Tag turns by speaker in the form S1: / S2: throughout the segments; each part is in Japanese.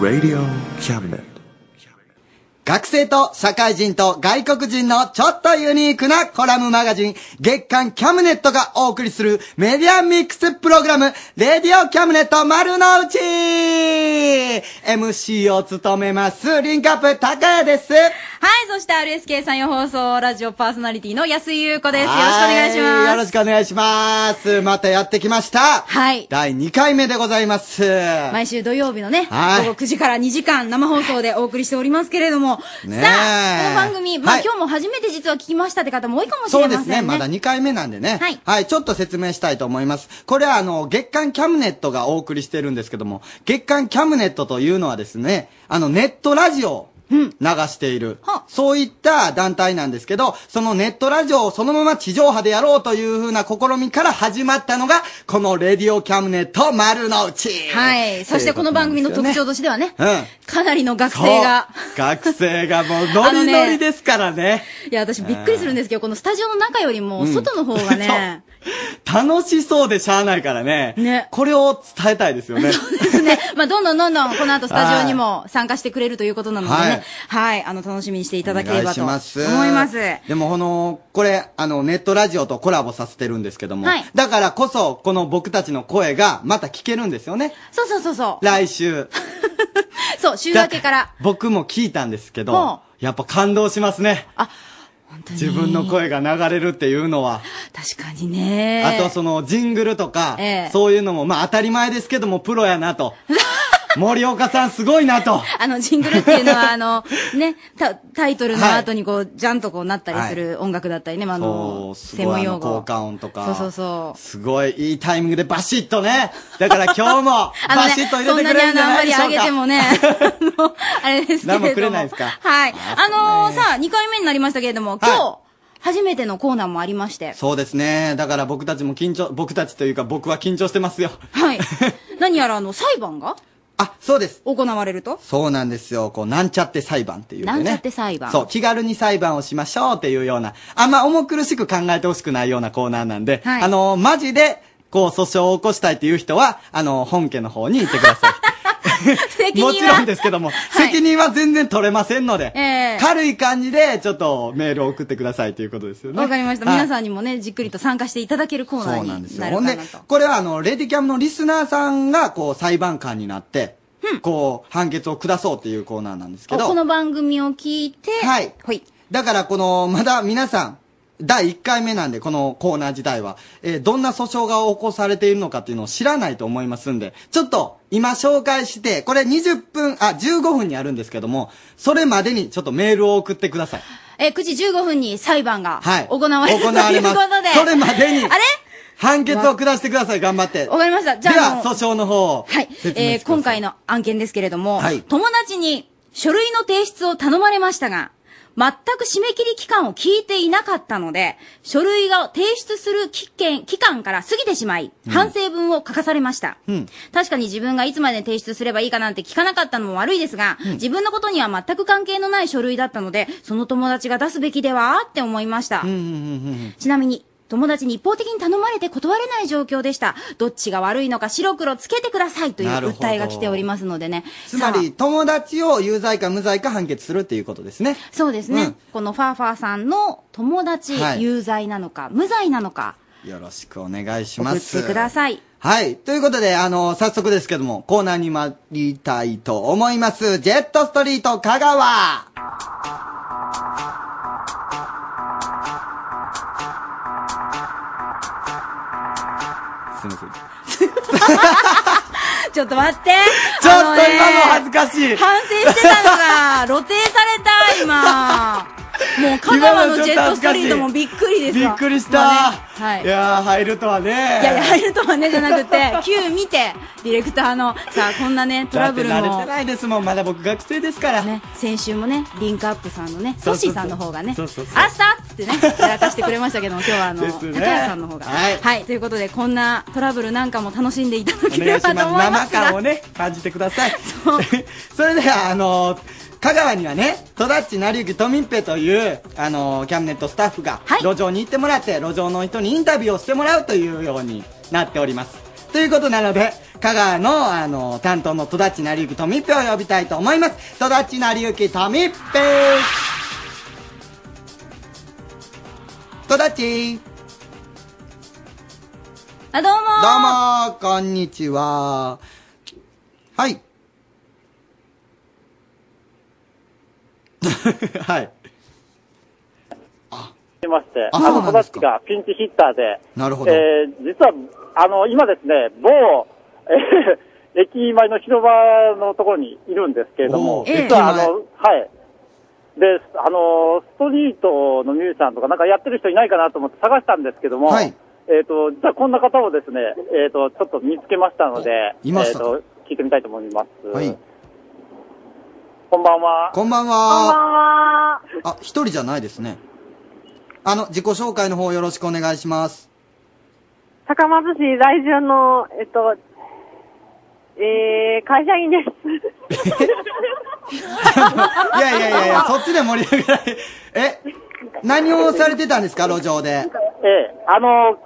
S1: Radio Cabinet.
S2: 学生と社会人と外国人のちょっとユニークなコラムマガジン月刊キャムネットがお送りするメディアミックスプログラムレディオキャムネット丸の内 !MC を務めますリンクアップ高谷です
S3: はい、そして RSK 山陽放送ラジオパーソナリティの安井優子です。よろしくお願いし
S2: は
S3: ます。
S2: よろしくお願いしますまたやってきました
S3: はい。
S2: 第2回目でございます
S3: 毎週土曜日のね、
S2: はい
S3: 午後9時から2時間生放送でお送りしておりますけれども、
S2: ねえ
S3: さあ、この番組、まあ、
S2: はい
S3: 今日も初めて実は聞きましたって方も多いかもし
S2: そ
S3: れ
S2: うで
S3: ますせんね。
S2: ね。まだ2回目なんでね。は
S3: はいい。
S2: ちょっと説明したいと思います。これはあの、月刊キャムネットがお送りしてるんですけども、月刊キャムネットというのはですね、あの、ネットラジオを流している、そういった団体なんですけど、そのネットラジオをそのまま地上波でやろうというふうな試みから始まったのが、このレディオキャムネット丸の内。
S3: はい。そしてこの番組の
S2: という
S3: 特
S2: こと
S3: 徴としてはね、
S2: なんですよね。
S3: かなりの学
S2: うん。
S3: 生が、
S2: そう。学生がもうノリノリですからね
S3: いや、私びっくりするんですけど、このスタジオの中より
S2: う
S3: も、
S2: ん
S3: 外の方 がね、
S2: 楽しそうでしゃあないからね。これを伝えたいですよね。
S3: ですね。まあ、どんどんどんどん、この後スタジオにも参加してくれるということなのでね、
S2: はい
S3: はい。あの、楽しみにしていただけ
S2: お
S3: れ
S2: 願
S3: ば
S2: いし
S3: と思います。
S2: でもこの、これ、あの、ネットラジオとコラボさせてるんですけども。
S3: はい
S2: だからこそ、この僕たちの声がまた聞けるんですよね。
S3: そうそうそうそう。
S2: 来週。
S3: そう、週明けから。
S2: 僕も聞いたんですけ
S3: ほう
S2: ど、やっぱ感動しますね。自分の声が流れるっていうのは。
S3: 確かにね。
S2: あとそのジングルとか、
S3: ええ
S2: そういうのも、まあ当たり前ですけども、プロやなと。森岡さんすごいなと。
S3: あの、ジングルっていうのは、あ の、ね、タタイトルの後にこう、じゃんとこうなったりする音楽だったりね、まあ、あ
S2: そ
S3: の、
S2: う、す
S3: 専
S2: ご
S3: 門
S2: いあ
S3: 用
S2: の効
S3: 語。
S2: 果音とか。
S3: そうそうそう。
S2: すごいいいタイミングでバシッとね。だから今日も
S3: あの
S2: バ
S3: ね、
S2: シッと入れ
S3: そ
S2: て
S3: ん
S2: く
S3: な
S2: れ
S3: に
S2: る
S3: あの、
S2: んじ
S3: あん
S2: ゃな
S3: ま
S2: い
S3: り
S2: でしょ
S3: 上
S2: う
S3: げ
S2: か。
S3: て もね、あの、あれですけれども。
S2: 何もくれないですか
S3: はい。あのさあ、2回目になりましたけれども、今日、初めてのコーナーもありまして、
S2: そうですね。だから僕たちも緊張、僕たちというか僕は緊張してますよ。
S3: 何やらあの、裁判が
S2: あ、そうです。
S3: 行われると
S2: そうなんですよ。こう、なんちゃって裁判っていうね。
S3: なんちゃって裁判。
S2: そう、気軽に裁判をしましょうっていうような、あんま重苦しく考えてほしくないようなコーナーなんで、
S3: はい
S2: あの、マジで、こう、訴訟を起こしたいっていう人は、あの、本家の方に行ってくだ さい。もちろんですけども、責任は全然取れませんので、
S3: ええ
S2: 軽い感じで、ちょっとメールを送ってくださいということですよね。
S3: わかりました。
S2: はい
S3: 皆さんにもね、じっくりと参加していただけるコーナ
S2: そうなん
S3: ー
S2: です
S3: に
S2: よ。
S3: なる
S2: ほ
S3: か
S2: ん
S3: な
S2: で
S3: と。、
S2: これはあの、レディキャムのリスナーさんが、こう、裁判官になって、こう、判決を下そうっていうコーナーなんですけど。
S3: この番組を聞いて、
S2: はい。
S3: はい。
S2: だから、この、まだ皆さん、第1回目なんで、このコーナー自体は、えーどんな訴訟が起こされているのかっていうのを知らないと思いますんで、ちょっと、今紹介して、これ20分、あ、15分にあるんですけども、それまでにちょっとメールを送ってください。
S3: えー、9時15分に裁判が
S2: はい。
S3: 行われる、
S2: 行わ
S3: とい
S2: れま
S3: うことで。
S2: す。それまでに。
S3: あれ
S2: 判決を下してください、頑張って。
S3: わかりましたじ
S2: で
S3: ゃあ
S2: は、
S3: あの
S2: 訴訟の方を。
S3: はい。
S2: 説
S3: え
S2: 明
S3: ー今回の案件ですけれども、
S2: はい
S3: 友達に書類の提出を頼まれましたが、全く締め切り期間を聞いていなかったので、書類が提出する期限、期間から過ぎてしまい、
S4: うん
S3: 反省文を書かされました。
S4: うん。
S3: 確かに自分がいつまで提出すればいいかなんて聞かなかったのも悪いですが、
S4: うん
S3: 自分のことには全く関係のない書類だったので、その友達が出すべきではって思いました。ちなみに、友達に一方的に頼まれて断れない状況でした。どっちが悪いのか白黒つけてくださいという
S2: なるほど
S3: 訴えが来ておりますのでね。
S2: つま
S3: さ
S2: り、友達を有罪か無罪か判決するっていうことですね。
S3: あそうですね、
S2: うん
S3: このファーファーさんの友達、
S2: はい
S3: 有罪なのか、無罪なのか、
S2: よろしくお願いし
S3: 送
S2: ま
S3: っ
S2: す。
S3: てください。
S2: はい。ということで、あの、早速ですけども、コーナーに参りたいと思います。ジェットストリート香川すみません。
S3: ちょっと待って。
S2: ちょっと
S3: あ
S2: 今の
S3: ね
S2: 恥ずかしい。
S3: 反省してたのが露呈された、今。もう香川のジェットストリートもびっくりです
S2: びっ
S3: わ
S2: くりし
S3: まあ
S2: た
S3: ね。はい
S2: いやー、入るとはね。
S3: い
S2: い
S3: やいや、入るとはね、じゃなくて、Q 見て、ディレクターの、さあ、こんなね、トラブル
S2: だって慣れ
S3: も
S2: て、ないですもん、まだ僕学生ですから。
S3: ね、先週もね、リンクアップさんのね、
S2: そ
S3: ソ
S2: うそう
S3: シ
S2: そう
S3: ーさんの方がね、
S2: そうそうそう
S3: あっさっつってね、やらかしてくれましたけども、今日はあの、
S2: ですね
S3: 高橋さんの方が。
S2: はい
S3: ということで、こんなトラブルなんかも楽しんでいただ
S2: お
S3: けれ
S2: 願いし
S3: ばと
S2: ます。
S3: 思いま
S2: 生
S3: すが。
S2: 感をね、感じてください。それでは、あのー香川にはね、戸田っち成幸とみっぺという、あのーキャンネットスタッフが、路上に行ってもらって、路上の人にインタビューをしてもらうというようになっております。ということなので、香川の、あの、担当の戸田ちなりゆきとみっぺを呼びたいと思います。戸田ちなりゆきとみっぺ戸田ち
S3: あ、どうも
S2: どうもこんにちは。はい。はい。
S5: いまして、
S2: あ
S5: あ
S2: そうな
S5: の子
S2: んで
S5: た
S2: す
S5: ちがピンチヒッターで、
S2: なるほど
S5: えー実は、あの、今ですね、某、えー 駅前の広場のところにいるんですけれど
S2: お
S5: も、
S2: う
S5: 実は、あ
S2: 駅前
S5: の、はい。で、あの、ストリートのミュージシャンとかなんかやってる人いないかなと思って探したんですけども、
S2: はい
S5: えっ、と、実はこんな方をですね、えっ、と、ちょっと見つけましたので、
S2: おいました
S5: えっ、と、聞いてみたいと思います。
S2: はい。
S5: こんばんは。
S2: こんばん
S6: こんば
S2: は。
S6: んは。
S2: あ、一人じゃないですね。あの、自己紹介の方よろしくお願いします。
S6: 高松市在住の、えっと、えー、会社員です。
S2: いやいやいやい や、そっちで盛り上がらない。え、何をされてたんですか、路上で。
S5: えーあの、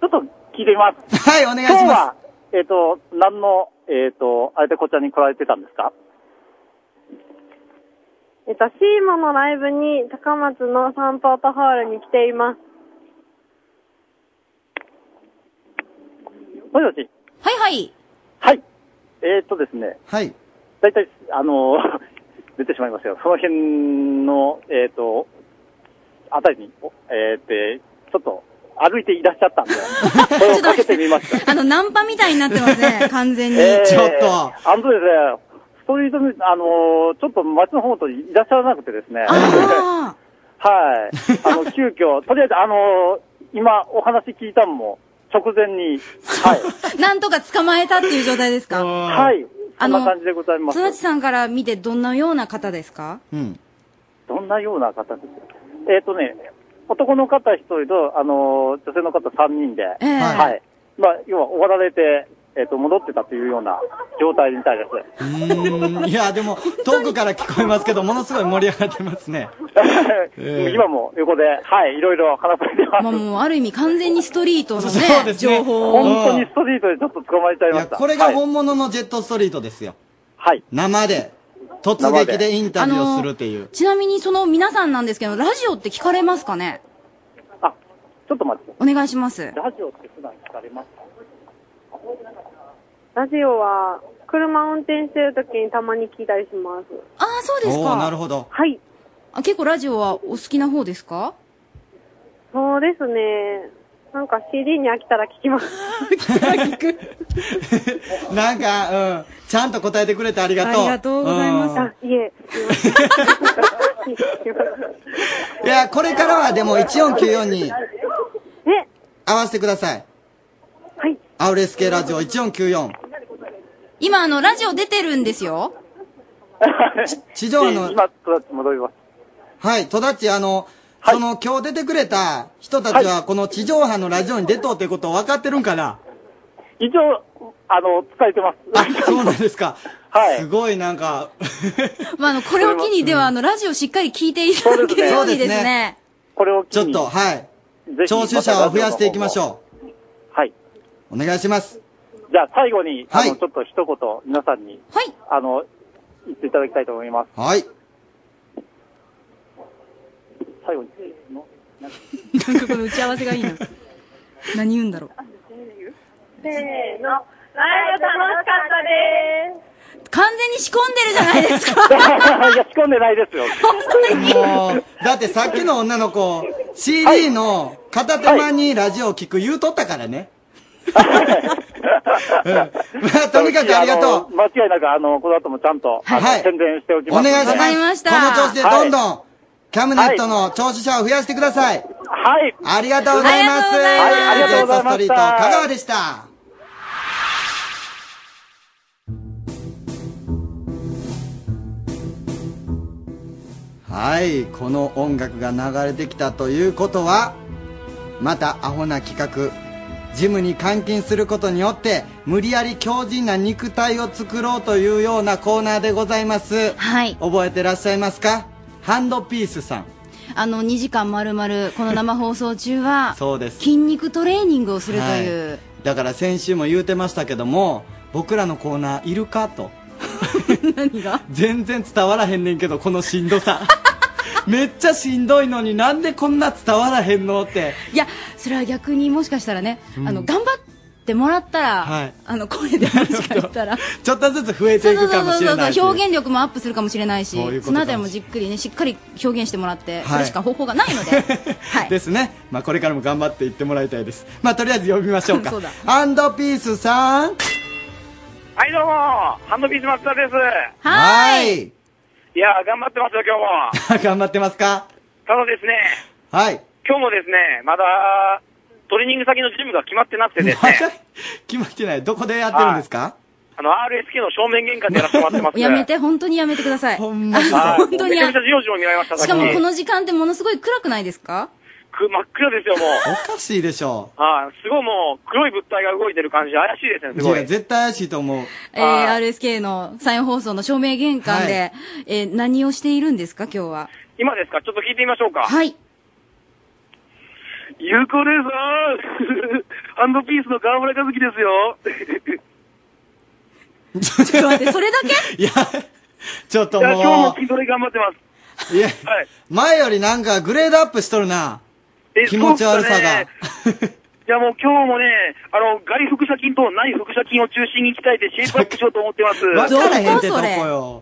S5: ちょっと聞いてみます。
S2: はい、お願いし
S5: 今日
S2: ま
S5: は、えっ、と、何の、えっ、と、あれでこちらに来られてたんですか
S6: えっと、シーモのライブに高松のサンパートホールに来ています。
S5: もしもし。
S3: はいはい。
S5: はい。えっ、とですね、
S2: す。はい。
S5: だいたい、あの、 出てしまいましたよ。その辺の、えっ、と、あたりに、おえー、って、ちょっと、歩いていらっしゃっ たんで、声をかけてみました。
S3: あの、ナンパみたいになってますね、完全に。
S5: えー
S2: ちょっと
S5: あのですね、ストリートミュージあのちょっと街の方といらっしゃらなくてですね。
S3: ああ。
S5: はい。あの、急遽、とりあえず、あの今、お話聞いたのも、直前に、はい。
S3: なんとか捕まえたっていう状態ですか
S5: はい。
S3: あ
S5: そん
S3: の
S5: な感じでございます
S3: 育。ちさんから見てどんなような方ですか
S2: うん。
S5: どんなような方ですかえっ、とね、男の方一人と、あの女性の方三人で、
S3: ええ
S5: はい。まあ、要は、終わられて、えっ、と、戻ってたというような状態みたいです。
S2: うーん。いや、でも、遠くから聞こえますけど、ものすごい盛り上がってますね。ええ
S5: 今も横で、はい、いろいろ話されてます。
S3: まあもう、ある意味完全にストリートの
S2: そうです
S3: ね、
S2: ね
S3: 情報
S5: 本
S3: を。
S5: 当にストリートでちょっと捕まえちゃい
S2: い
S5: ま
S2: や、
S5: した。
S2: これが
S5: はい、
S2: 本物のジェットストリートですよ。
S5: はい。
S2: 生で、突撃でインタビューをするっていう。
S3: ちなみにその皆さんなんですけど、ラジオって聞かれますかね
S5: あ、ちょっと待って。
S3: お願いします。
S5: ラジオって普段聞かれますか
S6: ラジオは、 車運転してる時にたまに聞いたりします。
S3: ああ、そうです
S2: おー、な
S3: か
S2: るほど。
S6: はい。
S3: あ。結構ラジオはお好きな方ですか
S6: そうですね。なんか CD に飽きたら聞 きます。
S2: なんか、うん。ちゃんと答えてくれてありがとう。
S3: ありがとうございます
S2: ん
S6: あ、いえ。すいま
S2: いや、これからはでも1494に
S6: せんえ、
S2: 合わせてください。
S6: はい。
S2: アウレス系ラジオ1494。
S3: 今、あの、ラジオ出てるんですよ。
S2: 地上波の
S5: で 今、と戻ります。
S2: はい、戸田っち、あの、
S5: はい
S2: その今日出てくれた人たち
S5: は
S2: は、この地上波のラジオに出とうってことを分かってるんかな、
S5: 一応、あの、伝えてます。
S2: あ、そうなんですか。
S5: はい
S2: すごいなんか、
S3: まあ、あの、これを機にでは、あの、ラジオしっかり聞いていただけるようにですね。
S5: これを機
S2: ちょっ
S5: に、
S2: と、はい。
S5: ぜひ
S2: 聴取者を増やしていきましょ
S5: う。はい。
S2: う。お願いします。
S5: じゃあ、最後に、あ
S2: は
S5: の、
S2: い
S5: ちょっと一言、皆さんに、
S3: はい。
S5: あの、言っていただきたいと思います。
S2: はい。
S5: 最後に。
S3: なんかこの打ち合わせがいいな。何言うんだろう。
S6: せーの。ライブ楽しかったです。
S3: 完全に仕込んでるじゃない ですか。
S5: いや、仕込んでないですよ。
S2: もう、だってさっきの女の子、CD の片手間にラジオを聞く言うとったからね。うんまあ、 とにかくありがと
S5: う。間違いなく、 あの、この後もちゃんと、あの
S2: はい
S5: 宣伝しておき
S2: う。お
S5: ます。
S2: 願いし
S3: わか
S2: ま
S3: り
S2: す。
S3: ました
S2: この調子でどんどん、キャムネットの聴取者を増やしてください。
S5: はい。
S2: ありがとうございま
S3: あ
S2: す。
S3: りがとう
S5: ございます
S2: はいありがとうございましたストリート、香川でした。はい、この音楽が流れてきたということは、またアホな企画、ジムに監禁することによって、無理やり強靭な肉体を作ろうというようなコーナーでございます。
S3: はい。
S2: 覚えてらっしゃいますかハンドピースさん。
S3: あの2時間まるまるこの生放送中は
S2: そうです
S3: 筋肉トレーニングをするという、
S2: はいだから先週も言うてましたけども僕らのコーナーいるかと
S3: 何が
S2: 全然伝わらへんねんけどこのしんどさ めっちゃしんどいのになんでこんな伝わらへんのって
S3: いやそれは逆にもしかしたらね、
S2: うん
S3: あの頑張ってもらったら、
S2: はい
S3: あの声でもしかしたら
S2: ちょっとずつ増え
S3: そ
S2: て
S3: う
S2: い
S3: そうそ
S2: くか
S3: う
S2: もし
S3: そう
S2: れないし
S3: 表現力もアップするかもしれないし
S2: そういうことかもしれな
S3: そのあ
S2: い
S3: たりもじっくりねしっかり表現してもらって、
S2: はい
S3: それしか方法がないのではい
S2: ですね、まあ、これからも頑張っていってもらいたいですまあとりあえず呼びましょうか
S3: そうだ
S2: アンドピースさん
S7: はい、どうも、ハンドビーチ松田です。
S3: はーい
S2: い
S7: いやー、頑張ってますよ、今日も。
S2: 頑張ってますか
S7: ただですね、
S2: はい
S7: 今日もですね、まだ、トレーニング先のジムが決まってなくてです
S2: また
S7: ね、
S2: 決まってないどこでやってるんですか
S7: あの、RSK の正面玄関でやらせてもらってます。
S3: やめて本当にやめてください
S2: ほんまに
S7: はい。
S3: 本当に
S7: めちゃめちゃジロジロ見られました、
S3: しかもこ
S7: の、
S3: の時間ってものすごい暗くないですか
S7: く真っ暗ですよ、も
S2: お
S7: う。
S2: かしいでしょ
S7: はい、すごいもう、黒い物体が動いてる感じで怪しいですね、
S2: う
S7: す
S2: い
S7: ご
S2: や
S7: い。
S2: 絶対怪しいと思う
S3: えー、RSK のサイン放送の照明玄関で、
S2: は
S3: えー何をしているんですか今日は
S7: 今ですかちょっと聞いてみましょうか。
S3: はい
S7: 有効です。ハンドピースの川村和樹ですよ。
S3: ちょっと待ってそれだけ
S2: いやちょっと
S7: いや、今日も
S2: も
S7: 筋トレ頑張ってます。
S2: ういや
S7: はい
S2: 前よりなんかグレードアップしとるな
S7: え
S2: 気持ち悪さ
S7: そうっ
S2: が
S7: すねいやもう今日もね、あの、外腹斜筋と内腹斜筋を中心に鍛えてシェイプアップしようと思ってます。
S2: わ
S7: い
S2: からへんって
S3: ど
S2: ど
S3: こ
S2: こ
S3: それ
S2: よ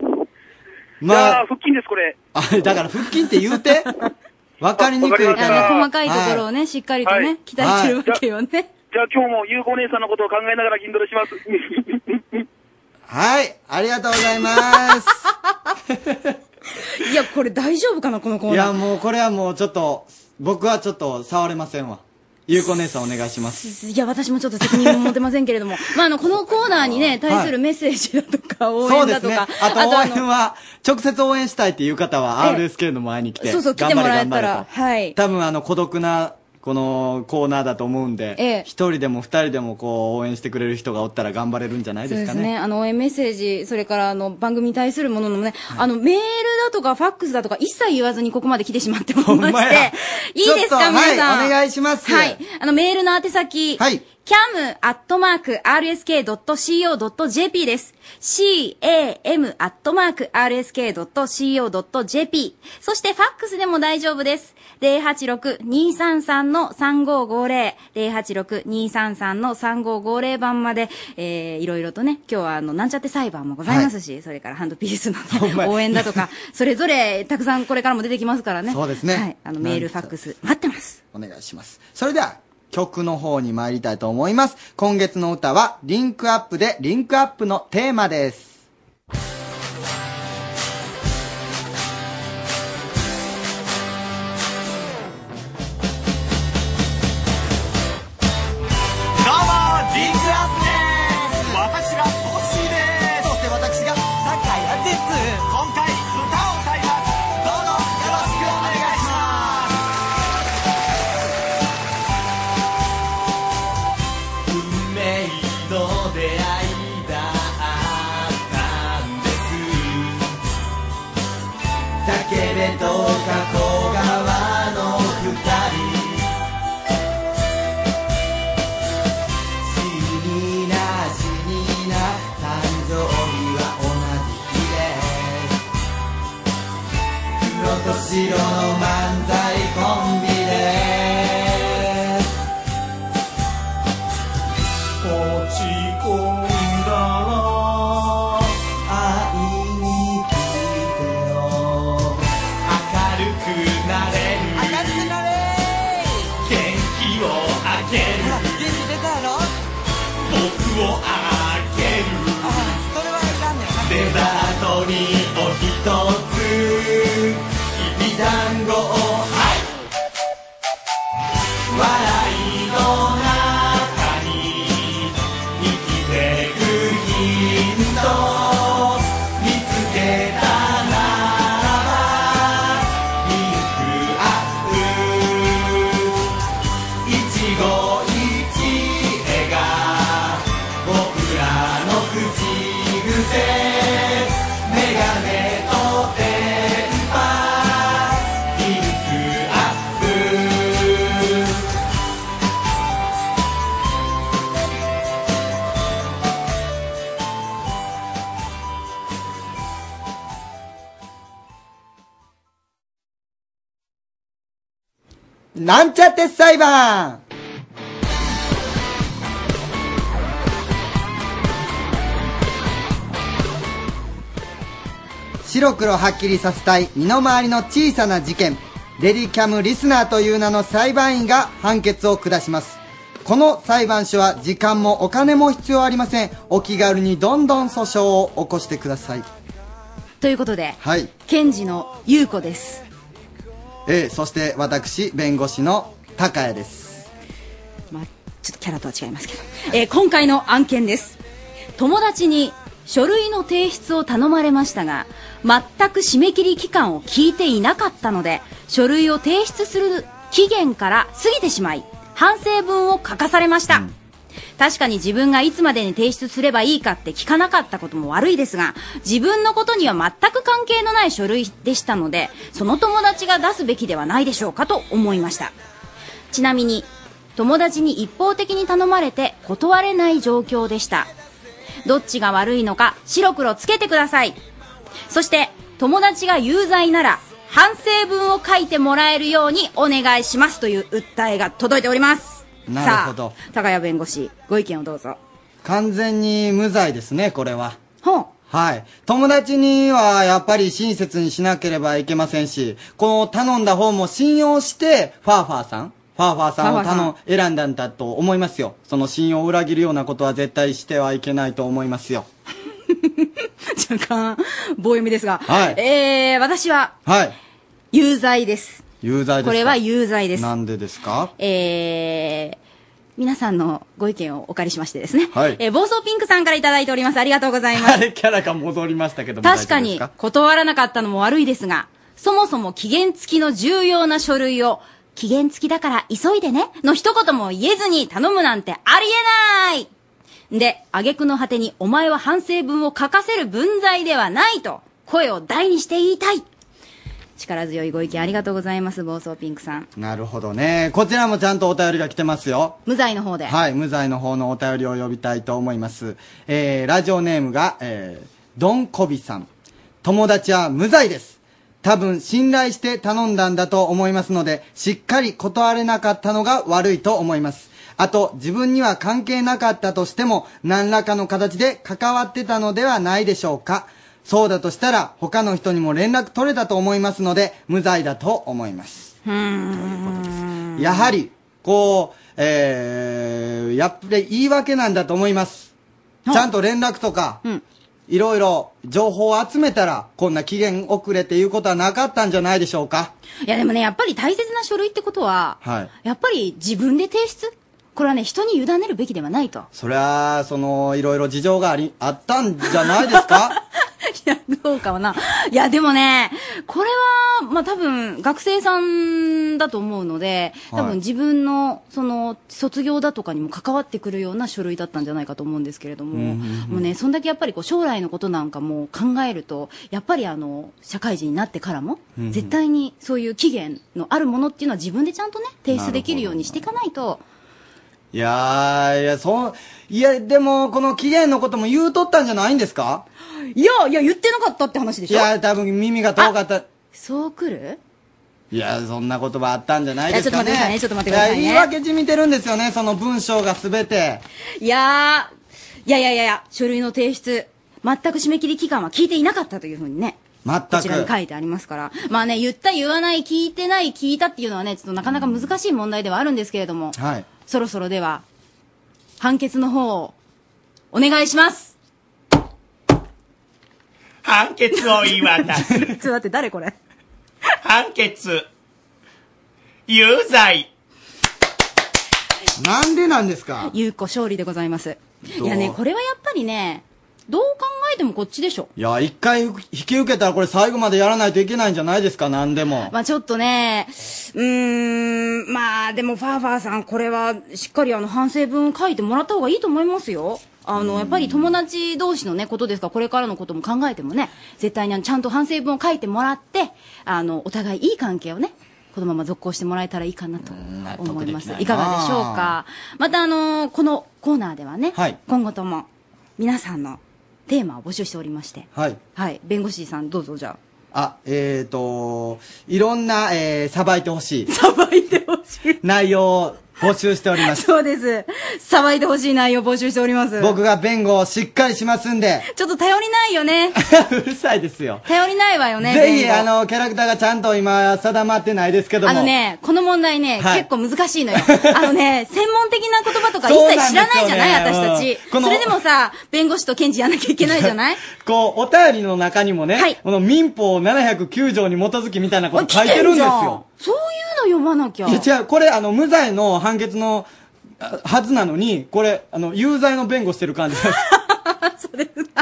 S2: ま
S7: や
S2: あ
S7: ー腹筋です、これ。
S2: あれだから腹筋って言 うてわかりにくい
S7: わかりました
S3: あ
S2: から
S3: の細かいところをね、しっかりとね、
S7: はい
S3: 鍛えてるわけよね。
S7: じゃあ今日もゆうこ姉さんのことを考えながら筋トレします。
S2: はい、ありがとうございます。
S3: い、や、これ大丈夫かな、このコ
S2: い
S3: ーナ
S2: や、
S3: ー。
S2: もうこれはもうちょっと、僕はちょっと触れませんわ。ゆうこ姉さんお願いします。
S3: いや、私もちょっと責任も持てませんけれ ども。まあ、あの、このコーナーにね、対するメッセージだとか、応
S2: そう
S3: 援
S2: で
S3: だ
S2: す
S3: と
S2: ね。
S3: か、
S2: あと応
S3: あ
S2: 援
S3: の、
S2: は、直接応援したいっていう方は、
S3: ええ
S2: RSK の前に来て、
S3: そうそう来
S2: 頑
S3: て
S2: 張
S3: も
S2: れ
S3: らえ
S2: 頑張
S3: た
S2: れ
S3: ら
S2: と。
S3: はい
S2: 多分あの、孤独な、このコーナーだと思うん
S3: ええ
S2: で、一人でも二人でもこう、応援してくれる人がおったら頑張れるんじゃない
S3: そう
S2: で
S3: で
S2: すか
S3: す
S2: ね
S3: ね。。あの、応援メッセージ、それから、あの、番組に対するもののね、あの、メールだとか、ファックスだとか、一切言わずにここまで来てしまっておりま
S2: ほんま
S3: し
S2: や
S3: て、いいです
S2: ちょ
S3: か、
S2: っとはい
S3: 皆さん。
S2: お願いします
S3: はい。あの、メールの宛先。
S2: はい
S3: cam.rsk.co.jp です。cam.rsk.co.jp。そして、ファックスでも大丈夫です。086-233-3550。086-233-3550番まで、えー、いろいろとね、今日はあの、なんちゃって裁判もございますし、それからハンドピースの
S2: ほんま
S3: ね
S2: や
S3: 応援だとか、それぞれ、たくさんこれからも出てきますからね。
S2: そうですね
S3: はい。あの、メール、ファックス、待ってます。
S2: お願いします。それでは、曲の方に参りたいと思います。今月の歌は、リンクアップで、リンクアップのテーマです。
S8: どうもリンクアップです私が欲しいですそして私が酒井です今回歌を歌いますどうぞよろしくお願いします運命の出会いだったんですだけれど加古川の二人死にな死にな誕生日は同じ日がで黒と白の漫才コンビで落ち込んだら愛についてよ明るくなれる明るくなれ元気をあげる僕をあげるデザートにおひとつきびだんごをはい笑いの中に生きてくヒント見つけたならばリンクアップ一期一会が僕らの口癖メガネと電波リ
S2: なんちゃって裁判白黒はっきりさせたい身の回りの小さな事件レディキャムリスナーという名の裁判員が判決を下しますこの裁判所は時間もお金も必要ありませんお気軽にどんどん訴訟を起こしてください
S3: ということで、
S2: はい
S3: 検事の優子です。
S2: えーそして私弁護士の高谷です
S3: ちょっとキャラとは違いますけど、えー今回の案件です友達に書類の提出を頼まれましたが全く締め切り期間を聞いていなかったので書類を提出する期限から過ぎてしまい反省文を書かされました、確かに自分がいつまでに提出すればいいかって聞かなかったことも悪いですが自分のことには全く関係のない書類でしたのでその友達が出すべきではないでしょうかと思いましたちなみに友達に一方的に頼まれて断れない状況でしたどっちが悪いのか白黒つけてくださいそして友達が有罪なら反省文を書いてもらえるようにお願いしますという訴えが届いております
S2: なるほど
S3: さあ高谷弁護士ご意見をどうぞ
S2: 完全に無罪ですねこれは
S3: ほう
S2: はい。友達にはやっぱり親切にしなければいけませんし、この頼んだ方も信用して、ファーファーさんファーファーさん
S9: ファ
S2: を
S9: ーファーさん
S2: 頼ん、選んだんだと思いますよ。その信用を裏切るようなことは絶対してはいけないと思いますよ。
S3: 若干棒読みですが、
S2: はい
S3: えー、私は
S2: はい。
S3: 有罪です
S2: 有罪ですか
S3: これは有罪です
S2: なんでですか
S3: えー、皆さんのご意見をお借りしましてですね、
S2: はい
S3: えー暴走ピンクさんからいただいておりますありがとうございます
S2: あれキャラが戻りましたけども。
S3: 確か
S2: 大
S3: に
S2: 丈夫です
S3: 断らなかったのも悪いですが、そもそも期限付きの重要な書類を、期限付きだから急いでね、の一言も言えずに頼むなんてありえないで、挙句の果てにお前は反省文を書かせる文在ではないと、声を大にして言いたい力強いご意見ありがとうございます、暴走ピンクさん。
S2: なるほどね。こちらもちゃんとお便りが来てますよ。
S3: 無罪の方で。
S2: はい、無罪の方のお便りを呼びたいと思います。えー、ラジオネームが、えー、ドンコビさん。友達は無罪です。多分信頼して頼んだんだと思いますので、しっかり断れなかったのが悪いと思います。あと、自分には関係なかったとしても、何らかの形で関わってたのではないでしょうか。そうだとしたら、他の人にも連絡取れたと思いますので、無罪だと思います。やはり、こう、えー、やっぱり言い訳なんだと思います。ちゃんと連絡とか、いろいろ情報を集めたら、こんな期限遅れっていうことはなかったんじゃないでしょうか。
S3: いやでもね、やっぱり大切な書類ってことは、
S2: はい。
S3: やっぱり自分で提出これはね、人に委ねるべきではないと。
S2: そりゃあ、その、いろいろ事情があり、あったんじゃないです か
S3: どうかはな。いや、でもね、これは、まあ、多分、学生さんだと思うので、
S10: はい
S3: 多分自分の、その、卒業だとかにも関わってくるような書類だったんじゃないかと思うんですけれども、
S10: うんうんうん
S3: もうね、そんだけやっぱりこう、将来のことなんかも考えると、やっぱりあの、社会人になってからも、
S10: うんうん
S3: 絶対にそういう期限のあるものっていうのは自分でちゃんとね、提出できるようにしていかないと、
S2: いやー、いや、そう、いや、でも、この期限のことも言うとったんじゃないんですか
S3: いや、いや、言ってなかったって話でしょ
S2: いや、多分耳が遠かった。
S3: そうくる
S2: いや、そんな言葉あったんじゃないですかね。
S3: いやちょっと待ってくださいねちょっと待ってくださいね
S2: や言い訳じみてるんですよね、その文章がすべて。
S3: いやー、いやいやいやいや、書類の提出、全く締め切り期間は聞いていなかったというふうにね。
S2: 全
S3: こちらに書
S2: く。
S3: いてありますから。まあね、言った言わない、聞いてない、聞いたっていうのはね、ちょっとなかなか難しい問題ではあるんですけれども、
S2: はい。
S3: そろそろでは、判決の方を、お願いし ます
S11: 判決を言い渡
S3: ち
S11: す。
S3: ょっと待って、誰これ
S11: 判決。有罪。
S2: なんでなんですか
S3: 有効勝利でございます。
S2: ど
S3: いうやね、これはやっぱりね、どう考えてもこっちでしょ。
S2: いや、一回引き受けたらこれ最後までやらないといけないんじゃないですか、何でも。
S3: まあちょっとね、うーん、まあでもファーファーさん、これはしっかりあの反省文を書いてもらった方がいいと思いますよ。あの、やっぱり友達同士のね、ことですから、これからのことも考えてもね、絶対にあのちゃんと反省文を書いてもらって、あの、お互いいい関係をね、このまま続行してもらえたらいいかなと思います。
S10: 納得できないない
S3: かがでしょうか。またあの、このコーナーではね、
S10: はい
S3: 今後とも皆さんのテーマを募集しておりまして、
S2: はい。
S3: はい、弁護士さんどうぞじゃあ。
S2: あ、えっ、と、いろんな、えー、さばいてほしい。さばいてほしい。内容を募集しておりま す。
S3: そうです。騒いでほしい内容募集しております。
S2: 僕が弁護をしっかりしますんで、
S3: ちょっと頼りないよね。
S2: うるさいですよ。
S3: 頼りないわよね。
S2: ぜひ、
S3: 弁護
S2: あ、の、キャラクターがちゃんと今、定まってないですけども。
S3: あのね、この問題ね、
S2: はい
S3: 結構難しいの よ。あのね、専門的な言葉とか一
S2: そうなんで
S3: 切
S2: す
S3: 知
S2: よね
S3: らないじゃない、私たち
S2: うん。この
S3: それでもさ、弁護士と検事やんなきゃいけないじゃない
S2: こう、お便りの中にもね、この民法709条に基づきみたいなこと書いてるんですよ。。
S3: そういうの読まなきゃ。
S2: いや違う、これあの、無罪の判決の、あはずなのに、これ、あの、有罪の弁護してる感じです。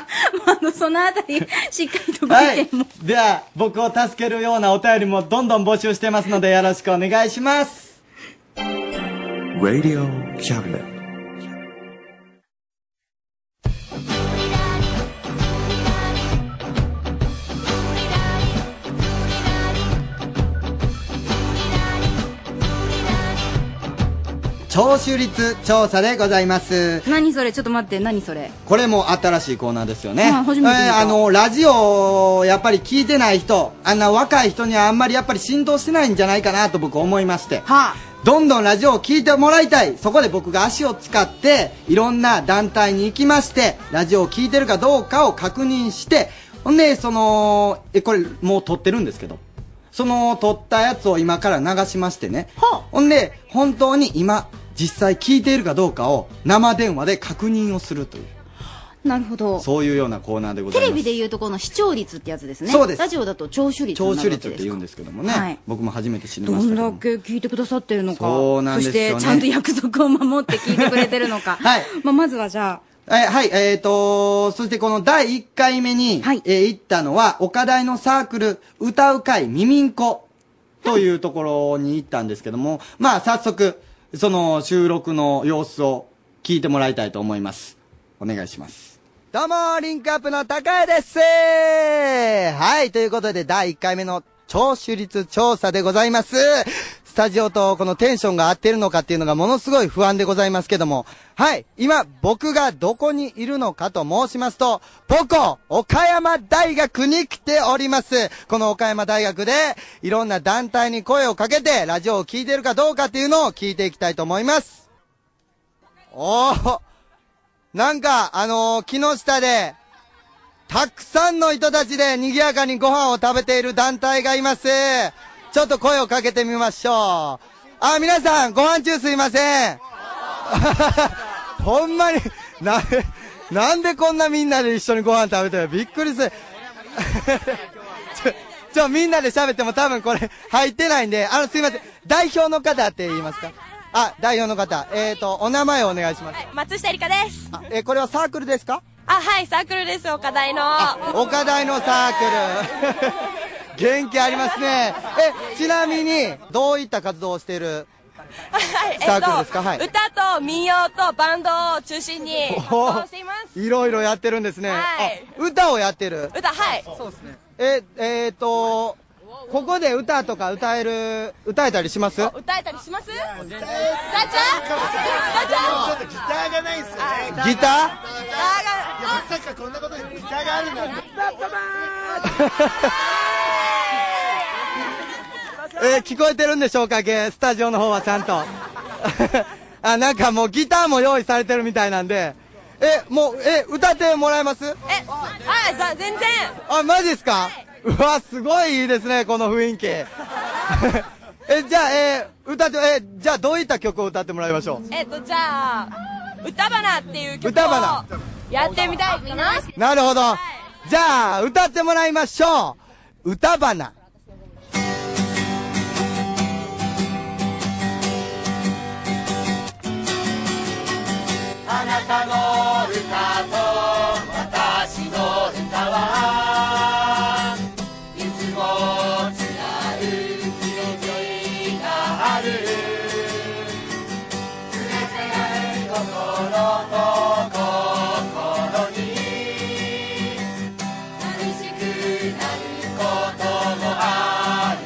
S3: あの、そのあたり、しっかりとご
S2: は
S3: 意
S2: い
S3: 見も。。
S2: では、僕を助けるようなお便りもどんどん募集してますので、よろしくお願いします。
S1: Radio Cabinet.
S2: 聴取率調査でございます。
S3: 何それちょっと待って、何それ
S2: これも新しいコーナーですよね。
S3: はい初めて見た
S2: えーあの、ラジオをやっぱり聞いてない人、あんな若い人にはあんまりやっぱり浸透してないんじゃないかなと僕思いまして。どんどんラジオを聞いてもらいたい。そこで僕が足を使って、いろんな団体に行きまして、ラジオを聞いてるかどうかを確認して、ほんで、その、え、これもう撮ってるんですけど。その撮ったやつを今から流しましてね。ほんで、本当に今、実際聞いているかどうかを生電話で確認をするという。
S3: なるほど。
S2: そういうようなコーナーでござ
S3: テ
S2: い
S3: レ
S2: ます。
S3: ビで言うとこの視聴率ってやつですね。
S2: そうです
S3: ラジオだと聴取率に
S2: 聴
S3: な
S2: 取
S3: るわけ
S2: 率っ
S3: で
S2: て
S3: す
S2: 言うんですけどもね、
S3: はい
S2: 僕も初めて知り
S3: ど
S2: ました
S3: ん
S2: けど
S3: だ
S2: も。
S3: け聞いてくださってるのか。
S2: そうなんですよね
S3: そして、ちゃんと約束を守って聞いてくれてるの か。はい。まあ、まずはじゃあ、
S2: えはい、えっ、とそしてこの第1回目に、えー行ったのは、岡大のサークル、歌う会みみんこ、というところに行ったんですけども、まあ、早速、その収録の様子を聞いてもらいたいと思います。お願いします。どうも、リンクアップの高江ですはい、ということで第1回目の聴取率調査でございます。スタジオとこのテンションが合ってるのかっていうのがものすごい不安でございますけども。はい、今僕がどこにいるのかと申しますと、母校、岡山大学に来ております。この岡山大学でいろんな団体に声をかけてラジオを聞いてるかどうかっていうのを聞いていきたいと思います。おー、なんか、あのー木下で、たくさんの人たちで賑やかにご飯を食べている団体がいます。ちょっと声をかけてみましょう。あ、皆さん、ご飯中すいません。 ほんまに、な、なんでこんなみんなで一緒にご飯食べてるびっくりする。 ちょ、みんなで喋っても多分これ入ってないんで、あの、すいません。代表の方って言いますかあ、代表の方。えっ、ー、と、お名前をお願いします。
S9: 松下理香です。あ、
S2: えーこれはサークルですか
S9: はい、サークルです、岡大の。
S2: 岡大のサークル 元気ありますねえちなみにどういった活動をしている
S9: はい、
S2: サークルですかはい
S9: 歌と民謡とバンドを中心に活動しています。
S2: いろいろやってるんですね、
S9: はい
S2: あ歌をやってる
S9: 歌、はい。そうですね。
S2: ええっとここで歌とか歌える歌えたりします
S9: 歌えたりしますガチャガチャガチャ
S10: ギターがないんすよね
S2: ギタ
S10: いやまさかこんなことにギターがあるなんて
S2: えー聞こえてるんでしょうかけスタジオの方はちゃんと あなんかもうギターも用意されてるみたいなんでえもうえ歌ってもらえます
S9: え、はい、ざ全然。
S2: あ、マジですか、うわ、すごいいいですね、この雰囲気。 え、じゃあ、えー歌って、え、じゃあどういった曲を歌ってもらいましょ
S9: えっと、じゃあ、歌花っていう曲を
S2: 歌花
S9: やってみたいかな。
S2: う。なるほど。じゃあ、歌ってもらいましょう。歌花。
S8: あなたの歌と私の歌はいつも違う気持ちがあるすれ違う心と心に寂しくなるこ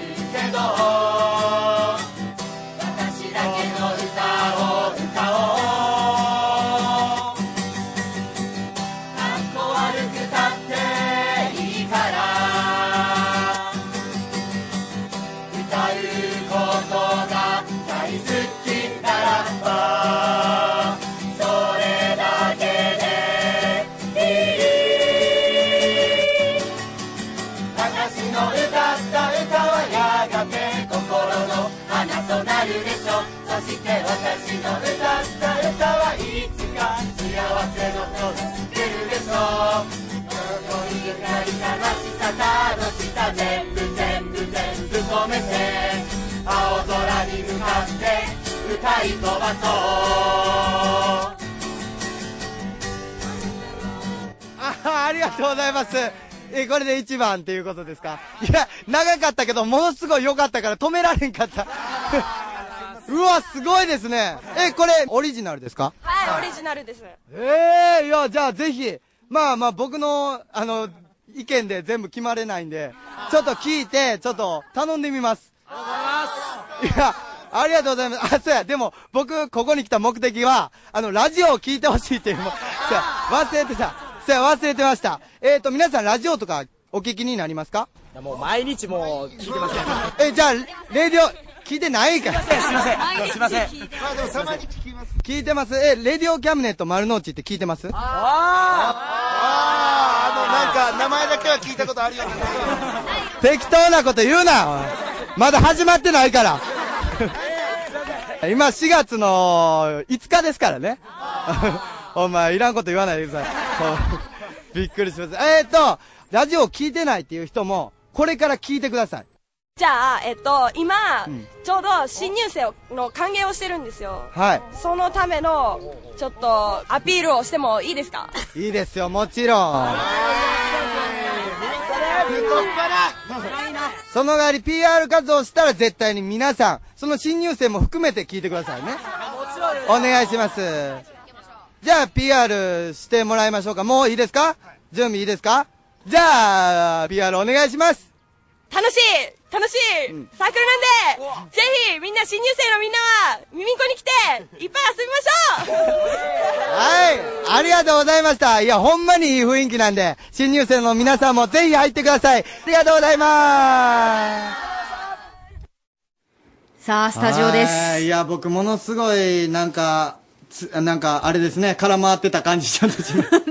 S8: ともよそして私の歌った歌はいつか幸せの音つけるでしょう喜びゆかり悲しさ楽しさ全部全部全部込めて青空に向かって歌い飛ばそう
S2: あありがとうございます。え、これで1番っていうことですかいや、長かったけど、ものすごい良かったから止められんかった。 うわ、すごいですね。え、これ、オリジナルですか
S9: はい、オリジナルです。
S2: ええいや、じゃあぜひ、まあまあ僕の、あの、意見で全部決まれないんで、ちょっと聞いて、ちょっと頼んでみます。いや、ありがとうございます。あ、そうや、でも僕、ここに来た目的は、あの、ラジオを聞いてほしいっていう、もうそうや、忘れてた。そうや、忘れてました。えっ、ー、と、皆さんラジオとかお聞きになりますか
S12: やもう毎日もう聞いてますよ。
S2: え、じゃあ、レディオ、聞いてないか
S12: すいませんすいません毎日すいません聞い
S10: まあでもたまに聞きます。
S2: 聞いてますえ、レディオキャムネット丸の内って聞いてます
S10: ああ、あの、なんか、名前だけは聞いたことあるような。
S2: 適当なこと言うなおいまだ始まってないから 今4月の5日ですからね お前いらんこと言わないでください びっくりしますえー、っとラジオを聞いてないっていう人もこれから聞いてください
S9: じゃあ、えっと、今、ちょうど新入生の歓迎をしてるんですよ。
S2: はい
S9: そのための、ちょっと、アピールをしてもいいですか
S2: いいですよもちろんその代わり PR 活動をしたら絶対に皆さんその新入生も含めて聞いてくださいねお願いします。じゃあ PR してもらいましょうか。もういいですか準備いいですかじゃあ PR お願いします。
S9: 楽しい楽しい、サークルなんでぜひ、みんな、新入生のみんなは、ミミンコに来て、いっぱい遊びましょう
S2: はい。ありがとうございました。いや、ほんまにいい雰囲気なんで、新入生の皆さんもぜひ入ってください。ありがとうございます。
S3: さあ、スタジオです。
S2: はい。いや、僕ものすごい、なんか、つなんか、あれですね、空回ってた感じしちゃっ た。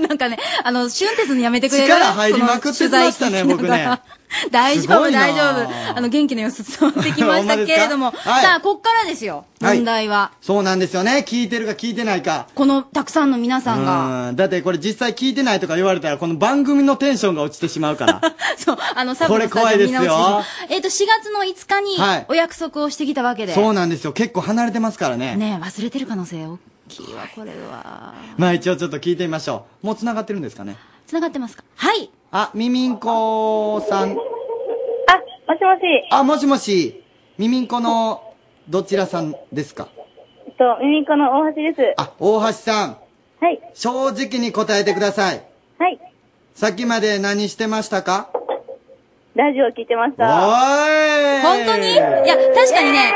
S3: なんかね、あの、シュンテスにやめてくれる。
S2: 力入りまくってきましたね
S3: その取材聞きながら
S2: 僕
S3: 大
S2: す
S3: 丈
S2: ご
S3: 夫、
S2: いな
S3: 大丈夫。あの、元気の様子伝わってきまし
S2: ほんまで
S3: た
S2: す
S3: け
S2: か
S3: れども。
S2: はい
S3: さあ、こっからですよ。
S2: はい
S3: 問題は。
S2: そうなんですよね。聞いてるか聞いてないか。
S3: この、たくさんの皆さんが。
S2: うん。だってこれ実際聞いてないとか言われたら、この番組のテンションが落ちてしまうから。
S3: そう、あの、サブのスタジオみんな落ちてしまうえっと、4月の5日に
S2: はい、
S3: お約束をしてきたわけで。
S2: そうなんですよ。結構離れてますからね。
S3: ねえ忘れてる可能性大きいわ、これは。
S2: まあ一応ちょっと聞いてみましょう。もう繋がってるんですかね。
S3: 繋がってますかはい。
S2: あ、みみんこさん。あ、もしも
S13: し。
S2: あ、もしもし。みみんこの、どちらさんですか
S13: えっと、ミミコの大橋です。
S2: あ、大橋さん。
S13: はい。
S2: 正直に答えてください。
S13: はい。
S2: さっきまで何してましたか
S13: ラジオ聞いてまし
S2: お
S13: た。
S2: ーい
S3: 本当にいや、確かにね、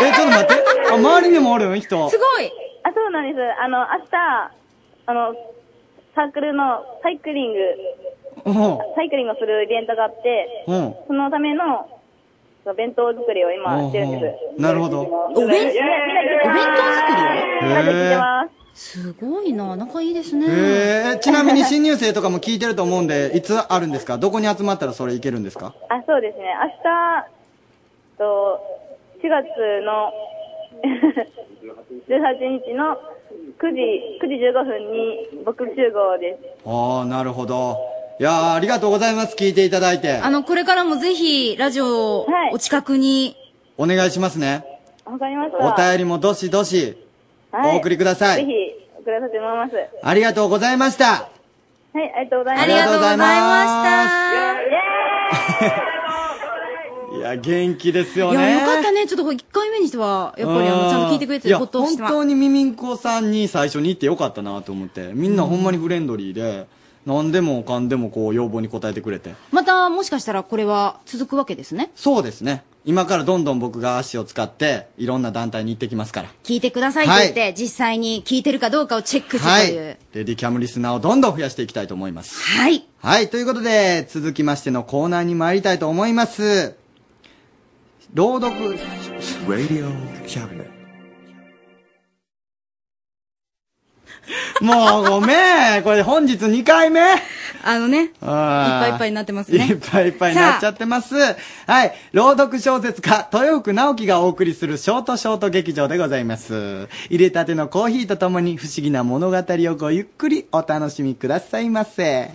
S2: え、ちょっと待って。あ、周りにもおるん人。
S3: ごい
S13: あ、そうなんです。あの、明日、あの、サークルのサイクリング、
S2: うん。
S13: サイクリングをするイベントがあって、
S2: うん。
S13: そのための、弁当作りを今してるんです。
S2: なるほど。
S13: お弁お弁当作りラジオ聞いてます。
S3: すごいな、仲いいですね。
S2: えー、ちなみに新入生とかも聞いてると思うんで、いつあるんですかどこに集まったらそれいけるんですか
S13: あ、そうですね。明日、と、4月の 18日の9時、9時15分に僕集合です。
S2: ああ、なるほど。いやー、ありがとうございます。聞いていただいて
S3: あ。の、これからもぜひ、ラジオをお近くに、
S2: お願いしますね。
S13: わかりました。
S2: お便りもどしどし。
S13: はい
S2: お送りください
S13: ぜひ、送らせてもらいます。は
S2: ありがとうございました。
S13: い、ありがとうございます。
S2: ありがとうございまいや、元気ですよ
S3: い
S2: ね。
S3: や、よかったね。ちょっとこれ1回目にしては、やっぱりあ
S2: う
S3: の、ちゃんと聞いてくれてることをして
S2: いや、本当にミミンコさんに最初に行ってよかったなと思って。みんなほんまにフレンドリーで、何でもかんでもこう、要望に応えてくれて。
S3: また、もしかしたらこれは続くわけですね。
S2: そうですね。今からどんどん僕が足を使って、いろんな団体に行ってきますから。
S3: 聞いてくださいって言って、実際に聞いてるかどうかをチェックすると
S2: はい。
S3: いう
S2: レ。ディキャムリスナーをどんどん増やしていきたいと思います。
S3: はい。
S2: はい。ということで、続きましてのコーナーに参りたいと思います。朗読。
S1: Radio Cabinet.
S2: もうごめん。これ本日2回目。
S3: あのね。いっ
S2: ぱ
S3: ぱいいっぱいになってますね
S2: いっぱいいっぱいになっちゃってます。はい。朗読小説家、豊福直樹がお送りするショートショート劇場でございます。入れたてのコーヒーとともに不思議な物語をごゆっくりお楽しみくださいませ。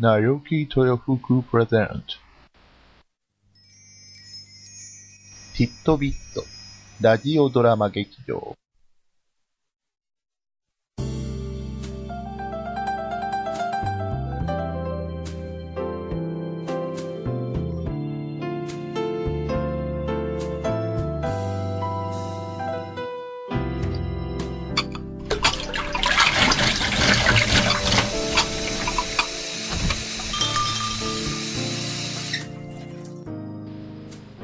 S14: Naoki Toyofuku present ティットビットラジオドラマ劇場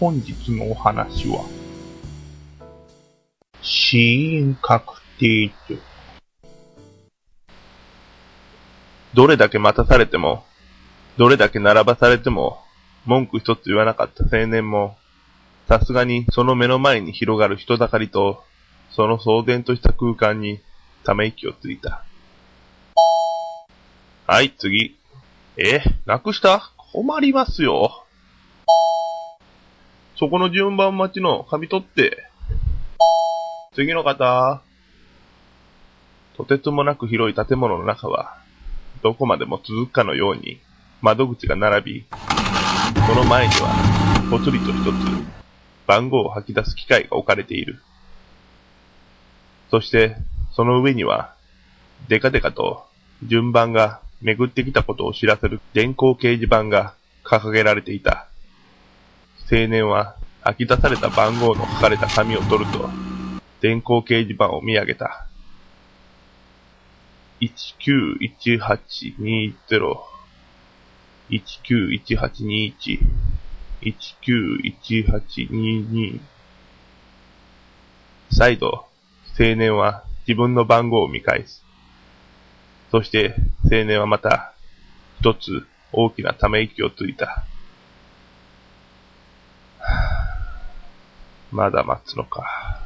S14: 本日のお話は、死因確定と。
S15: どれだけ待たされても、どれだけ並ばされても、文句一つ言わなかった青年も、さすがにその目の前に広がる人だかりと、その騒然とした空間にため息をついた。はい、次。え、なくした困りますよ。そこの順番待ちの紙取って。次の方。とてつもなく広い建物の中は、どこまでも続くかのように窓口が並び、その前にはぽつりと一つ番号を吐き出す機械が置かれている。そして、その上には、デカデカと順番が巡ってきたことを知らせる電光掲示板が掲げられていた。青年は吐き出された番号の書かれた紙を取ると、電光掲示板を見上げた。191820 191821 191822再度、青年は自分の番号を見返す。そして、青年はまた、一つ大きなため息をついた。はぁまだ待つのか。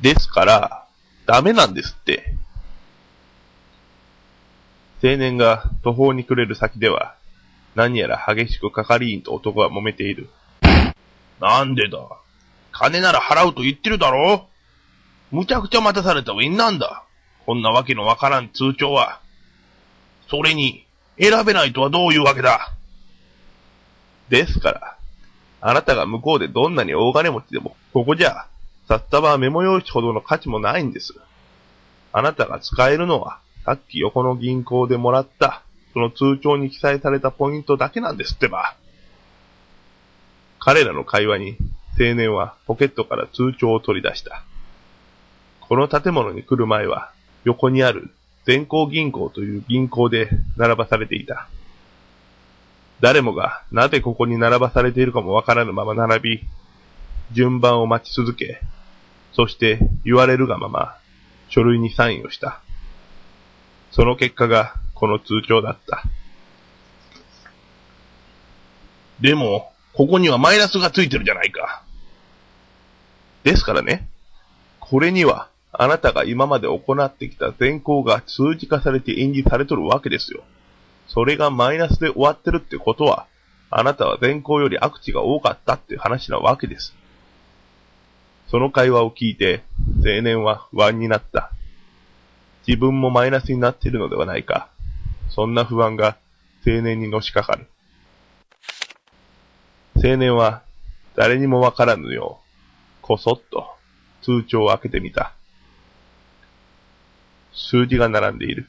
S15: ですから、ダメなんですって。青年が途方に暮れる先では、何やら激しく係員と男は揉めている。なんでだ金なら払うと言ってるだろむちゃくちゃ待たされたウィンなんだ。こんなわけのわからん通帳は。それに、選べないとはどういうわけだ。ですから、あなたが向こうでどんなに大金持ちでも、ここじゃ、札束はメモ用紙ほどの価値もないんです。あなたが使えるのは、さっき横の銀行でもらった、その通帳に記載されたポイントだけなんですってば。彼らの会話に、青年はポケットから通帳を取り出した。この建物に来る前は、横にある全行銀行という銀行で並ばされていた。誰もがなぜここに並ばされているかもわからぬまま並び、順番を待ち続け、そして言われるがまま、書類にサインをした。その結果がこの通帳だった。でも、ここにはマイナスがついてるじゃないか。ですからね、これには、あなたが今まで行ってきた善行が数字化されて演じされとるわけですよ。それがマイナスで終わってるってことは、あなたは善行より悪地が多かったって話なわけです。その会話を聞いて、青年は不安になった。自分もマイナスになっているのではないか。そんな不安が青年にのしかかる。青年は誰にもわからぬよう、こそっと通帳を開けてみた。数字が並んでいる。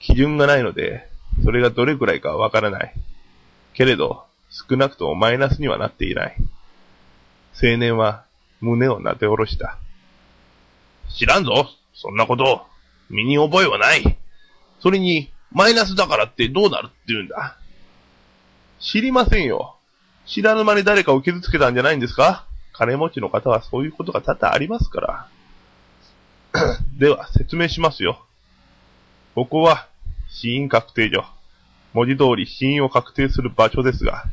S15: 基準がないので、それがどれくらいかはわからない。けれど、少なくともマイナスにはなっていない。青年は胸をなで下ろした。知らんぞそんなこと身に覚えはないそれに、マイナスだからってどうなるって言うんだ知りませんよ。知らぬ間に誰かを傷つけたんじゃないんですか金持ちの方はそういうことが多々ありますから。 では、説明しますよ。ここは、死因確定所。文字通り死因を確定する場所ですが、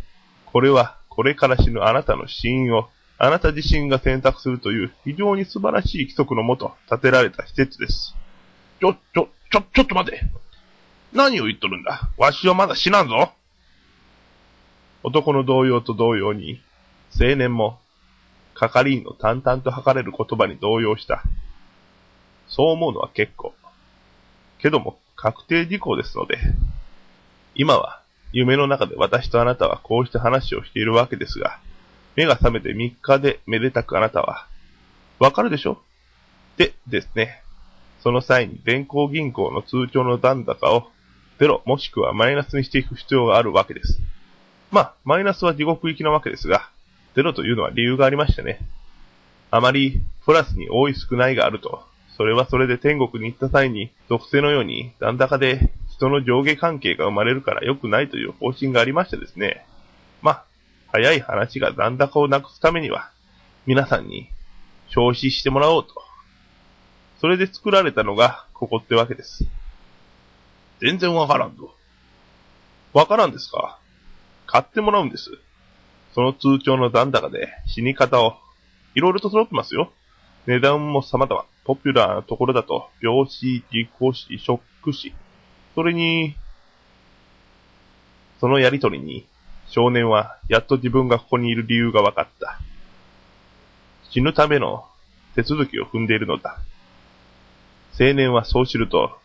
S15: これは、これから死ぬあなたの死因を、あなた自身が選択するという非常に素晴らしい規則のもと建てられた施設です。ちょ、ちょ、ちょ、ちょっと待て。何を言っとるんだわしはまだ死なんぞ。男の動揺と同様に、青年も、係員の淡々と吐かれる言葉に動揺した。そう思うのは結構。けども、確定事項ですので、今は、夢の中で私とあなたはこうして話をしているわけですが、目が覚めて3日でめでたくあなたは、わかるでしょで、ですね。その際に、連行銀行の通帳の残高を、ゼロもしくはマイナスにしていく必要があるわけです。まあ、マイナスは地獄行きなわけですが、ゼロというのは理由がありましてね。あまり、プラスに多い少ないがあると、それはそれで天国に行った際に、属性のように残高で人の上下関係が生まれるから良くないという方針がありましてですね。まあ、早い話が残高をなくすためには、皆さんに消費してもらおうと。それで作られたのが、ここってわけです。全然わからんと。わからんですか買ってもらうんです。その通帳の残高で死に方を、いろいろと揃ってますよ。値段も様々。ポピュラーなところだと、病死、事故死、ショック死。それに、そのやりとりに、少年はやっと自分がここにいる理由が分かった。死ぬための手続きを踏んでいるのだ。青年はそう知ると、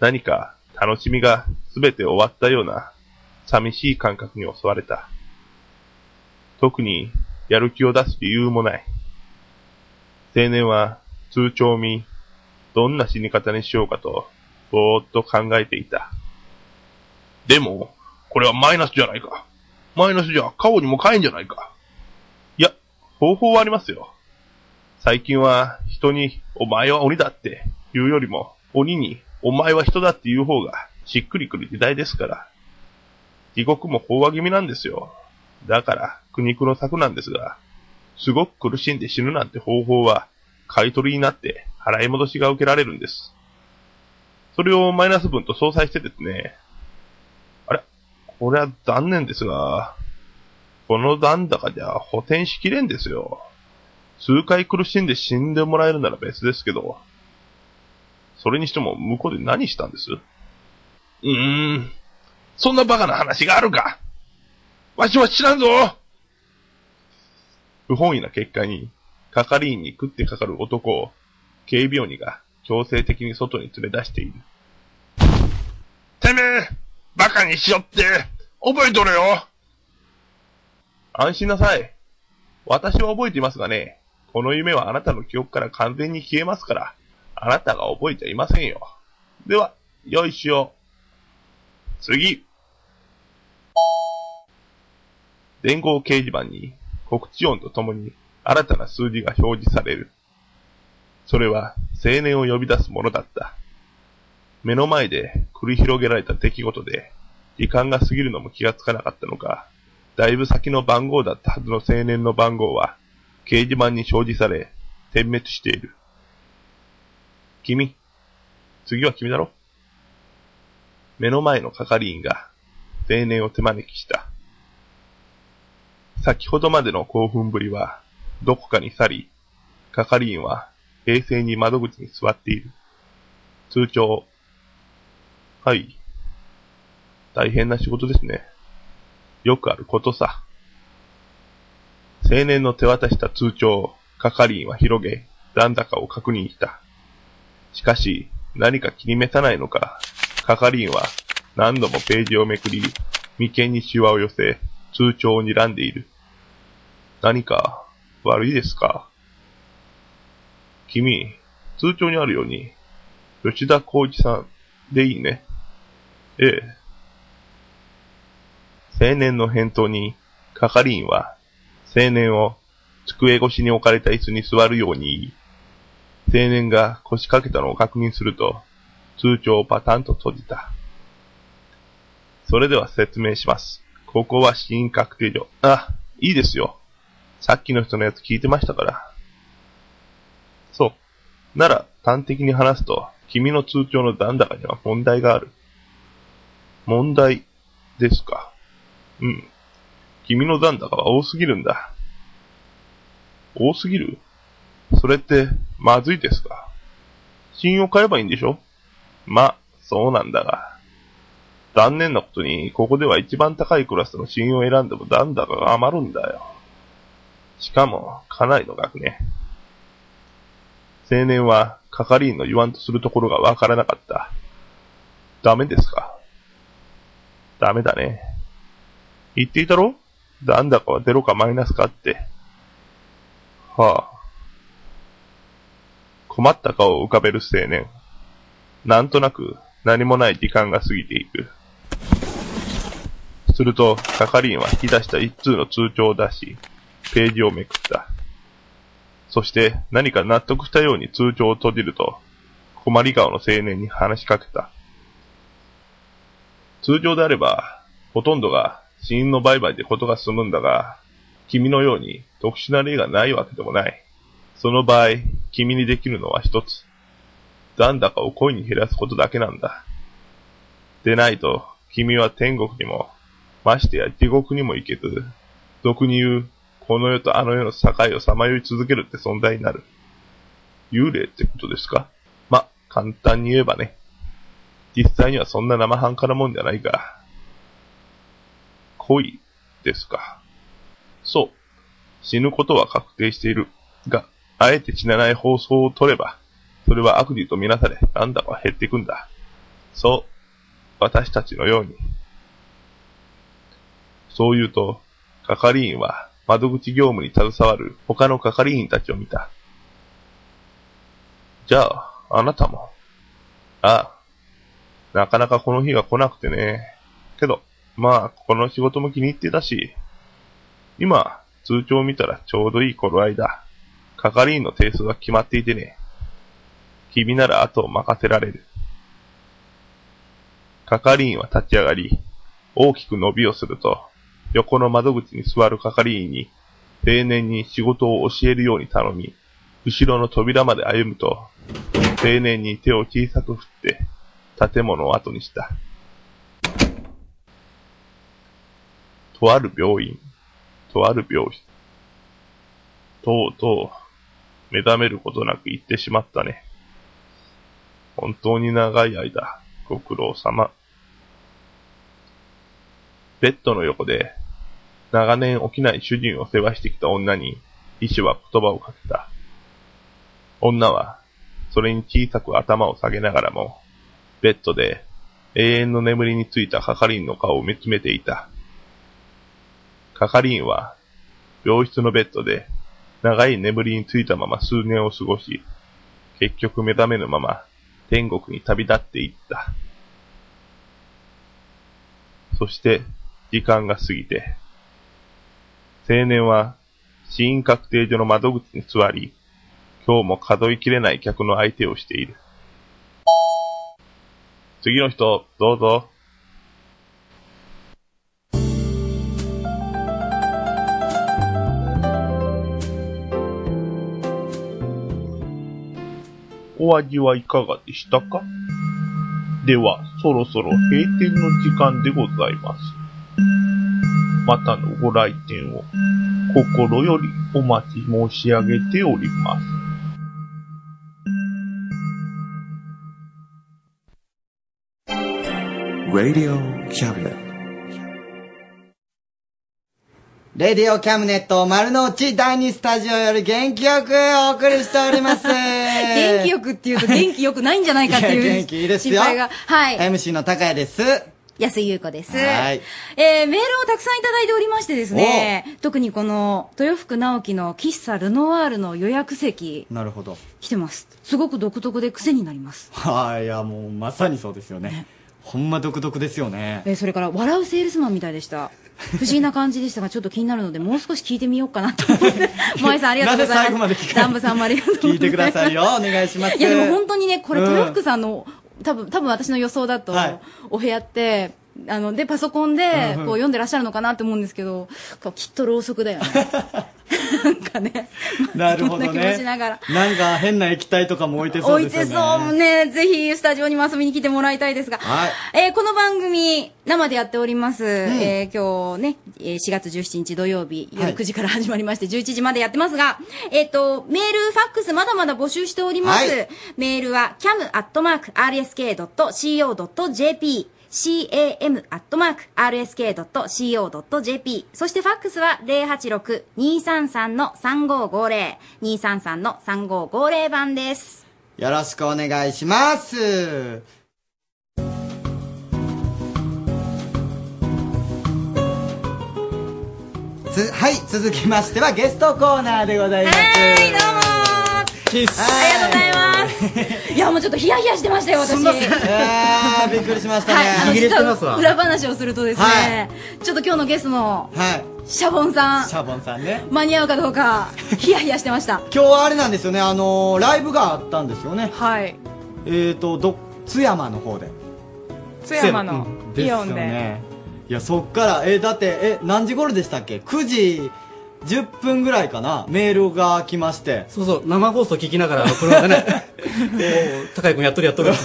S15: 何か楽しみが全て終わったような寂しい感覚に襲われた。特にやる気を出す理由もない。青年は通帳を見、どんな死に方にしようかと、ぼーっと考えていた。でも、これはマイナスじゃないか。マイナスじゃ、顔にも変えんじゃないか。いや、方法はありますよ。最近は人に、お前は鬼だって言うよりも、鬼に、お前は人だって言う方が、しっくりくる時代ですから。地獄も飽和気味なんですよ。だから、苦肉の策なんですが、すごく苦しんで死ぬなんて方法は、買い取りになって払い戻しが受けられるんです。それをマイナス分と相殺してですね、あれこれは残念ですが、この残高じゃ補填しきれんですよ。数回苦しんで死んでもらえるなら別ですけど、それにしても向こうで何したんですうーん、そんなバカな話があるかわしは知らんぞ不本意な結果に、係員に食ってかかる男を、警備鬼が強制的に外に連れ出している。てめえバカにしよって覚えとれよ安心なさい。私は覚えていますがね、この夢はあなたの記憶から完全に消えますから、あなたが覚えていませんよ。では、よいしよう。次。伝言掲示板に告知音とともに新たな数字が表示される。それは青年を呼び出すものだった。目の前で繰り広げられた出来事で、時間が過ぎるのも気がつかなかったのか、だいぶ先の番号だったはずの青年の番号は、掲示板に表示され、点滅している。君、次は君だろ目の前の係員が、青年を手招きした。先ほどまでの興奮ぶりは、どこかに去り、係員は平静に窓口に座っている。通帳。はい。大変な仕事ですね。よくあることさ。青年の手渡した通帳を係員は広げ、残高を確認した。しかし、何か気に召さないのか、係員は何度もページをめくり、眉間にシワを寄せ、通帳を睨んでいる。何か悪いですか君、通帳にあるように、吉田浩一さんでいいね。ええ。青年の返答に、係員は、青年を机越しに置かれた椅子に座るように言い、青年が腰掛けたのを確認すると、通帳をパタンと閉じた。それでは説明します。ここは死因確定所。あ、いいですよ。さっきの人のやつ聞いてましたから。そう。なら、端的に話すと、君の通帳の残高には問題がある。問題ですか。うん。君の残高は多すぎるんだ。多すぎるそれって、まずいですか信用買えばいいんでしょま、そうなんだが。残念なことに、ここでは一番高いクラスの信用を選んでも残高が余るんだよ。しかも、かなりの額ね。青年は、係員の言わんとするところがわからなかった。ダメですかダメだね。言っていたろ残高はゼロかマイナスかって。はあ。困った顔を浮かべる青年。なんとなく何もない時間が過ぎていく。すると、係員は引き出した一通の通帳を出し、ページをめくった。そして何か納得したように通帳を閉じると、困り顔の青年に話しかけた。通常であれば、ほとんどが死因の売買でことが済むんだが、君のように特殊な例がないわけでもない。その場合、君にできるのは一つ。残高を故意に減らすことだけなんだ。でないと、君は天国にも、ましてや地獄にも行けず、俗に言う、この世とあの世の境をさまよい続けるって存在になる。幽霊ってことですかま、簡単に言えばね。実際にはそんな生半可なもんじゃないが。恋ですか。そう。死ぬことは確定している。が、あえて死なない放送を取れば、それは悪事とみなされ、なんだか減っていくんだ。そう。私たちのように。そう言うと、係員は窓口業務に携わる他の係員たちを見た。じゃあ、あなたも。ああ。なかなかこの日が来なくてね。けど、まあ、この仕事も気に入ってたし、今、通帳を見たらちょうどいい頃合いだ。係員の定数が決まっていてね。君なら後を任せられる。係員は立ち上がり、大きく伸びをすると、横の窓口に座る係員に、青年に仕事を教えるように頼み、後ろの扉まで歩むと、青年に手を小さく振って、建物を後にした。とある病院、とある病室。とうとう、目覚めることなく行ってしまったね。本当に長い間、ご苦労様。ベッドの横で、長年起きない主人を世話してきた女に、医師は言葉をかけた。女は、それに小さく頭を下げながらも、ベッドで永遠の眠りについた係員の顔を見つめていた。係員は、病室のベッドで、長い眠りについたまま数年を過ごし、結局目覚めぬまま、天国に旅立っていった。そして、時間が過ぎて、青年は、死因確定所の窓口に座り、今日も数えきれない客の相手をしている。次の人、どうぞ。お味はいかがでしたかでは、そろそろ閉店の時間でございます。またのご来店を心よりお待ち申し上げております。
S1: Radio Cabinet.
S2: レディオキャムネット丸の内第二スタジオより元気よくお送りしております。
S3: 元気よくっていうと元気よくないんじゃないかっていう
S2: や元気いいですよ。
S3: 心配がはい。
S2: MC の高谷です。
S3: 安井優子です。
S2: はい
S3: えーメールをたくさんいただいておりましてですね、特にこの、豊福直樹の喫茶ルノワールの予約席、
S2: なるほど。
S3: 来てます。すごく独特で癖になります。
S2: はい、いや、もうまさにそうですよね。ほんま独特ですよね。
S3: えーそれから、笑うセールスマンみたいでした。不思議な感じでしたが、ちょっと気になるので、もう少し聞いてみようかなと思 って。萌えさん、ありがとうございます。
S2: なんで最後まで聞かない
S3: ダンブさんもありがとうございます。
S2: 聞いてくださいよ。お願いします。
S3: いや、でも本当にね、これ、
S2: うん
S3: 豊福さんの、多分、多分私の予想だと、
S2: はい
S3: お部屋って、あの、で、パソコンで、
S2: う
S3: こ
S2: ん
S3: う、読んでらっしゃるのかなって思うんですけど、こうきっとろうそくだよね。
S2: なるほど
S3: そんな気も
S2: ね。
S3: しながら
S2: なんか変な液体とかも置いてそう
S3: 置い
S2: ですよ
S3: て
S2: ね。
S3: そうね。ぜひ、スタジオにも遊びに来てもらいたいですが、
S2: はい。
S3: えーこの番組、生でやっております。えー今日ね、えー4月17日土曜日、
S2: は
S3: 夜
S2: い
S3: 9時から始まりまして、11時までやってますが、えっ、と、メール、ファックス、まだまだ募集しております。
S2: はい
S3: メールは、cam.rsk.co.jp。cam.rsk.co.jp そしてファックスは086-233-3550 233-3550番です。
S2: よろしくお願いします。つはい、続きましてはゲストコーナーでございます。はい、どうもありがとうござい ます。
S3: いや、もうちょっとヒヤヒヤしてましたよ、私。
S2: すいません。あーびっくりしましたね。
S3: はい、実は裏話をするとですね、ちょっと今日のゲストの
S2: はい。
S3: シャボンさん
S2: シ、ャボンさんね。
S3: 間に合うかどうか、ヒヤヒヤしてました。
S2: 今日はあれなんですよね、あのーライブがあったんですよね。
S16: はい。
S2: えっ、と、ど、津山の方で。
S16: 津山の
S2: うん
S16: イオンです
S2: よね。いや、そっから、えーだって、え、何時頃でしたっけ ?9 時10分ぐらいかな、メールが来まして。そうそう、生放送聞きながら、これはね、
S17: 高井君やっとるやっとる。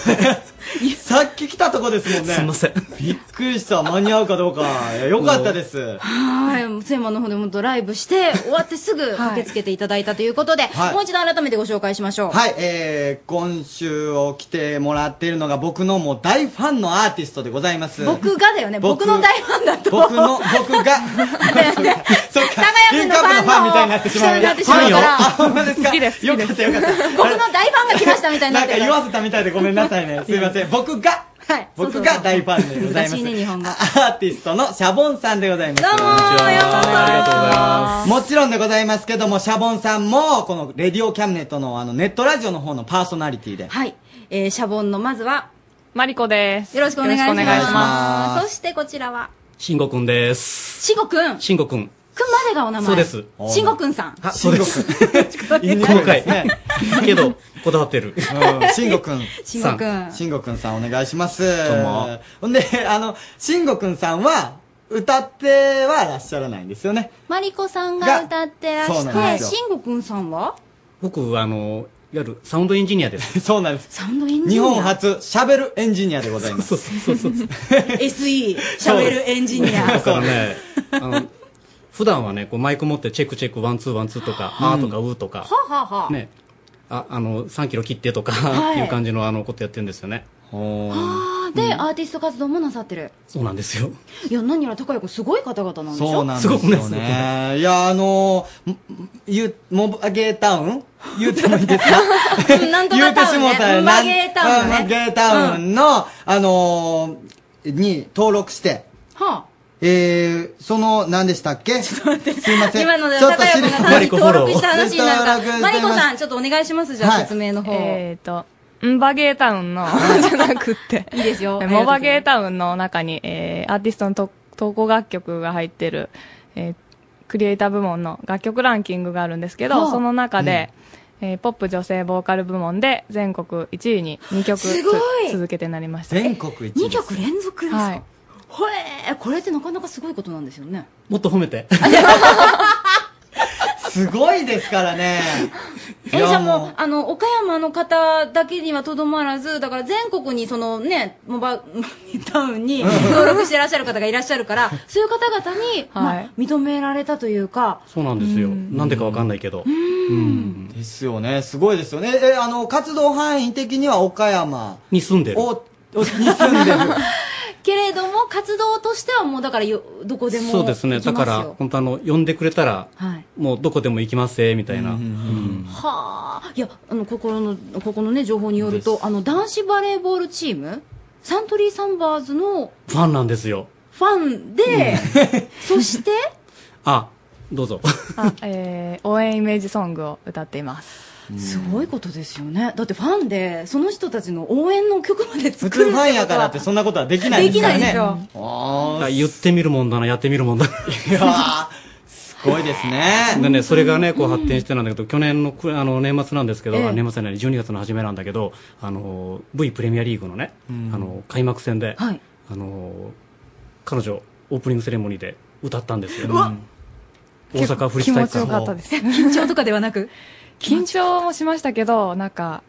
S2: さっき来たとこですもんね。
S17: すいません。
S2: びっくりした、間に合うかどうか。いやよかったです。
S3: はい、津山の方でもっとライブして、終わってすぐ駆けつけていただいたということで、
S2: はい
S3: もう一度改めてご紹介しましょう。
S2: はい、えー、今週を来てもらっているのが僕のもう大ファンのアーティストでございます。
S3: 僕がだよね、
S2: 僕
S3: 僕の大ファンだと。
S2: 僕の、僕が。 そっか、リンカップのファンみたいになってしまう。
S3: 人になってしまうから
S2: ファンよあ、ほんまですか好きです。よかったよかった。
S3: 僕の大ファンが来ましたみたいにな
S2: な
S3: っ
S2: んか
S3: てる
S2: 言わせたみたいでごめんなさいね。すいません。僕が、僕が大ファンでござ
S3: 難
S2: います
S3: しい。ね、日本語。
S2: アーティストのシャボンさんでございます。どうも
S17: あ
S2: りがとうございます。もちろんでございますけども、シャボンさんも、このレディオキャムネットのあのネットラジオの方のパーソナリティで。
S3: はい、 えーシャボンのまずは、
S16: マリコです。
S3: よろしくお願いし
S16: よ
S3: ます。
S16: ろしくお願いします
S3: そしてこちらは、
S17: 慎吾君です。
S3: しごくん。
S17: 慎吾君。
S3: くんまでがお名前。
S17: そうです
S3: しんごくんさん。
S17: あ、そうです。細かい。けど、こだわってる。
S2: しんごくん。
S3: 慎吾くん
S2: しんごくんさんお願いします。
S17: どうも
S2: ほんで、あの、しんごくんさんは、歌ってはいらっしゃらないんですよね。
S3: マリコさんが歌ってら
S17: そうなんで
S3: して、
S17: すよ
S3: しんごくんさんは
S17: 僕、あの、いわゆるサウンドエンジニアで す。
S2: そうなんです。
S3: サウンドエンジニ
S2: 日
S3: ア。
S2: 本初、喋るエンジニアでございます。
S3: SE、喋るエンジニア。
S17: だからね、あの、普段はね、こうマイク持ってチェックチェック、ワンツーワンツーとか、あーとか、うーとか、
S3: はあはあはあ。
S17: ね、あ、あの、3キロ切ってとか、
S3: はい
S17: っていう感じの、あの、ことやってるんですよね。
S3: あーで、アーティスト活動もなさってる。
S17: そうなんですよ。
S3: いや、何やら高井くんすごい方々なんでしょ
S2: そうなんですよ
S17: すごくねすごく
S2: ね。いや、あのー、んゆ、モバゲータウン言うてもいいですか
S3: うんなんとかタウンね
S2: 言うてしもたよ
S3: モバゲータウンね
S2: なんモバゲータウンの、あのー、に登録して、
S3: は
S2: えー、その、何でしたっけちょっと待って。すいま
S3: あ、
S2: せん。
S3: 今ので
S2: ちょっ
S3: 高
S2: と
S3: 谷
S2: 知
S3: 君が
S2: り
S3: 単に登録した話になる
S2: 登
S3: から、
S2: 録
S3: マリコ
S2: して
S3: さ
S2: ま
S3: ん、ちょっとお願いします、じゃ
S2: は
S3: あ
S2: い
S3: 説明の方。
S16: えっと、ンバゲータウンの、 じゃなくて、
S3: いいですよ。
S16: モバゲータウンの中に、えーアーティストのと投稿楽曲が入ってる、えークリエイター部門の楽曲ランキングがあるんですけ
S3: は
S16: ど、
S3: あ
S16: その中で、えーポップ女性ボーカル部門で全国1位に2曲
S3: すごい
S16: つ続けてなりました。
S2: 全国一
S3: 2曲連続ですか、
S16: はい
S3: ほえー、これってなかなかすごいことなんですよね。
S17: もっと褒めて。
S2: すごいですからね。
S3: え、じゃあも
S2: う
S3: う、あの、岡山の方だけにはとどまらず、だから全国にそのね、モバ、 タウンに登録してらっしゃる方がいらっしゃるから、そういう方々に、まあ、認められたというか、
S17: そうなんですよ。なんでかわかんないけど。うん。
S2: ですよね。すごいですよね。え、あの、活動範囲的には岡山
S17: に住んでる。
S2: を、おに住んでる。
S3: けれども、活動としてはもうだからよ、どこでも。
S17: そうですね。だから、本当あの、呼んでくれたら、
S3: はい。
S17: もうどこでも行きますぜ、みたいな。うん
S3: はあ、いや、あの、ここの、ここのね、情報によると、あの、男子バレーボールチーム、サントリーサンバーズの
S17: ファンなんですよ。
S3: ファンで、そして、
S17: あ、どうぞ。
S16: あえー応援イメージソングを歌っています。
S3: すごいことですよね。だってファンで、その人たちの応援の曲まで
S2: 普
S3: 作る
S2: 通ファンやからってそんなことはできないですからね。
S3: できないで
S2: あー
S17: 言ってみるもんだな、やってみるもんだな。
S2: すごいですね。
S17: でね、それがね、こう発展してなんだけど、去年のくあの年末なんですけど、
S2: ええ
S17: あ年末じゃない、12月の初めなんだけど、あの、V プレミアリーグのね、
S2: うん
S17: あの、開幕戦で、
S3: はい
S17: あの、彼女、オープニングセレモニーで歌ったんですよ。
S3: うわ
S17: 大阪府立体
S16: 気持
S17: 育
S16: ちよ
S17: 館
S16: かったです。
S3: 緊張とかではなく
S16: 緊張もしましたけど、なんか、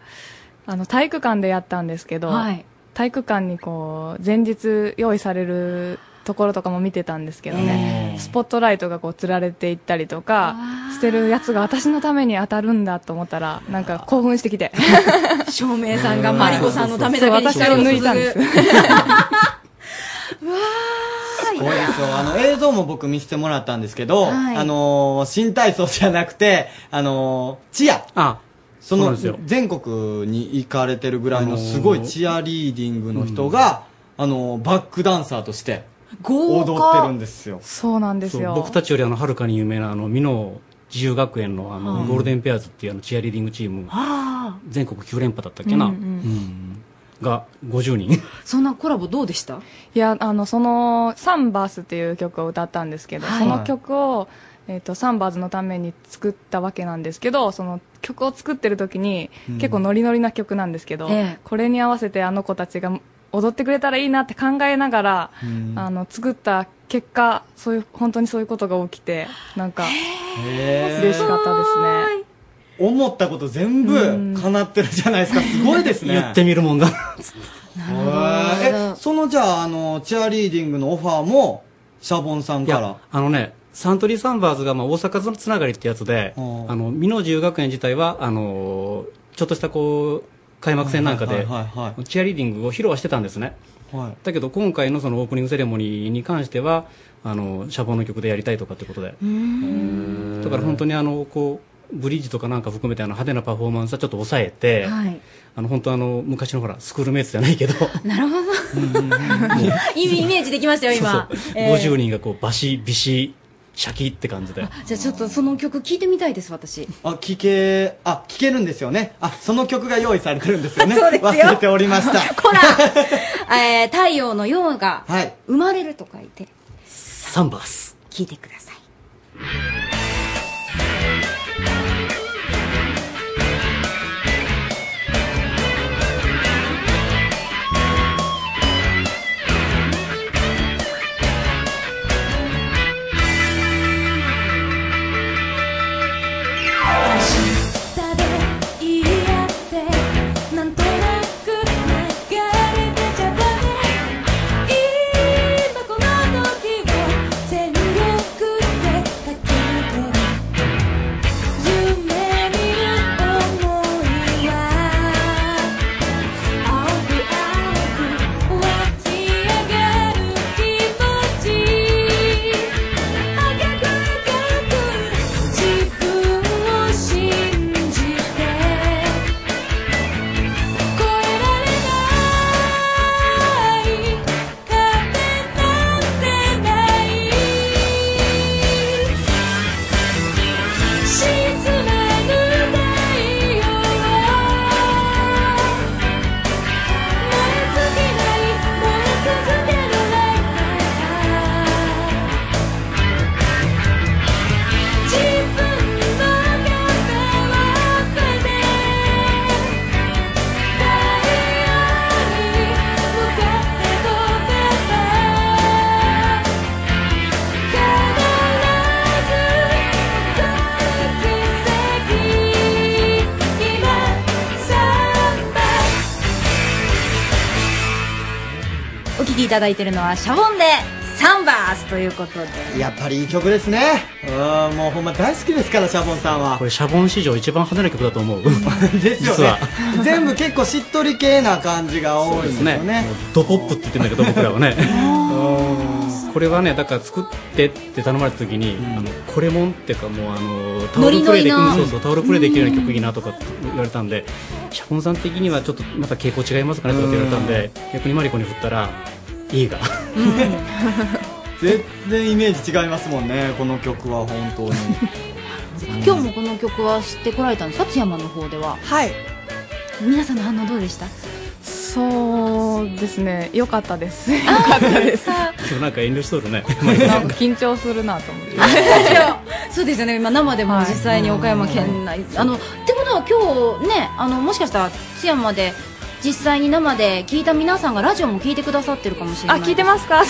S16: あの、体育館でやったんですけど、
S3: はい
S16: 体育館にこう、前日用意されるところとかも見てたんですけどね、スポットライトがこう、つられていったりとか、してるやつが私のために当たるんだと思ったら、なんか興奮して きて。
S3: 照明さんがマリコさんのためだけに
S16: 私を
S3: 光を注ぐ
S16: 抜いたんです。
S2: すごいですよ。あの、映像も僕見せてもらったんですけど、
S3: はい
S2: あのー、新体操じゃなくて、あのー、チア。そ
S17: そうな
S2: の
S17: んですよ
S2: 全国に行かれてるぐらいのすごいチアリーディングの人が、あのー、バックダンサーとして踊
S16: 豪華
S2: ってるんですよ。
S16: そうなんです
S17: そう
S16: よ。
S17: 僕たちよりあのはるかに有名なあの美濃自由学園のあの、
S16: はい
S17: ゴールデンペアーズっていうあのチアリーディングチーム
S3: あー
S17: 全国9連覇だったっけな、
S16: うんうん
S17: うんが50人
S3: そんなコラボどうでした
S16: いや、あの、その、サンバースっていう曲を歌ったんですけど、
S3: はい
S16: その曲を、えっ、と、サンバーズのために作ったわけなんですけど、その曲を作ってる時に、
S3: うん
S16: 結構ノリノリな曲なんですけど、
S3: ええ
S16: これに合わせてあの子たちが踊ってくれたらいいなって考えながら、
S2: うん
S16: あの、作った結果、そういう、本当にそういうことが起きて、なんか、
S2: へー
S16: 嬉しかったですね。
S2: 思ったこと全部叶ってるじゃないですか。すごいですね。
S17: 言ってみるもんだな
S2: へーえ、そのじゃあ、あの、チアリーディングのオファーも、シャボンさんから。
S17: あのねサントリーサンバーズがまあ大阪つながりってやつで、あの美濃自由学園自体はあのちょっとしたこう開幕戦なんか
S2: はいは
S17: で
S2: いはいは
S17: チアリーディングを披露はしてたんですね、
S2: はい
S17: だけど今回のそのオープニングセレモニーに関してはあのシャボンの曲でやりたいとかってことでだから本当にあのこうブリッジとかなんか含めてあの派手なパフォーマンスはちょっと抑えて、
S3: はい。
S17: あの本当あの昔のほらスクールメイツじゃないけど
S3: なるほど。 いいイメージできましたよ、今。えー
S17: 50人がこうバシビシシャキって感じで
S3: じゃあちょっとその曲聞いてみたいです、私。
S2: あ、聞け、あ、聞けるんですよね。あ、その曲が用意されてるんですよね。
S3: そうですよ
S2: 忘れておりました。
S3: えー、太陽のようが
S2: はい。
S3: 生まれると書いて。
S17: サンバース
S3: 聞いてください
S8: 明日で言い合ってなんとなく流れてちゃダメ今この時を全力でかけて夢見る想いは青く青く湧き上がる気持ち赤く赤く「自分を信じて」「越えられない壁なんてない」「沈める太陽燃え尽きない燃え続ける自分の肩を振って太陽に向かって飛べば必ず起こる奇跡今サンバ
S3: お聴きいただいてるのはシャボンでサンバースということで
S2: やっぱりいい曲ですね。うん、もうほんま大好きですから、シャボンさんは
S17: こ。れシャボン史上一番派手な曲だと思う
S2: ですよ
S17: 実は
S2: ね。全部結構しっとり系な感じが多いんですよね。
S17: ドポップって言ってんだけど僕らはねこれはねだから作ってって頼まれた時に、あのこれもんっていうかもうあのタオルプレイできる
S3: ノリノリの
S17: そうそうタオルプレイできるような曲いいなとかって言われたんでシャボンさん的にはちょっとまた傾向違いますかねとかって言われたんで逆にマリコに振ったらいいが
S2: 全然イメージ違いますもんね、この曲は本当に。
S3: 今日もこの曲は知ってこられたんですか津山の方でははい皆さんの反応どうでした
S16: そうですね良かったです 良かったです
S17: 今日なんか遠慮しとるね
S16: なん か緊張するなと思って
S3: そうですよね今生でも実際に岡山県内、あのってことは今日ねあのもしかしたら津山で実際に生で聞いた皆さんがラジオも聞いてくださってるかもしれない
S16: あ聞いてますか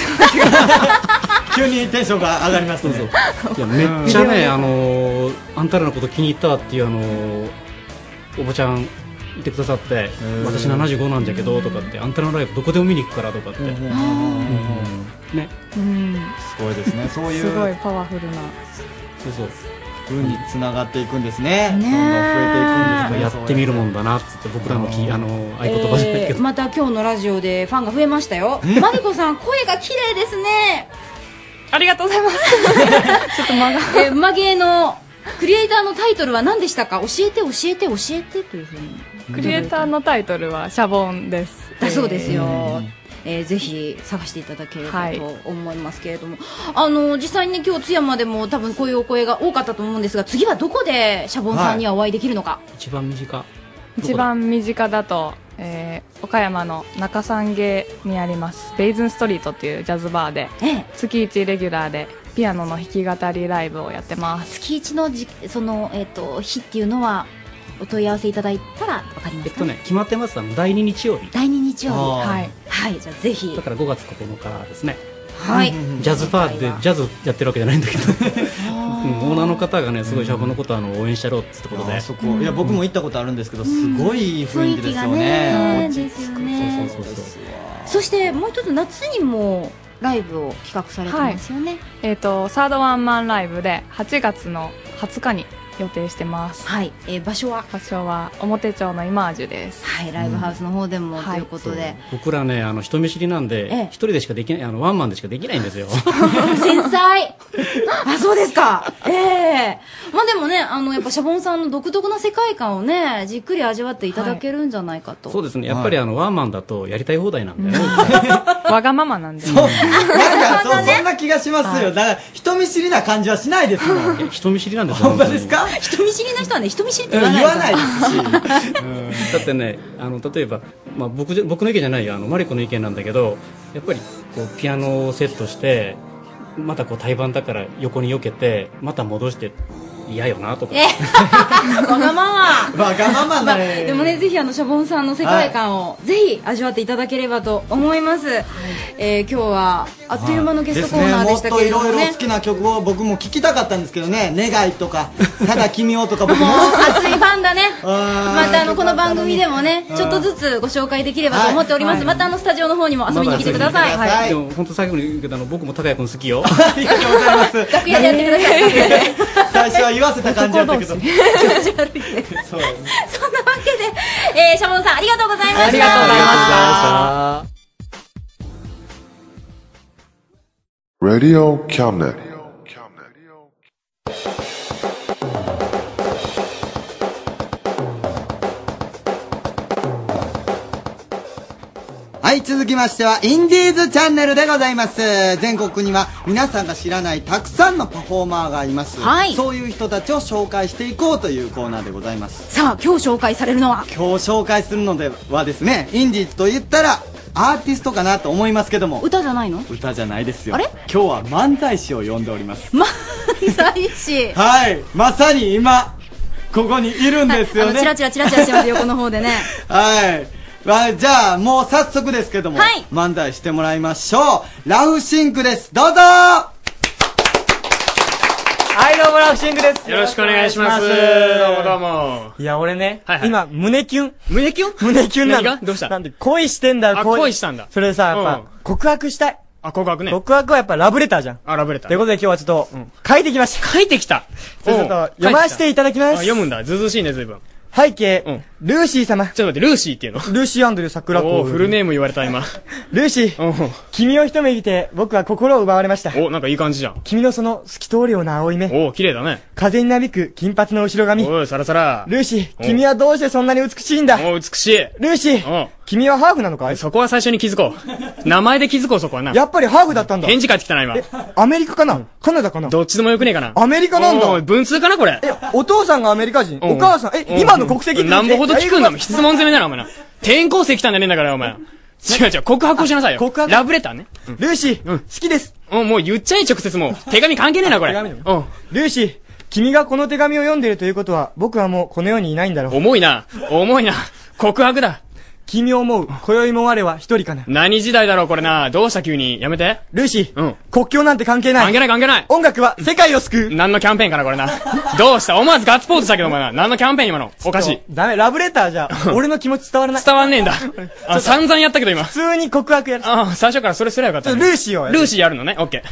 S2: 急にテンションが上がりますね
S17: いやめっちゃね、あのーあんたらのこと気に入ったっていう、あのーおばちゃんいてくださって私75なんじゃけどとかってあんたらのライブどこでも見に行くからとかって、うんね
S16: うん
S2: すごいですねそういう
S16: すごいパワフルな
S2: そうそう運につながっていくんですねどんどん増えていくんですね
S17: やってみるもんだなっつって僕らのき、あのー 合言葉じゃないけ
S3: えー
S17: ど、
S3: また今日のラジオでファンが増えましたよマリコさん声が綺麗ですねありがとうござ いますちょっと間が、えー、マゲーのクリエイターのタイトルは何でしたか教えて教えて教えてというふうに
S16: クリエイターのタイトルはシャボンです
S3: だそうですよ、えーぜひ 探していただければと思いますけれども、あの実際にね今日津山でも多分こういうお声が多かったと思うんですが次はどこでシャボンさんにはお会いできるのか、
S17: 一番身近
S16: 一番身近だと、えー岡山の中山芸にありますベイズンストリートっていうジャズバーで、月1レギュラーでピアノの弾き語りライブをやってます
S3: 月一のじその、えー、と日っていうのはお問い合わせいただいたらわかります
S17: えっ
S3: か
S17: とね決まってますあの第2日曜日
S3: 第2日曜日
S17: あー
S3: はい、はい、じゃあぜひ
S17: だから5月9日ですね
S3: はい
S17: ジャズバーでジャズやってるわけじゃないんだ けど、うんオーナーの方がねすごいシャボンのことをあの応援してやろうってことで
S2: あそこいや僕も行ったことあるんですけどすごいいい雰
S3: 雰
S2: 囲気
S3: 囲
S2: で
S3: 気
S2: す
S3: が
S2: よ
S3: ね
S2: ね
S3: ですよね
S2: そうそうそう
S3: そしてもう一つ夏にもライブを企画されてますよね、
S16: えっ、とサードワンマンライブで8月の20日に予定してます
S3: はい、え場所は
S16: 場所は表町のイマージュです
S3: はいライブハウスの方でもということで、
S17: 僕らねあの人見知りなんで一、人でしかできないあのワンマンでしかできないんですよ
S3: 繊細あそうですかええまあでもねあのやっぱシャボンさんの独特な世界観をねじっくり味わっていただけるんじゃないかと、
S17: そうですねやっぱりあの、ワンマンだとやりたい放題なんで、
S16: わがままなんで
S2: なんかそうそんな気がしますよだから人見知りな感じはしないですもん
S17: 人見知りなんです
S2: 本当ですか
S3: 人見知りな人はね人見知りって
S2: 言
S3: 言
S2: わ
S3: わないから
S2: ないですし
S17: だってねあの例えば、まあ、僕じゃ僕の意見じゃないよあのマリコの意見なんだけどやっぱりこうピアノをセットしてまたこう対バンだから横に避けてまた戻して嫌よなとか、
S3: わがまま
S17: わがままだね
S3: あでもねぜひあのシャボンさんの世界観を、ぜひ味わっていただければと思います、えー今日はあっという間のゲストコーナーでしたけれども
S2: ですねもっといろい
S3: ね
S2: ろ好きな曲を僕も聴きたかったんですけどね「願い」と か「ただ君を」とか僕も
S3: 熱いファンだね
S2: あー
S3: またあのこの番組でもね
S2: うん
S3: ちょっとずつご紹介できればと思っております、
S17: はい
S3: またあのスタジオの方にも遊びに来てください、
S17: ま
S3: はい
S17: でも本当最後に言うけどあの僕も高谷君好 きよ
S3: 楽屋でやってください、楽屋で
S2: 最初は言わせた感じだ ったけど
S3: そんなわけで、えー、シャボンさんありがとうございました
S8: ありがとうございました
S17: あ
S1: Radio Cabinet.
S2: はい、続きましては、インディーズチャンネルでございます。全国には皆さんが知らないたくさんのパフォーマーがいます。
S3: はい
S2: そういう人たちを紹介していこうというコーナーでございます。
S3: さあ今日紹介されるのは
S2: 今日紹介するのではですね、インディーズと言ったら、アーティストかなと思いますけども、
S3: 歌じゃないの
S2: 歌じゃないですよ。
S3: あれ
S2: 今日は漫才師を呼んでおります。
S3: 最し
S2: はい、まさに今、ここにいるんです
S3: あ
S2: よ
S3: の
S2: ね。
S3: チラチラチラチラしてます横の方でね
S2: はい。まあ、じゃあ、もう早速ですけども、漫才してもらいましょう。ラフシンクです。どうぞ
S18: はい、どうも、ラフシングです。
S19: よろしくお願いします。どうもどうも。
S18: いや、俺ね、今、胸キュン。胸キュン胸キュンなの。
S19: 何がどうした
S18: なんで、恋してんだよ、
S19: 恋したんだ
S18: それでさ、やっぱ、告白したい。あ、告白ね。告白はやっぱラブレターじゃん。あ、ラブレター。ということで今日はちょっと、書いてき ました。書いてきた。ちょっと、読ませていただきます。
S19: あ読むんだ。ずうずうしいね、随分。
S18: 背景、ルーシー様。ちょっと待って、ルーシーっていうのルーシーアンドル桜子。
S19: おーフルネーム言われた今。
S18: ルーシー、君を一目見て、僕は心を奪われました。
S19: お、なんかいい感じじゃん。
S18: 君のその透き通るような青い目。
S19: おー、綺麗だね。
S18: 風になびく金髪の後ろ髪。
S19: おい、サラサラ。
S18: ルーシ
S19: お
S18: ー、君はどうしてそんなに美しいんだ
S19: お、美しい。
S18: ルーシー、君はハーフなのかい
S19: そこは最初に気づこう。名前で気づこう、そこはな。
S18: やっぱりハーフだったんだ。
S19: 返事返ってきたな、今。
S18: アメリカかなカナダかな
S19: どっちでもよくねえかな。
S18: アメリカなんだ
S19: おい文通かな、これ。
S18: え、お父さんがアメリカ人、お母さん、
S19: うん
S18: え、今の国籍
S19: なんぼほど聞くんだもん。質問攻
S18: め。
S19: めなら、お前な。転校生来たんじゃねえんだから、お前。違う違う、告白をしなさいよ。告白ラブレターね。
S18: ルーシー、好きです。
S19: うん、もう言っちゃえ、直接もう。手紙関係ねえな、これ。うん。
S18: ルーシー、君がこの手紙を読んでいるということは、僕はもうこの世にいないんだろう。
S19: 重いな。重いな。告白だ。
S18: 君を思う、今宵も我は一人かな。
S19: 何時代だろう、これな。どうした、急に。やめて。
S18: ルーシ
S19: ー。うん。
S18: 国境なんて関係ない。
S19: 関係ない、関係ない。
S18: 音楽は世界を救う。
S19: 何のキャンペーンかな、これな。どうした思わずガッツポーズしたけど、お前な。何のキャンペーン今の。おかしい。
S18: ダメ、ラブレターじゃ、 俺の気 持ち伝わらない。
S19: 伝わんねえんだ。
S18: ょっ
S19: あ、
S18: と
S19: 散々やったけど、今。
S18: 普通に告白やる。
S19: ああ、最初からそれすればよかったね、
S18: ルーシーをやる
S19: ルーシーやるのね。オッケー。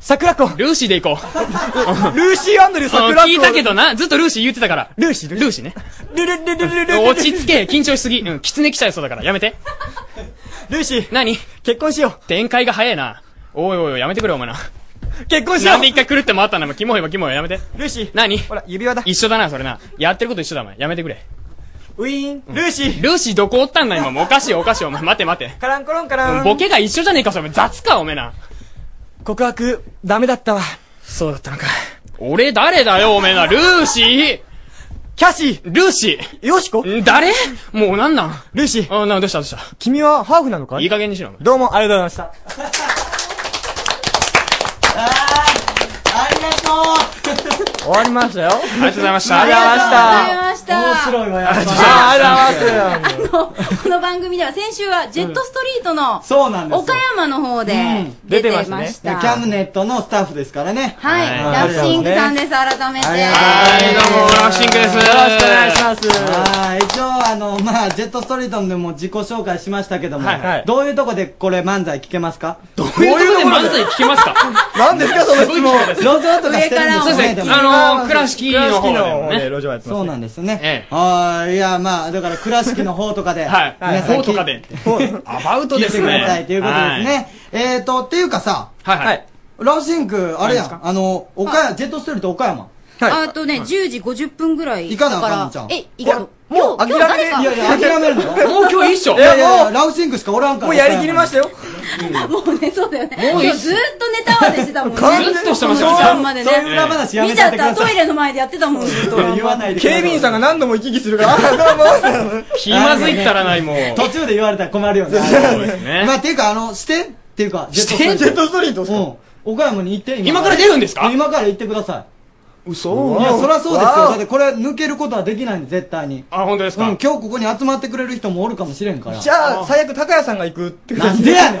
S18: 桜子。
S19: ルーシーで行こう。
S18: ルーシーアンドリュー桜
S19: う
S18: 子
S19: ん聞いたけどな、ずっとルーシー言ってたから。
S18: ルーシー、ル
S19: ーシーね。
S18: ルルルルルル
S19: 落ち着け、緊張しすぎ。うん、キツネ来ちゃいそうだから、やめて。
S18: ルーシー。
S19: 何
S18: 結婚しよ
S19: う。展開が早いな。おいおいおい、やめてくれ、お前な。
S18: 結婚しよう
S19: なんで一回狂って回ったんだ、お前キモいわ、キモい、やめて。
S18: ルーシー。
S19: 何
S18: ほら、指輪だ。
S19: 一緒だな、それな。やってること一緒だ、お前。やめてくれ。
S18: ウィーン。ルーシー。
S19: ルーシーどこおったんだ、今。もうおかしい、おかしい、お前。待て待て。
S18: カランコロンカラン。
S19: ボケが一緒じゃねえか、それ。お前雑か、お前な。
S18: 告白、ダメだったわ。
S19: そうだったのか。俺誰だよ、おめえな。ルーシー
S18: キャシー
S19: ルーシ
S18: ーよしこ
S19: 誰もうなんなん
S18: ルーシ
S19: ーあ、な、どうしたどうした
S18: 君はハーフなのか
S19: いい加減にしろ、お前
S18: どうもありがとうございました。
S2: ありがとう
S18: 終わりましたよ。あり
S19: がとうございました
S18: ありがとうございまし
S3: ました。面白いわ
S18: た。ありがとうございます。
S3: この番組では先週はジェットストリートの
S2: そうなんですよ
S3: 岡山の方で
S2: うん
S3: 出てました。
S2: キャムネットのスタッフですからね。
S3: はい、ラフシンクさんです、改めて。
S2: はい、どうも、
S19: ラフシンクです。よろしく
S2: お願いします。はい、一応、あの、まあ、ジェットストリートでも自己紹介しましたけども、どういうとこでこれ漫才聞けますかどう
S19: いうとこで漫才聞けますか
S2: 何ですか、その質問。
S19: す
S2: ロゾーとかしてるんです
S19: そうですねあのー、倉敷の方でもね。
S18: 路上やって
S2: そうなんですね。はーい、いや、まあ、だから、倉敷の方とかで、
S19: はい。
S2: 皆さん
S19: 方とかで。アバウト
S2: 聞い
S19: で
S2: て
S19: す
S2: く
S19: ね。
S2: ださいということですね。えーと、っていうかさ、
S19: はいはい
S2: ラシンク、あれや
S3: 何です
S2: ん、あの、岡山、ジェットストリート岡山。
S3: あとね、10時50分ぐらい。
S2: 行かなあ
S3: だ
S2: かんの
S3: ら
S2: ちゃん。
S3: え、行か
S2: こ
S3: もう、今日誰か
S2: いやいや、諦めるの
S19: もう今日いいっし
S2: い
S19: ょ
S2: やい
S18: いやも
S2: や、
S18: う
S2: ラウシンクしかおらんから。
S18: もうやりきりましたよ。
S3: もうね、そうだよね。
S2: もういい
S3: 今
S2: っ
S3: 日
S2: す
S3: ずーっとネタ合わせしてたもんね。
S18: 完全にずっとしてましたよ
S3: 時間までね。
S18: そういう裏話やめ
S3: 見
S18: て
S3: ちゃ
S18: やっ
S3: って
S18: ください
S3: た。トイレの前でやってたもん、ずっと。
S2: 言わないでくだ
S18: 警
S2: さい
S18: 備員さんが何度も行き来するから、あどうも。
S19: 気まずいったらない、もう。
S2: 途中で言われたら困るよね。まあ、っていうか、あの、してっていうか、
S19: して
S2: ジェットストリートうん。岡山に行って、
S19: 今から出るんですか
S2: 今から行ってください。
S18: 嘘
S2: いや、そりゃそうですよ。
S18: わあ
S2: だってこれ抜けることはできないんで、絶対に。
S19: あ、本当ですか
S2: うん、今日ここに集まってくれる人もおるかもしれんから。
S18: じゃあ、最悪高谷さんが行くって
S2: なんでやねん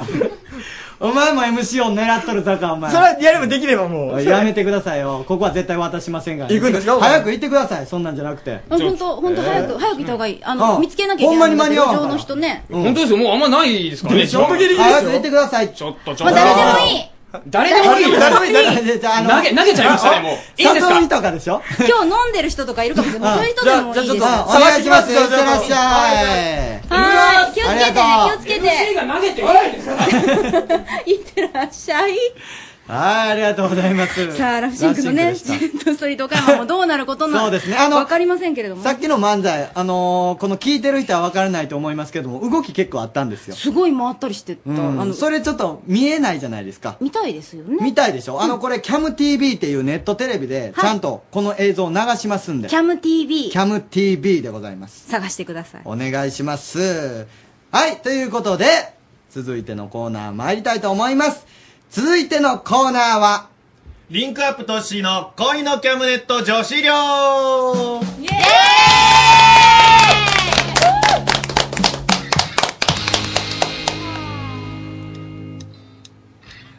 S2: お前も MC を狙っとるさか、お前。
S18: それはやればできればもう。
S2: やめてくださいよ。ここは絶対渡しませんからね、
S18: 行くんですか
S2: 早く行ってください。そんなんじゃなくて。
S3: あほんと、ほんと早く、早く行った方がいい。あの、
S2: うん
S3: 見つけなきゃいけないんだけど。
S2: ほんまに間に合わんから
S3: 路上の人ね。
S19: 本当ですよ、もうあんまないですからね。
S2: でしょ早く行ってください。
S19: ちょっと、ちょ
S3: ま
S19: っ
S3: あ
S19: と。
S3: 誰でもいい。
S19: 誰でもいいよ。
S2: 誰でもいい
S19: 投げ、投げちゃいましたね、もう。いいんですか
S2: 誘いとかでしょ
S3: 今日飲んでる人とかいるかもしれない。そういう人でもいいです。
S2: あお願いします。いってらっしゃい。
S3: はーい、気をつけてね、
S2: あ
S3: 気をつけて。いってらっしゃい。
S2: はい、ありがとうございます。
S3: さあ、ラフシンクのね、
S2: ラフ
S3: ジ
S2: シン
S3: ェ
S2: クで
S3: ット
S2: し
S3: ストリート岡山もどうなることな
S2: そうですねあの
S3: わかりませんけれども
S2: た。さっきの漫才、あのー、この聞いてる人は分からないと思いますけども、動き結構あったんですよ。
S3: すごい回ったりしてた。
S2: う
S3: あ
S2: ん
S3: の、
S2: それちょっと見えないじゃないですか。
S3: 見たいですよね。
S2: 見たいでしょあの、これ、CAMTV っていうネットテレビで、ちゃんとこの映像を流しますんで。
S3: キャム TV
S2: CAMTV でございます。
S3: 探してください。
S2: お願いします。はい、ということで、続いてのコーナー参りたいと思います。続いてのコーナーは、
S20: リンクアップトッシーの恋のキャムネット女子寮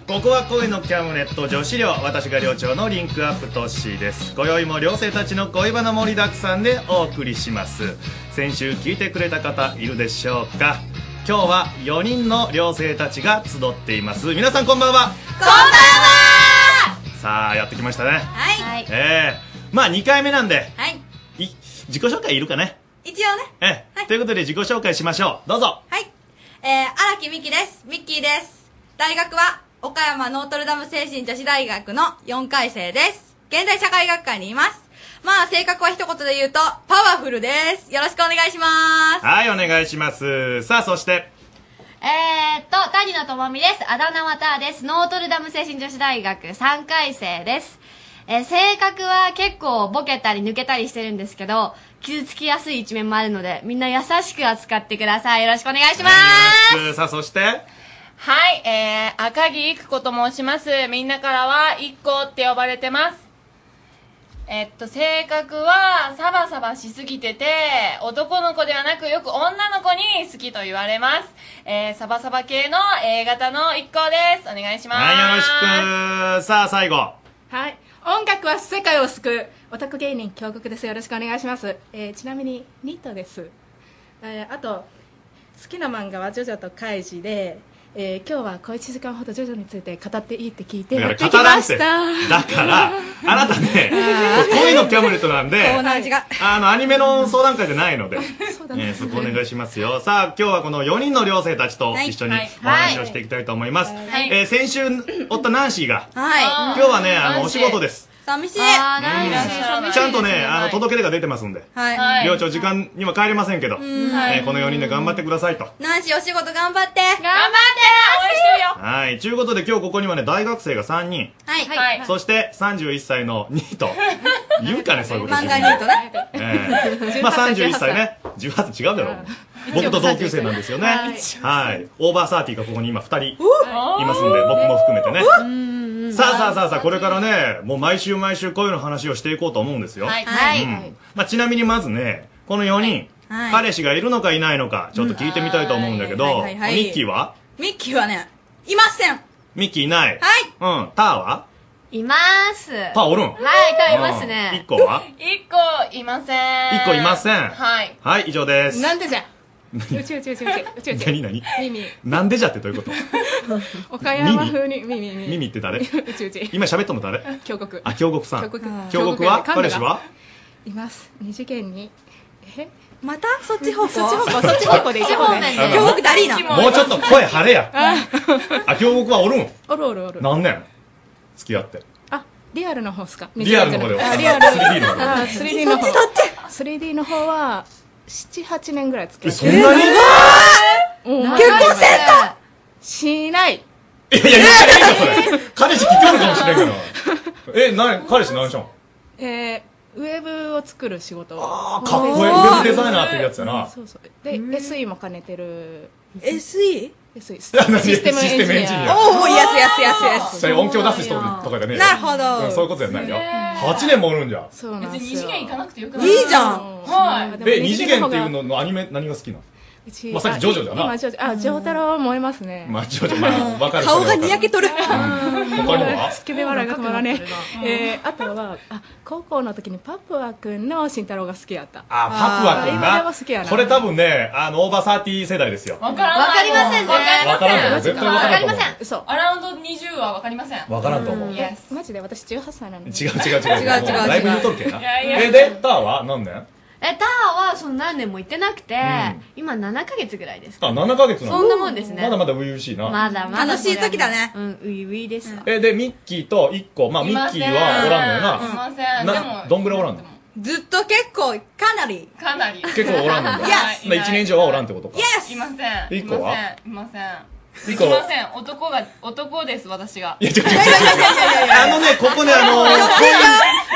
S20: ここは恋のキャムネット女子寮私が寮長のリンクアップトッシーです今宵も寮生たちの恋バナ盛りだくさんでお送りします先週聞いてくれた方いるでしょうか今日は4人の寮生たちが集っています皆さんこんばんはさあやってきましたね
S3: はい。
S20: ええまあ2回目なんで、
S3: はい
S20: 自己紹介いるかね
S9: 一応ね。
S20: ええということで自己紹介しましょう。どうぞ。
S9: えー、荒木美希です。ミッキーです。大学は、岡山ノートルダム精神女子大学の4回生です。現在社会学科にいます。まあ、性格は一言で言うと、パワフルです。よろしくお願いします。
S20: はい、お願いします。さあ、そして、
S6: えー、っと、谷野智美です。あだ名はターです。ノートルダム精神女子大学3回生です。えー性格は結構ボケたり抜けたりしてるんですけど、傷つきやすい一面もあるので、みんな優しく扱ってください。よろしくお願いします。
S20: さあ、そして、
S21: はい、えー、赤木育子と申します。みんなからは、一子って呼ばれてます。えっと、性格は、サバサバしすぎてて、男の子ではなく、よく女の子に好きと言われます。えー、サバサバ系の A 型の一行です。お願いします。
S20: はい、よろしく。さあ、最後。
S22: はい。音楽は世界を救う。オタク芸人峡谷です。よろしくお願いします。えーちなみに、ニットです。えーあと、好きな漫画はジョジョとカイジで、えー今日は小1時間ほどジョジョについて語っていいって聞いて、
S20: だ
S22: や
S20: か
S22: って
S20: ら
S22: き
S20: 語ら
S22: ま
S20: んて
S22: した。
S20: だ から、あなたね、恋のキャムレットなんで、
S22: ーナーが。
S20: あの、アニメの相談会じゃないので、
S22: そうだ
S20: えーそこお願いしますよ。さあ、今日はこの4人の寮生たちと一緒にお
S21: はい
S20: 話をしていきたいと思います。
S21: はい
S20: えー先週、おったナンシーが、
S9: はい。
S20: 今日はね、あの、お仕事です。
S9: 寂しい。
S21: あーないらっしゃらない
S20: ちゃんとね、あの、届け出が出てますんで、
S9: はい。
S20: 寮長時間には帰れませんけど、え
S9: んはい
S20: ーこの4人で頑張ってくださいと。
S9: ナンシーお仕事頑張って。頑張って
S21: 応援してるよ
S20: はい。ちゅうことで今日ここにはね、大学生が3人、
S9: はい。は
S20: そして31歳のニ ート。言うかね、そういうこと。
S9: 漫画ニートね。
S20: ええまあ31歳ね。18歳違うだろう。僕と同級生なんですよね。
S9: はい
S20: はい。オーバーサーティーがここに今2人い
S21: お
S20: ますんで、僕も含めてね。
S21: うん
S20: さあさあさあさあ、これからね、もう毎週毎週こういうの話をしていこうと思うんですよ。
S21: はいはい
S20: うんまあちなみにまずね、この4人、
S9: はい
S20: 彼氏がいるのかいないのか、ちょっと聞いてみたいと思うんだけど、
S9: うん
S20: ミ
S9: はいはいはい
S20: ッキーは
S9: ミッキーはね、いません。はい。
S20: ミッキーいない。うん。ターはい
S6: ます。
S20: パーおるん
S6: はい、ターいます
S20: うん
S6: ね
S20: 一。個は
S21: 一個いません。
S20: 一個いません
S21: はい。
S20: はい、以上です。
S22: なんでじゃうちうちうちうちうちう
S20: 何
S22: ち。
S20: 何
S22: 耳。
S20: なんでじゃってどういうこと
S22: 岡山風に耳耳。
S20: 耳って誰
S22: うちうち。
S20: 今喋った の誰
S22: 峡谷。
S20: あ、 京極さん。
S22: 峡谷
S20: 京極は
S22: 峡谷
S20: 彼氏はい
S22: ます。二次元に。え
S9: またそっち方向
S22: そっち方向、そっち方向でいい
S9: そっち方面で京極ダリーナ
S20: もうちょっと声張れや。あ、京極はおるん
S22: おるおるおる。
S20: 何年付き合って。
S22: あ、リアルの方ですか
S20: リアルの方で
S22: あリアル。
S20: 3D の方で
S22: あ 3D の方。そっち 3D の方は、7、8年ぐらい付き合って
S20: えそんなに
S22: うん
S8: 長い結婚せん
S22: かしない。
S20: いやいや、言っちゃいいよ、それ。彼氏聞かるかもしれん けど。え、な、彼氏何しょん
S22: えー、ウェブを作る仕事を。あ
S20: かっこええウェブデザイナーっていうやつやな
S22: そうそう。で、SE も兼ねてる。
S9: SE?
S22: SE。シ
S20: 何
S22: ステムエンジ
S20: システムエンジニ
S22: ニ
S20: ア
S22: ア。
S9: おーおー、安安安安。
S20: それ音響出す人とかじゃねえよ
S9: なるほど
S20: うんそういうことじゃないよ。8年もおるんじゃ。
S22: そうなんで
S21: 別に
S22: す
S21: 二
S22: よ。
S21: 次元行かなくてよくない
S9: いじゃん
S21: はい。
S20: え、二次元っていう
S22: の
S20: ののアニメ何が好きなの
S22: うち
S20: まあさっきジョジョだな
S22: 今ジョジョ。あ、ジョータロ燃えますね。
S20: まあ、ちょっと、まあ、わかる。
S22: 顔が
S20: にや
S9: けとる。
S20: 他には
S22: スケベ笑いが止まらねえ。えー、あとは、あ、高校の時にパプワ君の慎太郎が好きやった。
S20: あ、パプワ君
S22: 今でも
S20: な
S22: 好きや。な。
S20: これ多分ね、あの、オーバーサーティー世代ですよ。
S21: わからない。
S22: わかりませんね
S21: わか
S20: わ
S21: りま
S20: か
S21: せん。
S20: らんよ。絶対わからんと思う。
S22: 嘘。
S21: アラウンド20はわかりません。
S20: わからんと思う。
S22: うん
S20: 違う
S22: マジで私18歳なのに。
S20: 違う違う。
S22: 違う違う違う
S20: もだいぶ言うとるけな。
S22: いやいや
S20: え、で、ターは何年
S6: え、ターはその何年も行ってなくて、今7ヶ月ぐらいです。
S20: あ、7ヶ月なの
S6: そんなもんですね
S20: まだまだ初々しいな。
S6: まだまだ。
S9: 楽しい時だね。
S6: うん、ウイウイですわ。
S20: え、で、ミッキーと1個、まあ、ミッキーはおらんのよ
S21: い
S20: な。
S21: ません。でも
S20: な、、どんぐらいおらんの
S9: ずっと結構、かなり。
S21: かなり。
S20: 結構おらんのんだ。
S21: いやい
S20: まあ、1年以上はおらんってことか。
S21: いません。
S20: 一個はい
S21: ません。いません。
S20: 一
S21: い
S20: 個は
S21: ません。男が、男です、私が。
S20: いや、違う違う違う違う。 あのね、ここね、あの、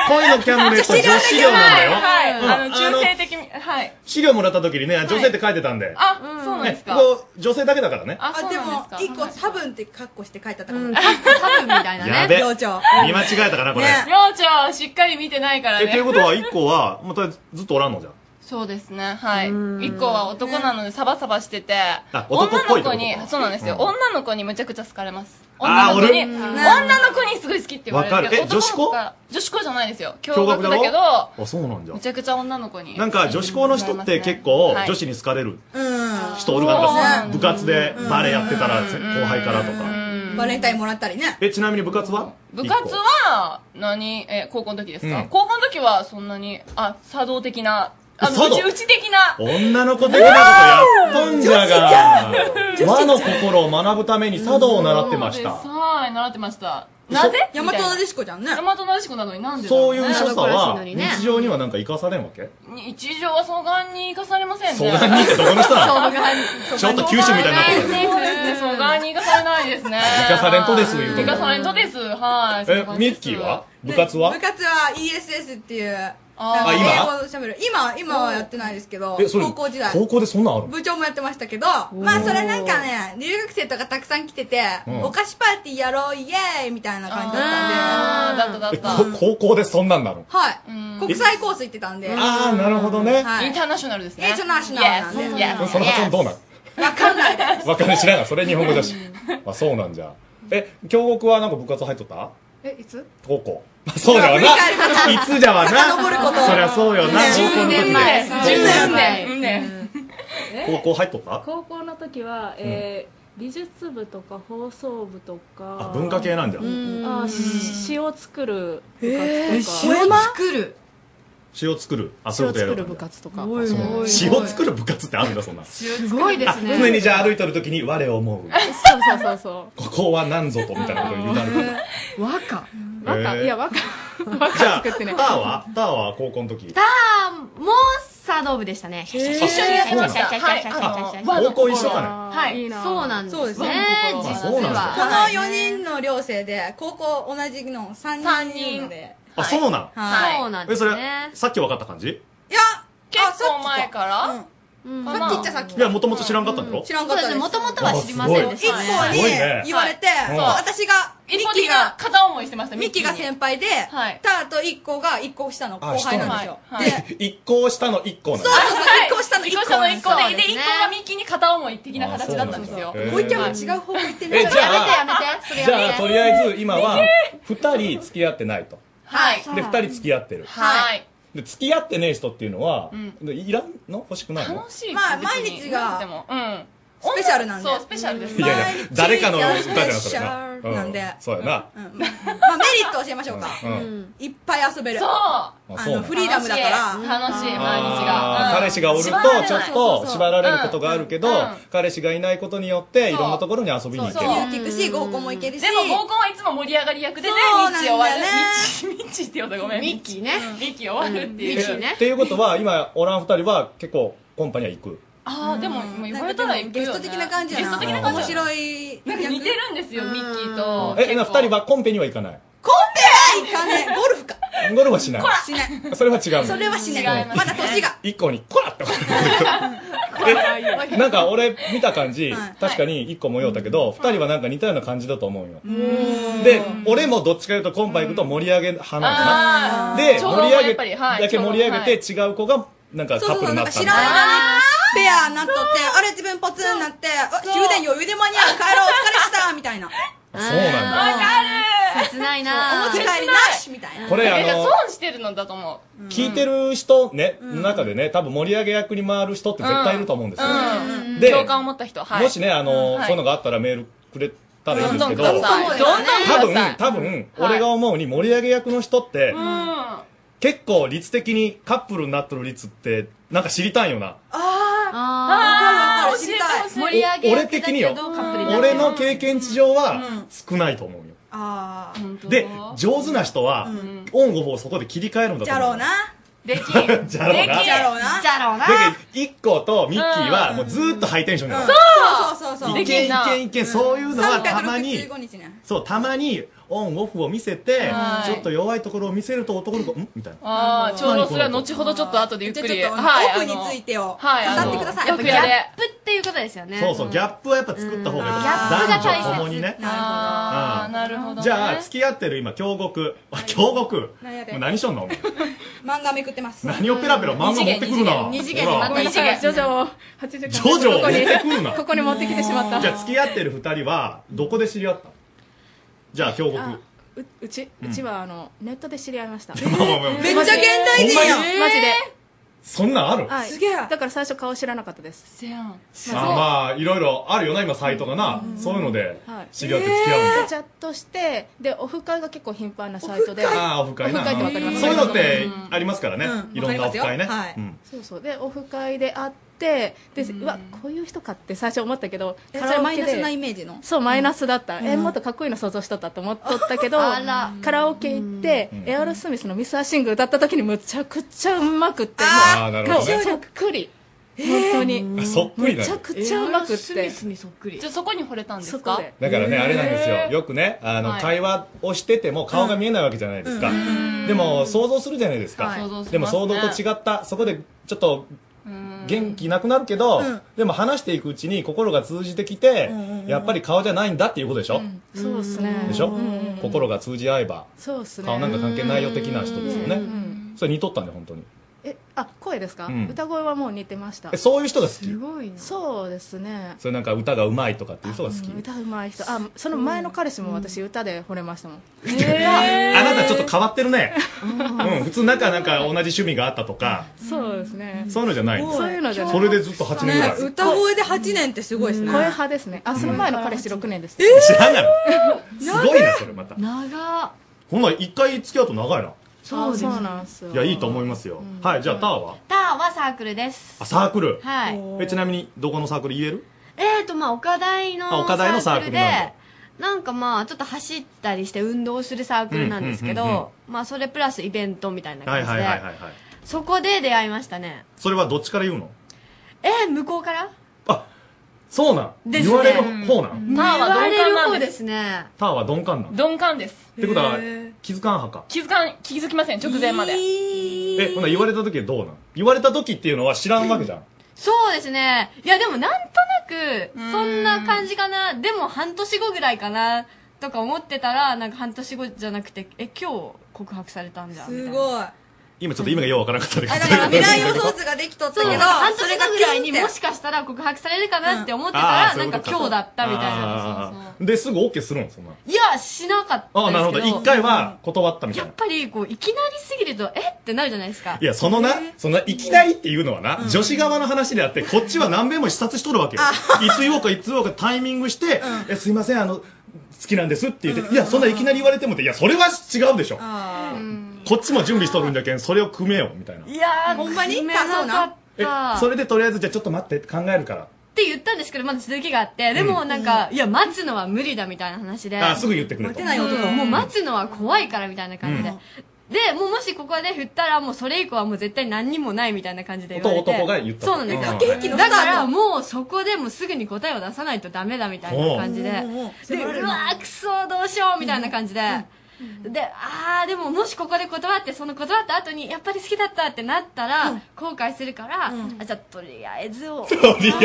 S20: 恋のキャムレット女子寮なんだよ。
S21: はい、はい。あ
S20: うん
S21: の、中性的に、はい。
S20: 資料もらった時にね、女性って書いてたんで。
S21: あ、そうなんで
S20: ね
S21: す、
S20: こ
S21: か。
S20: こ女性だけだからね。
S9: あ、でも、一個、多分ってカッコして書いてあったかも。多
S21: 分みたい
S20: なねやべ
S9: 寮長。
S20: 見間違えたかな、これ。
S21: 寮長、しっかり見てないから
S20: え、
S21: ね。
S20: ということは、一個は、もうとりあえずずっとおらんのじゃん。
S21: そうですね、はい。一個は男なのでサバサバしてて、
S20: あ男っぽいってこと
S21: 女の子に、そうなんですよ、
S20: うん
S21: 女の子にむちゃくちゃ好かれます。女
S20: あー
S21: の子に、
S20: 俺
S21: うん女の子にすごい好きって言われるけど。
S20: わかるえ女子校
S21: 男のから女子校じゃないですよ。共
S20: 驚
S21: 学
S20: 愕
S21: だけど、
S20: あ、そうなんじゃ
S21: む。ちゃくちゃ女の子に。
S20: なんか、女子校の人って結構、
S21: はい
S20: 女子に好かれる
S9: うん。
S20: 人おるが
S9: そう
S20: な
S9: ね
S20: んか、部活でバレーやってたら、後輩からとか。
S9: バレンタインもらったりね。
S20: え、ちなみに部活は
S21: 部活は、何、え、高校の時ですか、
S20: うん
S21: 高校の時はそんなに、あ、作動的なあの、
S20: 嘘
S21: むち打ち的な。
S20: 女の子的なことやっとんじゃが
S21: 女子じゃん
S20: 和の心を学ぶために茶道を習ってました
S21: はい、習ってました。なぜ
S6: 大和なでし
S21: こじゃんね。大和なでしこなのになんでだろ
S20: そういう所作は日常に
S21: は。
S20: はなんか生かされんわけ
S21: 日常は双眼に生かされませんね。
S20: 双眼にってどこの人なの
S21: 双眼に
S20: ちょっと九州みたいになってる
S21: そうですね、双眼に生かされないですね。
S20: 生かされんとです言うと
S21: 生かされんとです。はい。
S20: えミッキーは 部活は
S6: 部活は ESS っていう、
S20: あー
S6: なん
S20: あ
S6: か英語で喋る。今、今はやってないですけど、
S20: えそれ
S6: 高校時代。
S20: 高校でそんなんあるの
S6: 部長もやってましたけど、まあそれなんかね、留学生とかたくさん来てて、
S20: うん
S6: お菓子パーティーやろう、イエーイみたいな感じだったんで。だっただ
S20: えこ高校でそんなんなの
S6: はい。国際コース行ってたんで。
S20: あーなるほどね
S6: はい
S21: インターナショナルですね。
S6: インターナショナルなんで
S21: Yes, yes,
S20: その発音どうなの
S6: わかんないです。
S20: わかんない知らんがそれ日本語だしあそうなんじゃえ京極はなんか部活入っとった
S22: え、いつ
S20: 高校そうだよな
S22: あ
S20: いつじゃわな
S22: 遡ること
S20: そりゃそうよな
S22: 10年前
S20: 高校の時
S22: 10年前
S21: うんね
S22: え
S20: 高校入っとった
S22: 高校の時は、えー美術部とか放送部とか
S20: あ文化系なんだ
S22: うあし詩を作る部
S20: えー
S22: 活
S20: 詩
S22: と
S20: を
S22: か、
S6: 作る
S20: 詩を作るあ
S22: 詩
S20: そう
S22: を
S20: いうことや
S22: 作
S20: る
S22: る
S20: ん
S22: 部
S20: だ
S22: 活とか
S20: そう
S22: そう
S20: 詩を作る部活ってあるんだそんな
S22: す
S8: ごいです
S20: 常にじゃあ歩いとる時に我を思う
S22: そうそうそうそ
S20: ここは何ぞとみたいなことになるから
S22: う和歌
S20: 和歌
S22: いや 和歌和
S20: じゃ
S22: 歌
S20: あ
S22: 作ってね
S20: ターはターは高校の時
S8: ターも茶道部でしたね。一緒に
S20: ー
S8: やってました。
S20: そうなんだ
S8: はい。はいはい
S20: あの高校一緒だね
S8: はい。そうなんです。
S6: そうですね。
S20: 和の
S6: 実
S20: 心は
S6: は。この4人の寮生で、高校同じの3人いるので。
S20: あそうなん
S6: はいそうなんです
S20: え
S6: ね
S20: それさっき分かった感じ
S21: 結構前から
S6: うんさっき言っちゃさっき。
S20: いやもともと知らんかったんだろ
S6: 知らんかったです。
S21: そうですね元
S20: 々は知りませんでしたね
S6: 一方に
S20: すごいね
S6: 言われて、
S20: はい
S6: そう私が、ミ
S21: 一方
S6: キ
S21: 的
S6: が
S21: が、片思いしてました、
S6: ミキが先輩で、ターと一個が一個下の後輩なんですよ。
S20: あ下の 一校下の一校なの
S6: そうそうそう、一個下の一
S21: 一個
S6: 個
S21: 下の
S6: なんで
S21: 一個で、で、
S6: すよ。
S21: 一個がミッキーに片思い的な形だったんですよ。
S20: あそうなんだ
S21: は
S20: もう一回も
S21: 違う
S6: 方向行って
S20: ないえじゃあ
S21: めて
S20: じゃあとり
S21: ず。
S20: あえず今は2人付き合ってないと
S21: はい。
S20: で2人付き合ってる
S21: はい。
S20: で付き合ってねえ人っていうのは
S21: う
S20: でいらんの欲しくないの
S21: 楽しい。
S6: まあ
S21: 別に
S6: 毎日が
S21: でも、うん。
S6: スペシャルなんで
S21: そう、スペシャルです。
S20: いやいや誰かの歌じゃなそれ
S6: 毎日がスペシャルなんで
S20: なうんそうやな
S6: まあメリット教えましょうか。
S20: うんう
S6: いっぱい遊べる。
S21: そう
S6: あ
S20: そうな
S6: の、
S20: の
S6: フリーダムだから。
S21: 楽しい、毎日
S20: あ
S21: が。
S20: ー彼氏がおると
S21: 縛られない
S20: ちょっと縛られることがあるけど彼氏がいないことによっていろんなところに遊びに行ける
S21: そう
S6: 聞くし、合コンも行けるし。
S21: でも合コンはいつも盛り上がり役でね、
S6: そう
S21: ミ
S6: な
S21: ッチー
S6: んだ
S21: 終
S6: よ
S21: わる
S6: ね。
S21: ミッチーミッチーって呼んだごめん。ミッキーね。ミッキー終わるって
S20: え
S21: いう。
S20: っていうことは今おらん2人は結構コンパには行く
S21: ああ、でも、もう言われたら行くよね。ゲスト的な
S6: 感じやな
S21: ゲスト的な感じ。
S6: 面白い。
S21: なんか似てるんですよ、ミッキーと。
S20: えな2人はコンペには行かない
S6: コンペは行かねえ。ゴルフか。
S20: ゴルフはしない
S6: こらしない。
S20: それは違うの
S6: それはしない。
S20: 違います
S6: まだ 年が。
S20: 一個にコラってえなんか俺見た感じ、確かに一個模様だけど、二人はなんか似たような感じだと思うよ。で、俺もどっちかというとコンパ行くと盛り上げ派な
S21: あ
S20: のかな。
S21: ー
S20: で、
S21: ちょうど
S20: 盛り上げ、
S21: やっぱりはい
S20: だけ盛り上げ
S21: ちょう
S20: て違う子がなんか
S6: そ
S20: カ
S6: う
S20: ッ
S6: そ
S20: プルに
S6: うそう、な
S20: なんっ
S6: か
S20: た
S6: 知
S20: ん
S6: らん
S20: だ。
S6: 間にペアになっとって、あれ自分ポツンになって、あ終電余裕で間に合う、帰ろう、お疲れした、みたいな。
S20: あそうなんだ。
S6: かる
S8: 切ないな
S6: お持ち帰りなし、みたいな。
S20: これあの
S21: なんか損してるのだと思う。
S20: 聞いてる人ね、の中でね、多分盛り上げ役に回る人って絶対いると思うんですよ。
S21: うん
S20: で
S21: 共感を持った人。はい。
S20: もしね、あの、
S21: うんはい
S20: そういうのがあったらメールくれたらいいんですけど、
S21: どんどんくださいどんどんくだ
S20: 多
S21: さい
S20: 分、多分、俺が思うに盛り上げ役の人って、
S21: あ
S20: 結構率的にカップルになってる率って、なんか知りたいよな。
S8: あ
S6: あー、わかるわかる、
S8: ー
S6: 知りた
S8: 教え
S6: い。
S8: てほしい盛り上げ
S20: 俺的によ
S8: だけどカップルになって
S20: 俺の経験値上は少ないと思うよ。
S6: あ
S8: ー
S20: で、上手な人は、オンオフをそこで切り替えるんだ
S6: じ
S20: と
S6: ゃ
S20: 思
S6: ろ
S20: う
S6: う。な。
S21: でき。
S20: じゃろうな。
S6: じゃろうな。
S8: じゃろう
S20: だけど、一個とミッキーは、もうずーっとハイテンションなの。
S6: そうそうそうそう。
S20: いけいけいけ、そういうのはたまに、
S6: 365日ね。
S20: そう、たまにオンオフを見せて
S21: は、い
S20: ちょっと弱いところを見せると男の子、んみたいな。
S21: あー、ちょうどそれは後ほどちょっと後でゆっくり。
S6: じゃあちょっと奥についてを
S21: はい。あの
S6: 語ってください
S21: 楽
S6: や
S21: 屋
S6: っぱギ
S21: で。
S8: プっていうことですよね。
S20: そうそう、ギャップはやっぱ作った方がいい。男女ともにね。
S21: ああ、なるほどね。
S20: じゃあ、付き合ってる今、京極。あ、京極。も
S6: 何やで
S20: う何しとん のお前
S6: 漫画めくってます。
S20: 何をペラペラ漫画持ってくるな。
S6: 二次元
S20: ほ
S6: に
S20: ら
S6: また
S20: じ
S6: 一
S20: ゃ
S6: 元。
S22: ジョジョを80巻
S20: ジョジョを持ってくるな
S22: ここにここに持ってきてしまった
S20: あ、付き合ってる二人は、どこで知り合ったじゃあ、京極。
S22: あううちうちはあのネットで知り合いました、
S20: まあまあまあ
S22: めっちゃ現
S6: 代人やん
S22: マジで
S20: そんなんある
S22: はい、すげえだから最初顔知らなかったです
S6: せやん
S20: まあまあ、いろいろあるよな、今サイトがな。そういうので
S22: はい、
S20: 知り合って付き合うんだ。
S22: チャットしてでオフ会が結構頻繁なサイトで
S20: ああ、オフ会な。
S22: オフってわかります
S20: そういうのってありますからね。
S22: うん
S20: いろんなオフ会ね
S22: わかります。よ
S20: うん
S22: そうそうでオフ会で会ってで、うわこういう人かって最初思ったけど
S9: え
S22: カラオケで
S9: それマイナスなイメージの
S22: そうマイナスだった、
S9: うん
S22: えもっとかっこいいの想像しとったと思っとったけど
S9: あら
S22: カラオケ行って、エアロスミスの「ミス・ア・シング」歌った時にむちゃくちゃうまくって
S20: あー
S22: も
S20: な
S22: う
S20: るほど
S22: も
S20: ね
S22: うそっくり、
S20: え
S22: 本
S20: ー
S22: 当に
S20: あそっくりだ
S22: む
S20: ね
S22: ちゃくちゃうまくって
S21: エアロスミスにそっくりじゃあそこに惚れたんですか
S20: だからね、あれなんですよ。
S21: よ
S20: よくね、あの
S21: は、い
S20: 会話をしてても顔が見えないわけじゃないですか。でも、想像するじゃないですか
S21: はい想像します。ね
S20: でも、想像と違った、そこでちょっと、元気なくなるけど、でも話していくうちに心が通じてきて、やっぱり顔じゃないんだっていうことでしょ
S22: そうですね
S20: でしょ
S22: うんうん
S20: 心が通じ合えば、
S22: そうですね
S20: 顔なんか関係ないよ的な人ですよね
S22: うんうんうん
S20: それ似とったんで、本当に。
S22: えあ声ですか、
S20: うん
S22: 歌声はもう似てました
S20: えそういう人が好き
S22: すごいなそうですね
S20: それなんか歌がうまいとかっていう人が好き。
S22: 歌うまい人あその前の彼氏も私歌で惚れましたもん、
S20: あなたちょっと変わってるね。うん、普通なんかなんか同じ趣味があったとか、
S22: そうですね
S20: そういうのじゃないの
S22: そういうのじゃない
S20: それでずっと8年ぐらい。
S22: 歌声で8年ってすごいですね声派ですねあその前の彼氏6年でした、
S20: 知らない すごいな、それまた。
S22: 長っ
S20: ほんなら一回付き合うと長いな。
S22: そうですそうなんです
S20: いや、いいと思いますよ。はい、じゃあターは
S6: ターンはサークルです
S20: あ、サークル。
S6: はい
S20: え、ちなみに、どこのサークル言える
S6: えーとまあ岡大の
S20: あ岡大のサークルなんだ
S6: サークルでなんかまあちょっと走ったりして運動するサークルなんですけど、
S20: うんうんうんうん
S6: まあそれプラスイベントみたいな
S20: は
S6: 感
S20: い
S6: じで、
S20: はいはいはいはい。
S6: そこで出会いましたね
S20: それはどっちから言うの
S6: えー、向こうから
S20: そうなん。
S6: ですね
S20: 言われる方なん。
S6: ターンは鈍感
S21: 言
S6: なん
S21: われる方
S6: で
S21: です
S6: ね
S20: ターは鈍感なん。っ
S21: 鈍感です
S20: てことは、気づかん派か。
S21: 気づかん気づきません直前まで
S20: え、ほんなら言われた時はどうなん言われた時っていうのは知らんわけじゃん。
S6: そうですねいやでもなんとなくそんな感じかなでも半年後ぐらいかなとか思ってたらなんか半年後じゃなくてえ今日告白されたんじゃんすごい
S20: 今ちょっと意味がようわからなかったけど。
S6: 未来
S9: 予想図ができとった
S6: そう
S9: けど、
S6: 半
S9: それ
S6: 年
S9: が
S6: 後ぐらい
S9: ピ
S6: に
S9: ンって
S6: もしかしたら告白されるかなって思ってた
S20: あ
S6: ら、
S20: あそうい
S6: な
S20: うんこ
S6: か
S20: と
S6: 今日だったみたいな
S20: な。で、すぐ OK するのそんな。
S6: いやしなかった
S20: ああ、なるほど。
S6: ですけど
S20: 一回は断ったみたい
S6: や
S20: な
S6: っ。ぱりこういきなりすぎるとえってなるじゃないですか
S20: いや、そのな、そのいきなりっていうのはな、女子側の話であって、こっちは何べんも視察しとるわけよ。いつ言おうかいつ言おうかタイミングして、え、すいません、あの、好きなんですって言って、いや、そんないきなり言われてもって、いや、それは違うでしょ。こっちも準備しとるんじゃけん、それを組めよ、みたいな。
S6: いやー
S9: ほんまに
S6: 決めなかっ
S20: え
S6: た、
S20: それでとりあえず、じゃあちょっと待って、考えるから。
S6: って言ったんですけどまだ続きがあってでもなんか、いや待つのは無理だみたいな話で
S20: あすぐ言ってくれと。
S6: うんもう待つのは怖いからみたいな感じで、でもうもしここで振ったらもうそれ以降はもう絶対何にもないみたいな感じで言われて
S20: 男が言ったと
S6: そうなんです
S20: うん
S6: よ
S20: 駆け引きの
S6: だからもうそこでもうすぐに答えを出さないとダメだみたいな感じで
S9: おう
S6: で
S9: おうおう迫られる
S6: うわーくそーどうしようみたいな感じで、であーでももしここで断ってその断った後にやっぱり好きだったってなったら、後悔するから、あじゃあとりあえずをとりあえずお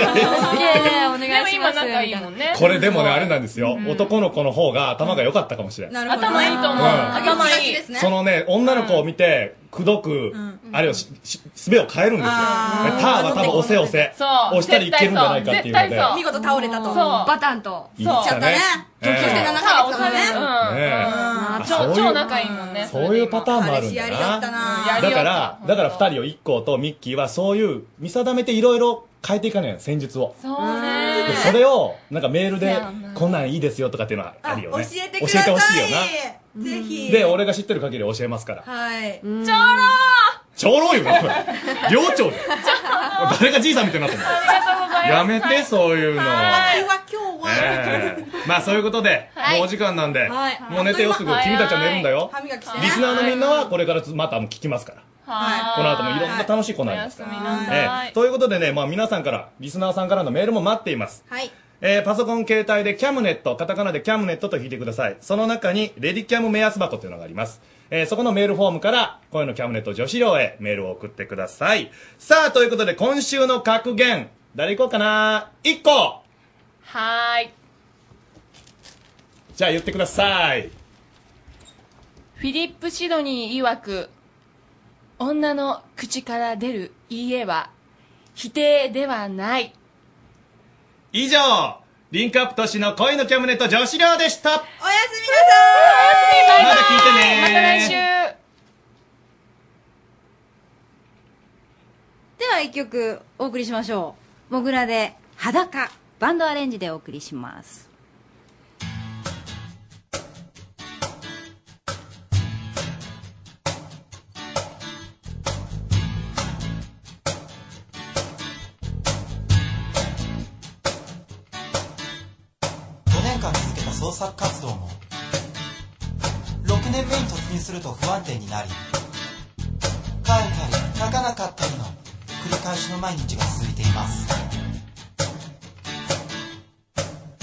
S6: 願いします
S21: でも今仲いいもんね
S20: これでもね、あれなんですよ。頭の子の方が頭が良かったかもしれん。
S21: 頭いいと思う、
S20: うん
S21: 頭いい
S20: そのね、女の子を見て、くどく、あれをし、し、すべを変えるんですよ。ターは多分押せ押せ。押したらいけるんじゃないかっていうので。
S9: 見事倒れたと。
S6: そうバタンと
S20: いっちゃったね
S9: いっちゃったね。そして7ヶ月だもんね。
S20: ねえ
S9: あ
S20: あ
S9: 超
S20: そういう
S9: 超
S21: 仲いいもんね
S20: そういうパターンもあるんだ
S9: 彼氏やりよったな
S20: な。だから、だから二人を一個とミッキーはそういう見定めていろいろ変えていかないの戦術を。
S21: そう
S20: で
S21: ね
S20: それを、なんかメール
S21: せ
S20: で
S21: やな、
S20: こんなんいいですよとかっていうのはあるよね。
S9: 教えて
S20: 教
S9: く
S20: え
S9: だ
S20: て
S9: さい
S20: ほしいよ
S9: ぜ
S20: な。
S9: ひ。
S20: で、俺が知ってる限り教えますから。
S9: はい。ちょろ
S20: ちょろいよ、これ寮長で。誰がじいさんみたいになってんの
S9: ありがとうござ
S20: やめて、そういうの。
S9: は今日は。
S20: ええまあそういうことで、
S9: はい
S20: もうお時間なんで、
S9: はい
S20: もう寝てよすぐ、
S9: はい
S20: 君たちは寝るんだよ。
S9: 歯磨きしてね
S20: リスナーのみんなはこれからつまた聞きますから。
S21: はい
S20: この後もいろんな楽しいコーナーあります
S21: おやすみなさ
S20: え
S21: い
S20: えということでね、まあ皆さんから、リスナーさんからのメールも待っています。
S9: はい。
S20: えーパソコン携帯でキャムネット、カタカナでキャムネットと引いてください。その中に、レディキャム目安箱というのがあります。えーそこのメールフォームから、声のキャムネット女子寮へメールを送ってください。さあ、ということで、今週の格言、誰行こうかな ?1 個
S21: はーい
S20: じゃあ言ってください。
S21: フィリップ・シドニー曰く女の口から出る「いいえ」は否定ではない
S20: 以上、リンクアップ都市の恋のキャムネット女子寮でした
S9: おやすみなさい。
S20: また聞いてね
S21: また来週
S3: は一曲お送りしましょう。モグラで裸、バンドアレンジでお送りします。
S4: 5年間続けた創作活動も6年目に突入すると不安定になり書いたり書かなかったりの繰り返しの毎日が続いています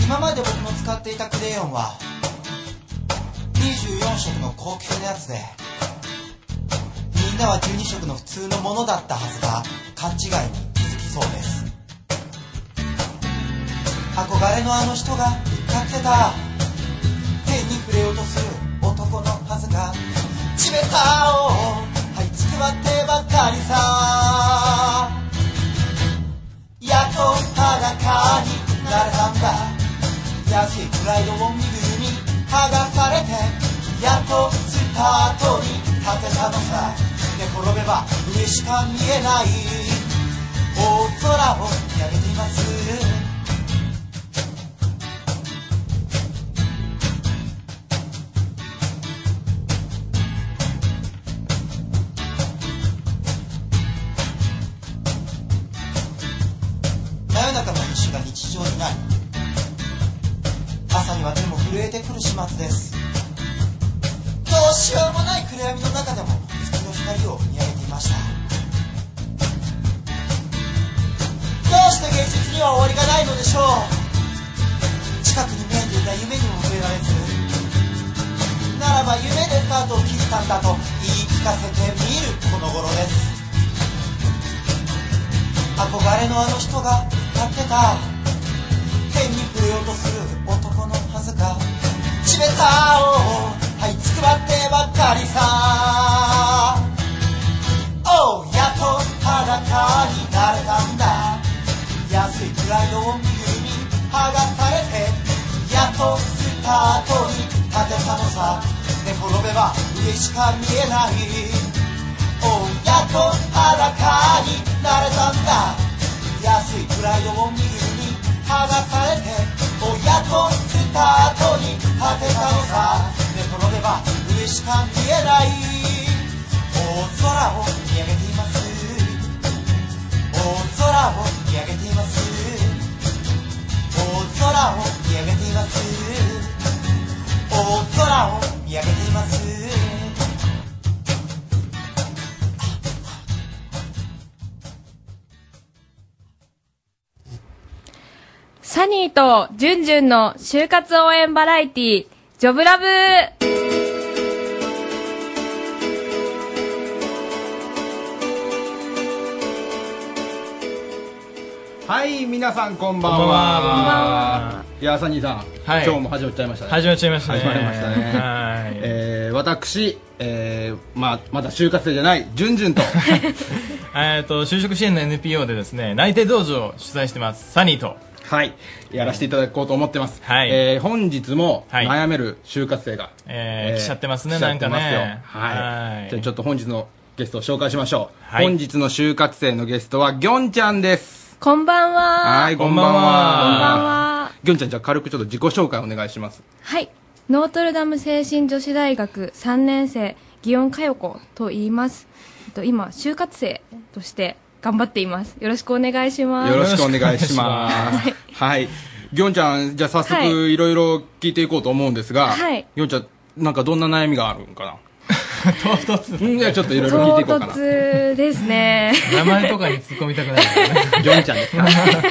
S4: 今まで僕の使っていたクレヨンは24色の高級なやつでみんなは12色の普通のものだったはずが勘違いに気づきそうです憧れのあの人が使ってた手に触れようとする男のはずが地べたを這いつくばってばかりさやっと裸になれたんだ安いプライドを身ぐるみ剥がされてやっとスタートに立てたのさ寝転べば上しか見えない大空を見上げています真夜中の飲酒が日常になり朝には手も震えてくる始末ですどうしようもない暗闇の中でも月の光を見上げていましたどうして現実には終わりがないのでしょう近くに見えていた夢にも触れられずならば夢でスタートを切ったんだと言い聞かせてみるこの頃です憧れのあの人が買ってた手に触れようとする男のはずが地べたを這いつくばってばかりさおうやっと裸になれたんだ安いプライドを身ぐるみ剥がされてやっとスタートに立てたのさ寝転べば上しか見えないおうやっと裸になれたんだ安いプライドを見るに剥がされておやっとスタートに立てたのさ寝転べば上しか見えない大空を見上げています大空を見上げています大空を見上げています大空を見上げています
S7: サニーとジュンジュンの就活応援バラエティ、ジョブラブ
S23: はい、皆さんこんばんは。
S19: こんばんはい
S23: や、サニーさん、
S19: はい
S23: 今日も始まっちゃいましたね。
S19: 始まっちゃいましたね
S23: 始まりましたね。
S19: はい
S23: えー私、えーまあ、まだ就活生じゃない、じゅんじゅんと。
S19: えっと、就職支援の NPO でですね、内定道場を主催してます、サニーと。
S23: はい、やらせていただこうと思ってます。
S19: はい。
S23: えー本日も悩める就活生が、
S19: えー来ちゃってますね
S23: 来ちゃってますよ
S19: なんかね
S23: はい。
S19: はい
S23: じゃあちょっと本日のゲストを紹介しましょう。
S19: はい
S23: 本日の就活生のゲストは、ギョンちゃんです。
S7: こんばんは。
S23: はい、こんばんは。
S7: こんばんは。
S23: ギョンちゃん、じゃあ軽くちょっと自己紹介お願いします。
S7: はい。ノートルダム精神女子大学3年生、祇園佳代子と言います。えっと今、就活生として頑張っています。よろしくお願いします。
S23: よろしくお願いします。はい。ギョンちゃん、じゃあ早
S7: は
S23: 速
S7: い
S23: いろいろ聞いていこうと思うんですが、
S7: はい
S23: ギョンちゃん、なんかどんな悩みがある んかな唐突うん、じゃあちょっといろいろ聞いていこうか
S7: 唐
S23: な。。
S7: 突ですね
S23: 名前とかに
S19: 突っ込みたくない。
S23: ギョンちゃんですか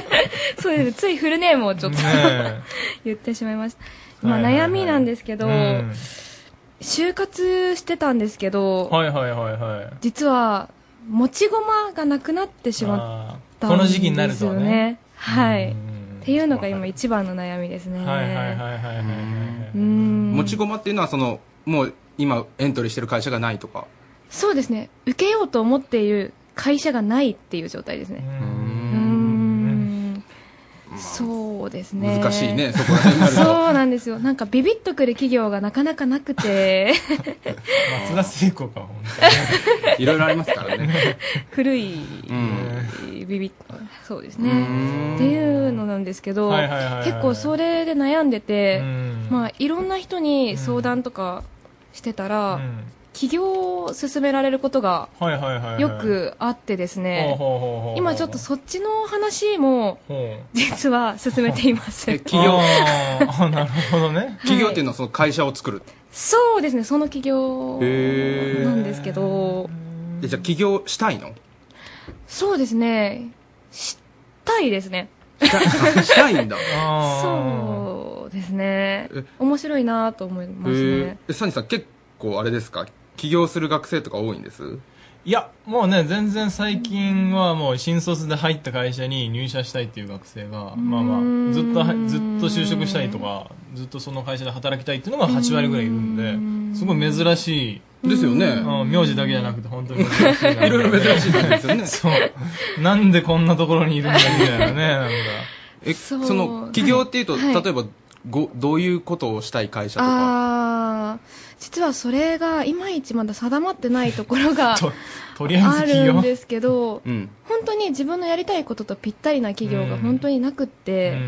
S7: そうですね。ついフルネームをちょっと 言ってしまいました。まあ、
S19: はいはいは
S7: 悩みなんですけど、
S19: うん
S7: 就活してたんですけど、
S19: はいはいはいはい。
S7: 実は持ち駒がなくなってしまったんですよ、ね、
S19: あーこの時期になるとはね
S7: はいっていうのが今一番の悩みですね
S19: はいはいはいはいはい。
S7: うん
S23: 持ち駒っていうのは、その、もう今エントリーしてる会社がないとか。
S7: そうですね受けようと思っている会社がないっていう状態ですねうんそうですね
S23: 難しいねそこら辺になると
S7: そうなんですよなんかビビッとくる企業がなかなかなくて
S19: 松田聖子か、本
S23: いろいろありますからね。
S7: 古い
S23: うん。
S7: りビビそうですねっていうのなんですけど
S11: はいはいはいはい
S7: 結構それで悩んでて
S11: ん
S7: まあいろんな人に相談とかしてたら起業を勧められることが
S19: はいはいはいはい。
S7: よくあってですね
S19: ほうほうほうほう
S7: 今ちょっとそっちの話も
S19: ほう。
S7: 実は進めています
S19: え企業
S23: あ
S19: なるほどね。
S23: 企業っていうのはその会社を作る。
S7: そうですねその起業
S23: へー
S7: なんですけど
S23: えじゃあ起業したいの
S7: そうですねしたいですね
S23: したいんだ。
S7: そうですね
S23: え
S7: 面白いなと思います
S23: へ
S7: ね
S23: え。え、サニーさん結構あれですか起業する学生とか多いんです
S19: いや、もうね、全然最近はもう新卒で入った会社に入社したいっていう学生が、まあまあ、ずっとは、ずっと就職したいとか、ずっとその会社で働きたいっていうのが8割ぐらいいるんで、すごい珍しい。ですよね。うん、名字だけじゃなくて本当に珍しいな。
S23: いろいろ珍しいですよね
S19: そう。なんでこんなところにいるんだみたいなね、なんか。
S23: え、その起業っていうと、例えばごどういうことをしたい会社とか
S7: ああ実はそれがいまいちまだ定まってないところが
S19: とりあえ
S7: あ
S19: ず起
S7: るん
S19: 業。
S7: ですけど
S23: うん。
S7: 本当に自分のやりたいこととぴったりな企業が本当になくって、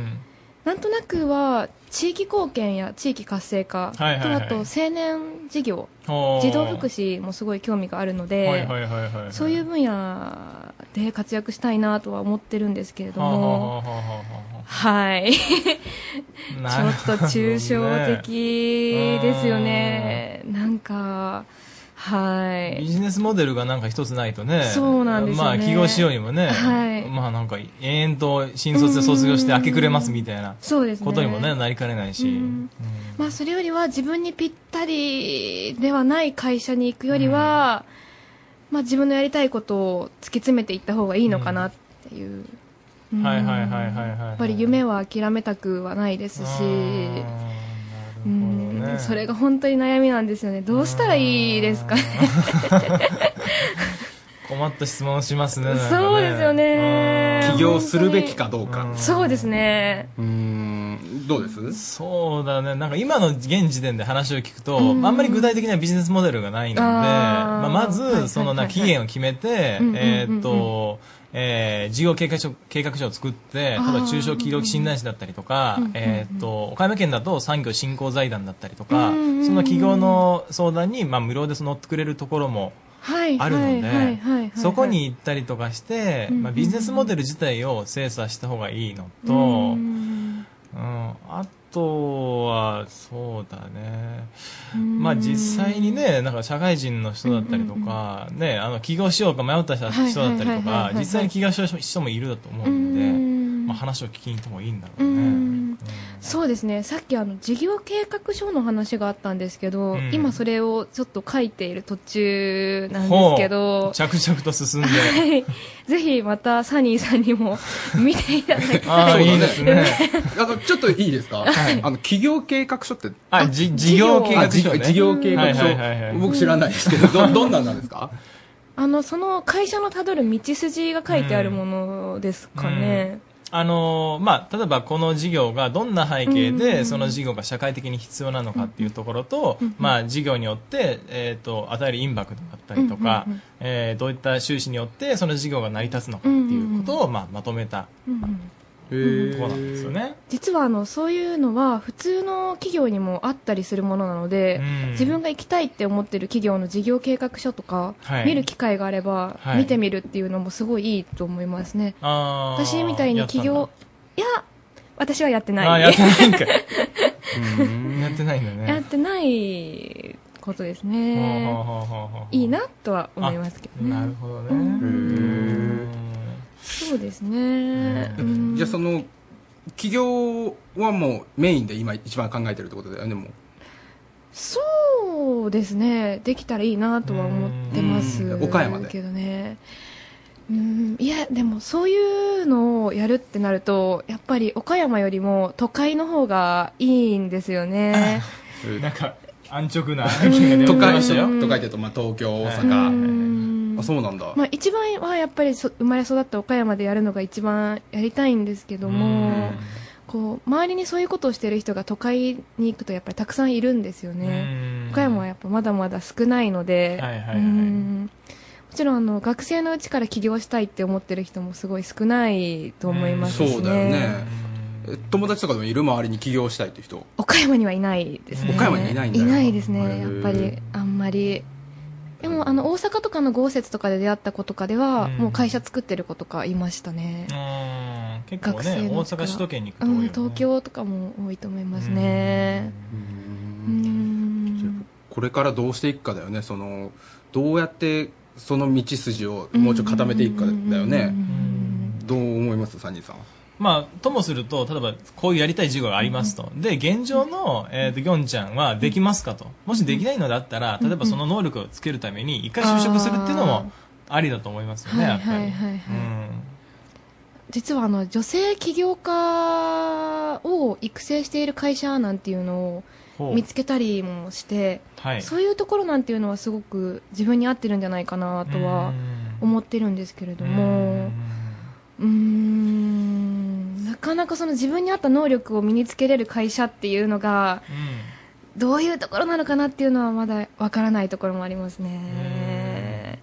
S7: なんとなくは地域貢献や地域活性化、
S19: はいはいはい
S7: とあと青年事業
S19: ほう
S7: 児童福祉もすごい興味があるので、
S19: はいはいはいはいはい
S7: そういう分野で活躍したいなとは思ってるんですけれども、
S19: はあはあはあはあは
S7: はいちょ
S19: なる
S7: っ
S19: ほ
S7: と
S19: どね
S7: 抽象的ですよねなんかは
S19: ビ
S7: い
S19: ジネスモデルがなんか一つないとね。
S7: そうなんですよね
S19: まあ、起業しようにもね。
S7: はい
S19: まあ、なんか、延々と新卒で卒業して明け暮れますみたいな。
S7: そうですね
S19: ことにもね、なりかねないし。
S7: まあ、それよりは自分にぴったりではない会社に行くよりは、まあ、自分のやりたいことを突き詰めていった方がいいのかなっていう、うん
S19: はいはいはい
S7: や
S19: はいはいはい。
S7: っぱり夢は諦めたくはないですし、うん
S19: ね
S7: それが本当に悩みなんですよねどうしたらいいですかね
S19: 困った質問をしますね。なんかね
S7: そうですよね
S19: うん
S7: 起業するべき
S23: かどうか。
S7: そうですね
S19: うん
S23: どうです
S19: そうだね。なんか今の現時点で話を聞くと、
S7: うん
S19: あんまり具体的なビジネスモデルがないので、
S7: あー
S19: まあ、ま
S7: はいはいはいは
S19: ず、
S7: い
S19: そのな、期限を決めて
S7: うんうんうんうん、
S19: えーっと、えー事業計画書、計画書を作って、例え
S7: あ
S19: ば
S7: ー
S19: 中小企業診断士だったりとか
S7: うんうんうん、
S19: えーっと、岡山県だと産業振興財団だったりとか、
S7: うんうんうん
S19: その企業の相談に、まあ、無料でその乗ってくれるところも
S7: はい
S19: あるの
S7: はいはいはいはい
S19: で、そこに行ったりとかして、まあ、ビジネスモデル自体を精査した方がいいのと、うん、あとは、そうだね。まあ実際にね、なんか社会人の人だったりとか、ね、あの、起業しようか迷った人
S7: はい
S19: 人だったりと
S7: はいはいはいは
S19: か
S7: い、
S19: 実際に起業しよう人もいるだと思うんで、まあ話を聞きに行ってもいいんだろう
S7: うんそうですねさっきあの事業計画書の話があったんですけど、
S19: うん
S7: 今それをちょっと書いている途中なんですけ
S19: ほ
S7: ど
S19: う着々と進んで。
S7: はい、ぜひまたサニーさんにも見ていただき
S23: あー
S7: たい
S23: いいですね
S19: あの、ちょっといいですか
S23: はい
S19: あ
S23: の、企業計画書って。
S19: あ、じ事業計画書ね
S23: あじ事業計画書
S19: はいはいはいはい。
S23: 僕知らないですけど、ど、どんなんなんですか
S7: あのその会社のたどる道筋が書いてあるものですかね、
S19: あのーまあ、例えばこの事業がどんな背景
S7: うんうんう
S19: で
S7: ん
S19: その事業が社会的に必要なのかっていうところと、まあ、事業によって、えー、と与えるインパクトだったりとか、
S7: うんうんうん
S19: えーどういった収支によってその事業が成り立つのかっていうことを、まあ、まとめた
S7: うんうん
S19: ところなんですよね。
S7: 実はあのそういうのは普通の企業にもあったりするものなので、
S19: うん
S7: 自分が行きたいって思ってる企業の事業計画書とか、
S19: はい
S7: 見る機会があれば、
S19: はい
S7: 見てみるっていうのもすごいいいと思いますね
S19: あー
S7: 私みたいに企
S19: やっ
S7: 業いや私はやって
S19: たん
S7: ない
S19: だあーやってないん かいやってないんだね
S7: やってないことです
S19: ほう
S7: ね
S19: ほうほうほうほう
S7: いいなとは思いますけどね
S19: なるほどね、
S7: そうですね、うん
S23: じゃあその、起業はもうメインで今一番考えてるってことだよね、もう。
S7: そうですねできたらいいなとは思ってます
S23: うん岡山で
S7: けどねうんいやでもそういうのをやるってなるとやっぱり岡山よりも都会の方がいいんですよね
S19: なんか安直な意見が出て
S23: 都
S19: きま
S23: 会
S19: したよ
S23: 都会っていうと、まあ、東京、大
S7: う
S23: 阪。あ、そうなんだ。
S7: まあ一番はやっぱりそ生まれ育った岡山でやるのが一番やりたいんですけどもこう周りにそういうことをしてる人が都会に行くとやっぱりたくさんいるんですよね岡山はやっぱまだまだ少ないので
S19: はいはいはい
S7: うんちろんあの学生のうちから起業したいって思ってる人もすごい少ないと思いますしね
S23: そうだよねえ友達とかでもいる周りに起業したいっていう人
S7: 岡山にはいないですね
S23: 岡山にいないんだ
S7: い
S23: よ
S7: ないですね
S23: へ
S7: やっ
S23: ー
S7: ぱりあんまりでもあの大阪とかの豪雪とかで出会った子とかでは、もう会社作ってる子とかいましたね、
S19: 結構
S7: 学生
S19: ね
S7: の
S19: 大
S7: 時から
S19: 阪首都圏に
S7: う
S19: 行くと多いよ
S7: ん、東京とかも多いと思いますねうん
S23: これからどうしていくかだよねそのどうやってその道筋をもうちょっと固めていくかだよねどう思いますサニーさん
S19: まあ、ともすると、例えば、こういうやりたい事業がありますと。で、現状の、えっ、と、ギョンちゃんはできますかと。もしできないのだったら、例えばその能力をつけるために、一回就職するっていうのもありだと思いますよ
S7: はい
S19: ね、
S7: はい
S19: やっぱ
S7: はい
S19: り。
S7: はい、
S19: うん。
S7: 実はあの女性起業家を育成している会社なんていうの
S19: ほ
S7: を
S19: う
S7: 見つけたりもして、
S19: はい
S7: そういうところなんていうのはすごく自分に合ってるんじゃないかなとは思ってるんですけれどもうーんなかなかその自分に合った能力を身につけれる会社っていうのがどういうところなのかなっていうのはまだわからないところもありますね。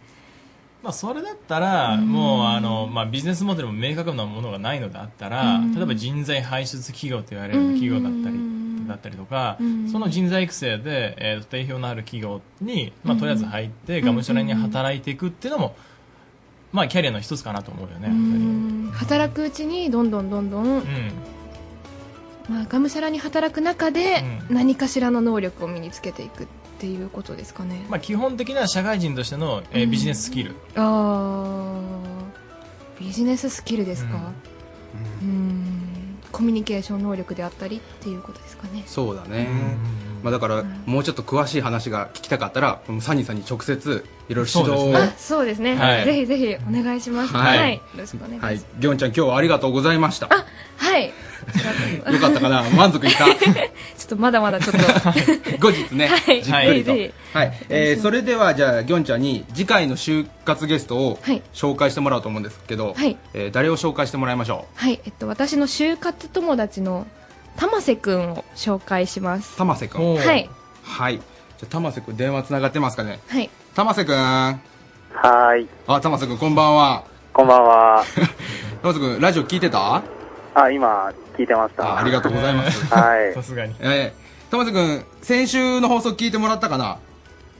S19: まあ、それだったら、もう、あの、まあ、ビジネスモデルも明確なものがないのであったら、
S7: うん
S19: 例えば人材排出企業と言われる企業だったり、だったりとか、
S7: うん
S19: その人材育成で、えー、定評のある企業に、まあ、
S7: うん
S19: とりあえず入って、がむしゃらに働いていくっていうのも、まあ、キャリアの一つかなと思うよね。
S7: うん働くうちにどんどんどんどん、まあ、がむしゃらに働く中で何かしらの能力を身につけていくっていうことですかね。
S19: まあ、基本的な社会人としての、えービジネススキル、
S7: あービジネススキルですか、うん、コミュニケーション能力であったりっていうことですかね
S23: そうだね、まあ、だからもうちょっと詳しい話が聞きたかったらもうサニーさんに直接いろいろ指導を
S7: あそうですね、
S23: はい
S7: ぜひぜひお願いしますは、
S23: はいい
S7: よろしくお願いしま
S23: は
S7: す
S23: いギョンちゃん今日はありがとうございましたよ
S7: はい、
S23: かった かな満足いった
S7: ちょっとまだまだちょっと
S23: 後日ね、
S7: はい
S23: じっくりと、
S7: は
S23: はいいえーそれではじゃあギョンちゃんに次回の就活ゲストを紹介してもらおうと思うんですけど、
S7: はい
S23: えー誰を紹介してもらいましょ
S7: はいえっと私の就活友達の玉瀬くんを紹介します
S23: う玉瀬くん
S7: おーはい
S23: はいじゃあ玉瀬くん電話つながってますかね
S7: はい
S23: 玉瀬くんは
S11: ーい
S23: あ玉瀬くんこんばんは
S11: こんばんは。
S23: 玉瀬くんラジオ聞いてた
S11: あ、今、聞いてました。
S23: あありがとうございます。
S11: はい。
S19: さ すがに。
S23: えー、玉瀬くん、先週の放送聞いてもらったかな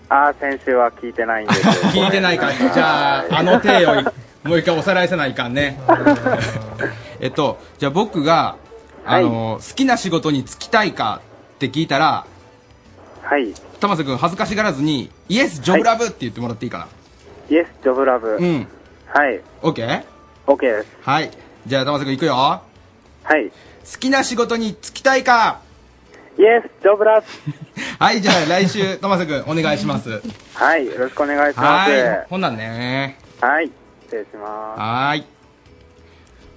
S11: あ、先週は聞いてないん です。
S23: 聞いてないか。じゃあ、あの手 をい、もう一回おさらいせないかんね。 えっと、じゃあ僕が、あの、好きな仕事に就きたいかって聞いたら、
S11: はい。
S23: 玉瀬くん恥ずかしがらずに、イエス、ジョブラブって言ってもらっていいかな。
S11: イエス、ジョブラブ。
S23: うん。
S11: はい。
S23: オッケー
S11: OK です。。
S23: はい。じゃあ玉瀬くんいくよ。はい好きな仕事に就きたいか
S11: イエス、ジョブラブ。
S23: はい、じゃあ来週、玉瀬くんお願いします。
S11: はい。よろしくお願いします。
S23: はい。ほんなんね。
S11: はい。失礼します。
S23: はーい。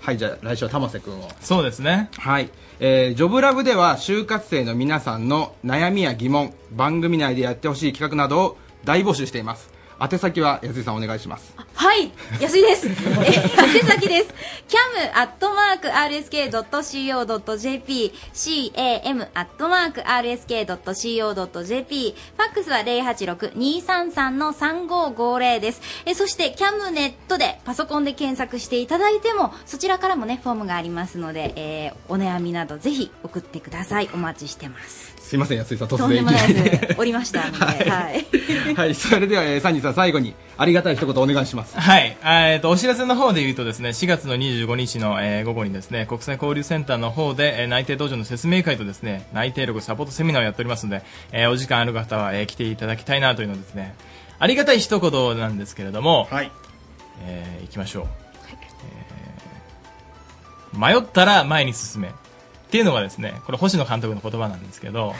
S23: はい、じゃあ来週は玉瀬くんを。
S19: そうですね。
S23: はい。えー、ジョブラブでは就活生の皆さんの悩みや疑問、番組内でやってほしい企画などを大募集しています。宛先は安井さんお願いします。
S9: はい、安いです。えー、宛先です。cam.rsk.co.jp、cam.rsk.co.jp、ファックスは086-233-3550です。えー、そして、キャムネットでパソコンで検索していただいても、そちらからもね、フォームがありますので、えー、お悩みなどぜひ送ってください。お待ちしてます。
S23: すいません、安井さん、突
S9: とんで
S23: 然い
S9: も
S23: き
S9: な
S23: ないり
S9: です。おりましたので、はい。
S23: はい、それでは、えー、サニーさん最後にありがたい一言お願いします。
S19: はい。あーえっ、と、お知らせの方で言うとですね、4月の25日の、えー午後にですね、国際交流センターの方で、えー内定道場の説明会とですね、内定力サポートセミナーをやっておりますので、えーお時間ある方は、えー来ていただきたいなというのですね、ありがたい一言なんですけれども、はい。えー行きましょう。えー迷ったら前に進め。っていうのはですね、これ星野監督の言葉なんですけど、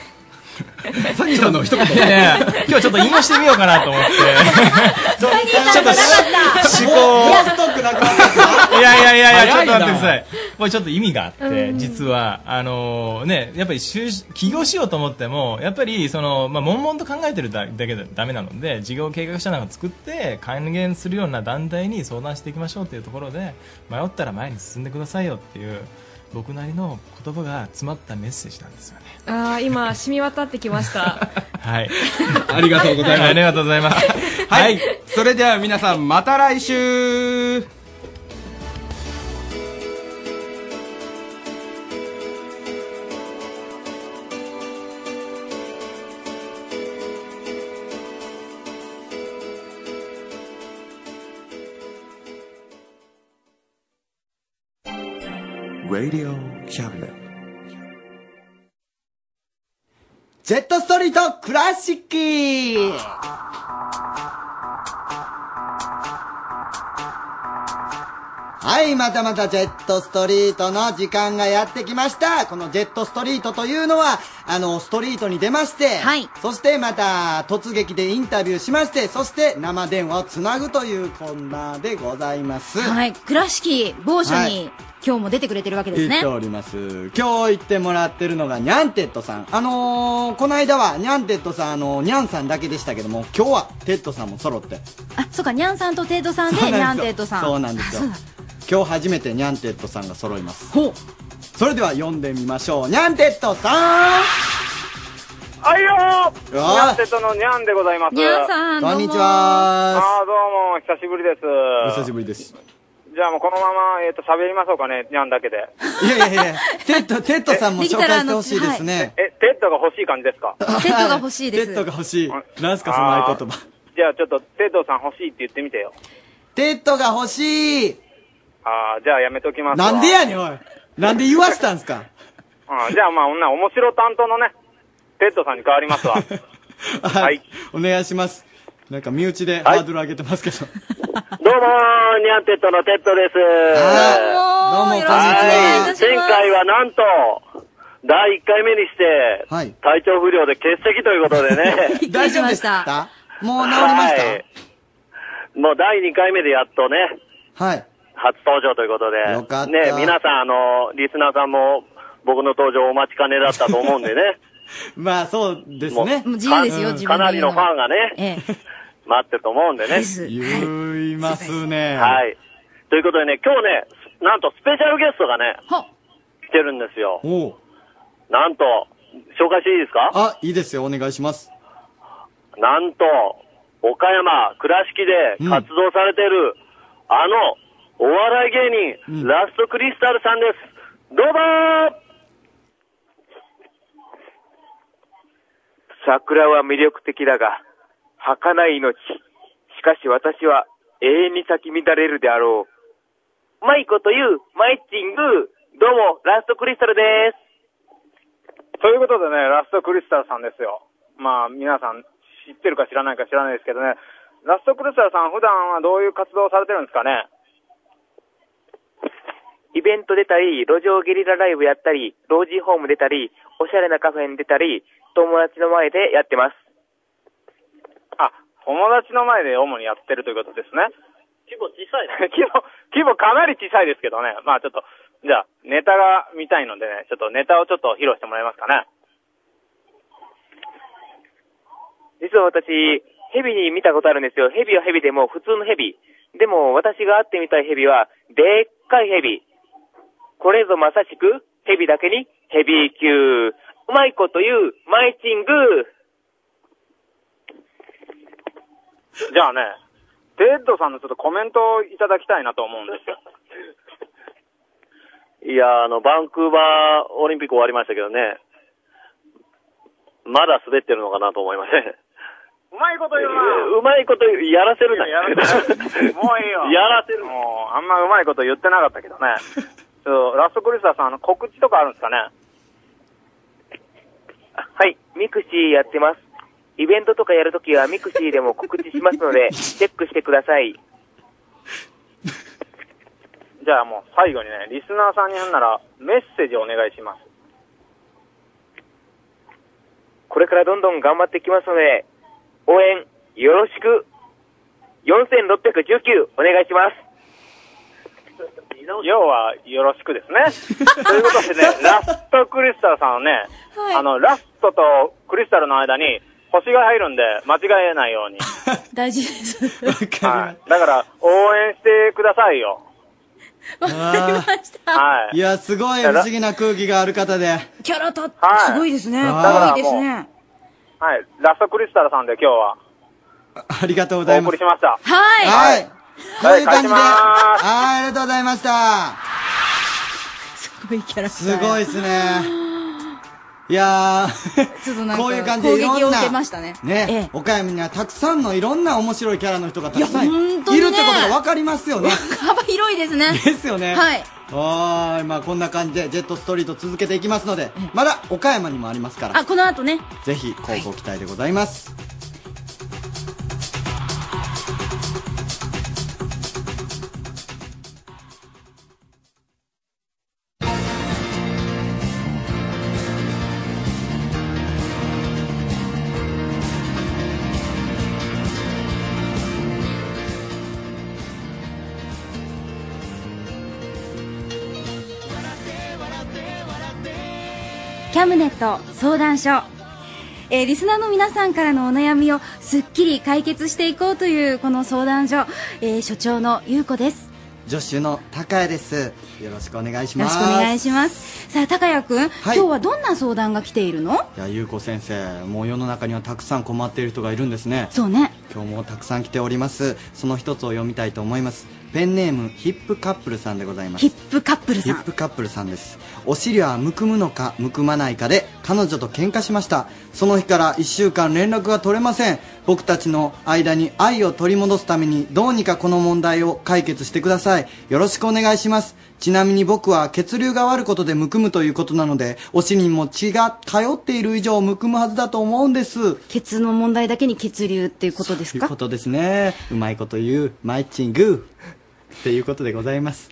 S23: サニーさんの一言
S19: いやいや今日ちょっと引用してみようかなと思って。
S8: ちょっとし
S19: 思考を
S8: もうストックなかった
S19: いやいやいやいや、ちょ
S8: 早
S19: っ
S8: い
S19: と
S8: な
S19: 待ってください。これちょっと意味があっ
S8: う
S19: て、
S8: ん
S19: 実は、あのね、やっぱり就起業しようと思っても、やっぱり、その、まあ、悶々と考えてるだだけでダメなので、事業計画書なんか作って、還元するような団体に相談していきましょうっていうところで、迷ったら前に進んでくださいよっていう、僕なりの言葉が詰まったメッセージなんですよね。
S7: あー今染み渡ってきました
S19: はい。
S23: ありがとうございま す
S19: ありがとうございます。
S23: はい、それでは皆さんまた来週
S2: ジェットストリートクラシックはい、またまたジェットストリートの時間がやってきました。このジェットストリートというのは、あの、ストリートに出まして、そしてまた突撃でインタビューしまして、そして生電話をつなぐというコーナーでございます。
S3: はい、倉敷某所に、
S2: はい
S3: 今日も出てくれてるわけです
S2: 言
S3: ね
S2: って。おります。今日行ってもらってるのがニャンテッドさん。あのー、この間はニャンテッドさん、あのー、ニャンさんだけでしたけども、今日はテッドさんも揃って。
S3: あ、そうか、にゃんさんとテイトさんで、
S2: そう
S3: にゃ
S2: なんん
S3: テ
S2: で
S3: イト
S2: す
S3: さ
S2: よ
S3: ん。
S2: そうなんですよ
S3: あだ
S2: 今日初めてニャンテッドさんが揃います。それでは読んでみましょう。ニャンテッドさん
S11: はいよーニ
S2: よー
S11: ャンテッドのニャンでございます。
S2: ニャンさんどうもこんにちは
S11: あーどうも、久しぶりです。
S2: お久しぶりです。
S11: じゃあもうこのまま、えっ、と、喋りましょうかね、ニャンだけで。
S2: いやいやいや、テッド、テッドさんも
S11: でき
S2: 紹
S11: た
S2: 介
S11: ら
S2: してほしいですね。
S11: え、テッドが欲しい感じですか
S3: テッドが欲しいです。
S2: テッドが欲しい。なんすか、その合言葉。
S11: じゃあちょっと、テッドさん欲しいって言ってみてよ。
S2: テッドが欲しい
S11: あーじゃあやめときますわ。
S2: なんでやねん、おい。なんで言わしたんすか
S11: うん、じゃあまあ、女、面白担当のね、テッドさんに変わり ますわ。
S2: はい。お願いします。なんか身内でハードル上げてますけど。
S10: どうもー、ニャンテッドのテッドです。ど
S2: うも、どうも、こんにちは。
S10: 前回はなんと、第1回目にして、体調不良で欠席ということでね。
S2: 大丈夫で したもう治りました
S10: はい。もう第2回目でやっとね、
S2: はい。
S10: 初登場ということで。
S2: かった
S10: ね、皆さん、あの、リスナーさんも、僕の登場お待ちかねだったと思うんでね。
S2: まあ、そうですね。
S10: もう自由ですよか自分で言うのはかなりのファンが
S3: ね、
S10: 待ってると思うんでね。
S2: 言いますね。
S10: はい。ということでね、今日ね、なんとスペシャルゲストがね、来てるんですよ。
S2: おう
S10: なんと、紹介していいですか
S2: あ、いいですよ、お願いします。
S10: なんと、岡山、倉敷で
S2: うん
S10: 活動されてる、あの、お笑い芸人、ラストクリスタルさんです。どうもー
S12: 桜は魅力的だが、儚い命。しかし私は永遠に咲き乱れるであろう。
S10: マイコという、マイチングー、どうも、ラストクリスタルです。
S11: ということでね、ラストクリスタルさんですよ。まあ、皆さん知ってるか知らないか知らないですけどね、ラストクリスタルさん、普段はどういう活動をされてるんですかね
S12: イベント出たり、路上ゲリラライブやったり、老人ホーム出たり、おしゃれなカフェに出たり、友達の前でやってます。
S11: あ、友達の前で主にやってるということですね。
S10: 規模小さい
S11: 規模、規模かなり小さいですけどね。まあちょっと、じゃあ、ネタが見たいのでね、ちょっとネタをちょっと披露してもらえますかね。
S12: 実は私、ヘビに見たことあるんですよ。ヘビはヘビでも普通のヘビ。でも私が会ってみたいヘビは、でっかいヘビ。これぞまさしく、ヘビだけにヘビー級。うまいこと言う、マイチング
S11: じゃあね、テッドさんのちょっとコメントをいただきたいなと思うんですよ。
S10: いや、あの、バンクーバーオリンピック終わりましたけどね、まだ滑ってるのかなと思いません。
S11: うまいこと言うな
S10: うまいこと やらせるな。
S11: やらせ る。もういいよ。
S10: やらせる。
S11: もう、あんまうまいこと言ってなかったけどね。ちょっと、ラストクリスタさん、あの、告知とかあるんですかね
S12: はい、ミクシーやってます。イベントとかやるときはミクシーでも告知しますので、チェックしてください。
S11: じゃあもう、最後にね、リスナーさんになんなら、メッセージをお願いします。
S12: これからどんどん頑張っていきますので、応援よろしく、4619お願いします。
S11: 要は、よろしくですね。 ということでね、ラストクリスタルさんはね、あの、ラストとクリスタルの間に、星が入るんで、間違えないように。
S3: 大事です。
S11: はい。だから、応援してくださいよ。
S2: あ
S11: は
S2: ー
S11: い。
S2: いや、すごい不思議な空気がある方で。
S3: キャラ立って、
S11: はい
S3: すごいですね。
S11: だ
S3: か
S11: から
S3: わいいですね。
S11: はい、ラストクリスタルさんで今日は。
S2: ありがとうございます。お送りし
S11: ました。
S2: はい。はい。こういう感じで。
S11: はい
S2: はい、ありがとうございました。すごいキャラすごいですね。いやー、
S3: ちょっとなんか
S2: こういう感じでいろんな
S3: 攻撃を受けましたね
S2: ね、
S3: え
S2: 岡山にはたくさんのいろんな面白いキャラの人がたくさんい,、
S3: 本当にね
S2: るってことが分かりますよね。
S3: 幅広いですね。
S2: ですよね。
S3: はい。
S2: はーい。まあこんな感じでジェットストリート続けていきますので、まだ岡山にもありますから
S3: あ、、この後ね。
S2: ぜひ広告期待でございます。
S3: キャムネット相談所、えーリスナーの皆さんからのお悩みをすっきり解決していこうというこの相談所、えー所長の優子です
S2: 助手の高谷です。よろしくお願いし
S3: よ
S2: ま
S3: ろし
S2: す。
S3: くお願いしますさあ高谷君、今日はどんな相談が来ているの
S2: いや、ゆうこ先生、もう世の中にはたくさん困っている人がいるんですね。
S3: そうね。
S2: 今日もたくさん来ております。その一つを読みたいと思います。ペンネーム、ヒップカップルさんでございます。ヒッ
S3: プカップル
S2: さん。ヒップカップルさんです。お尻はむくむのか、むくまないかで、彼女と喧嘩しました。その日から一週間連絡が取れません。僕たちの間に愛を取り戻すために、どうにかこの問題を解決してください。よろしくお願いします。ちなみに僕は血流が悪いことでむくむということなので、お尻にも血が通っている以上むくむはずだと思うんです。
S3: 血の問題だけに血流っていうことです
S2: という
S3: か
S2: ことですね。うまいこと言う、マイチングー。っていうことでございます。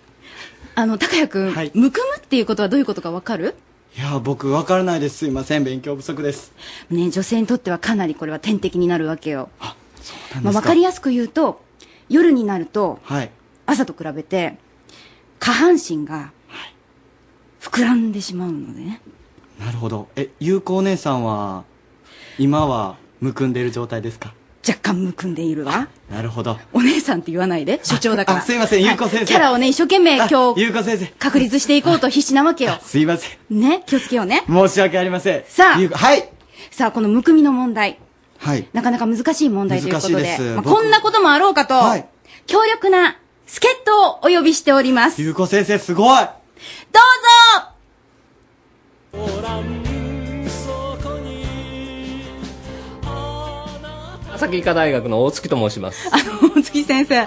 S3: あの高谷君、むくむっていうことはどういうことかわかる
S2: いや、僕、わからないです。すいません。勉強不足です。
S3: ね女性にとってはかなりこれは天敵になるわけよ
S2: な
S3: ま
S2: んで
S3: あ、
S2: す
S3: わかりやすく言うと夜になると
S2: はい。
S3: 朝と比べて下半身が膨らんでしまうのでね
S2: なるほど。え、ゆうこお姉さんは、今は、むくんでいる状態ですか
S3: 若干むくんでいるわ
S2: なるほど。
S3: お姉さんって言わないで所長だから
S2: あすいません
S3: は
S2: ゆうこ先生
S3: キャラをね一生懸命
S2: あ
S3: 今日
S2: ゆうこ先生。
S3: 確立していこうと必死なわけよ
S2: すいません。
S3: ね気をつけようね
S2: 申し訳ありません。
S3: さあ
S2: ゆうこはい。
S3: さあこのむくみの問題
S2: はい。
S3: なかなか難しい問題ということで
S2: 難しいです
S3: まあ、
S2: 僕
S3: こんなこともあろうかと、強力な助っ人をお呼びしております
S2: ゆうこ先生、すご
S3: どう
S2: い
S3: ぞ
S13: 朝日医科大学の大月と申します。あ、
S3: 大月先生、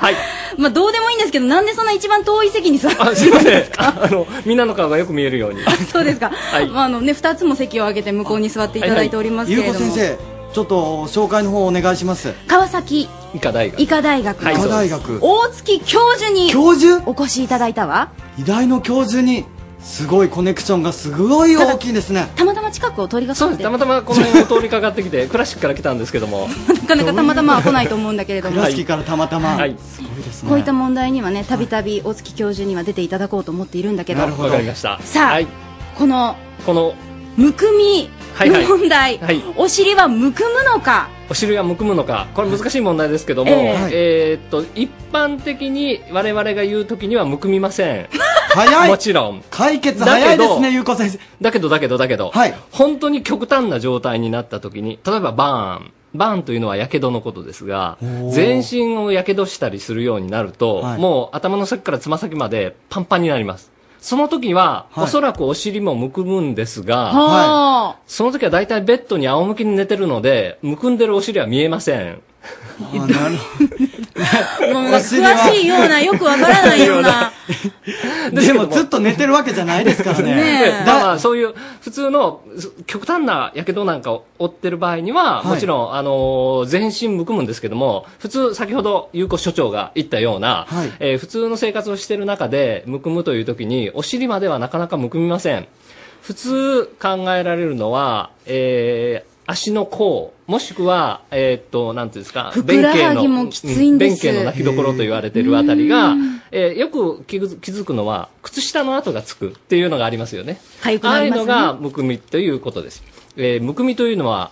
S3: まあ、どうでもいいんですけどなんでそんな一番遠い席に座って
S13: すいません。あの、みんなの顔がよく見えるように。
S3: そうですか、
S13: は い
S3: まああのね、2つも席を上げて向こうに座っていただいておりますけ
S2: ゆう
S3: れど
S2: こ
S3: も、
S2: 先生、ちょっと、紹介の方お願いします。
S3: 川崎
S13: 医科大
S3: 医科大学の
S2: 医科大学。
S3: 大月教授に
S2: 教授
S3: お越しいただいたわ
S2: 医大の教授に、すごいコネクションがすごい大きいで すね。
S3: たまたま近くを通りがかって
S13: たまたまこの辺を通りかかってきて、倉敷から来たんですけども。
S3: なかなかたまたまは来ないと思うんだけれども、
S13: 倉敷
S2: からたまたま。
S13: はい。すごいです
S3: こういった問題にはねたびたび大月教授には出ていただこうと思っているんだけど
S13: わかりました。
S3: さあ、
S13: はい。
S3: この
S13: この、
S3: むくみ
S13: はいは
S3: の
S13: い
S3: 問題、
S13: はい
S3: お尻はむくむのか
S13: お尻がむくむのか、これ難しい問題ですけども、
S3: え
S13: えーっと、一般的に我々が言うときにはむくみません。
S2: 早い
S13: もちろん。
S2: 解決早いですね、ゆうこ先生。
S13: だけど、だけど、だけど、本当に極端な状態になった時に、例えばバーン。バーンというのは火傷のことですが、
S17: ー
S13: 全身を火傷したりするようになると、もう頭の先からつま先までパンパンになります。その時は、おそらくお尻もむくむんですが、
S3: は
S13: その時は大体ベッドに仰向けに寝てるので、むくんでるお尻は見えません。
S3: もうなんか詳しいようなよくわからないような
S13: でもず
S2: っと寝てるわけじゃないで すからね
S13: だからそういう普通のそ極端なやけどなんかを負ってる場合には、
S2: はい
S13: もちろん、あのー全身むくむんですけども、普通先ほど有効所長が言ったような、えー普通の生活をしている中でむくむという時にお尻まではなかなかむくみません。普通考えられるのは、えー足の甲、もしくは、えーっと、なんていうんですか、
S3: ふくらはぎもきついんです
S13: うん弁慶の泣きどころと言われてるあたりが、えーよく気づ気づくのは、靴下の跡がつくっていうのがありますよね。
S3: 痒くなりますね
S13: ああいうのが、むくみということです。えーむくみというのは、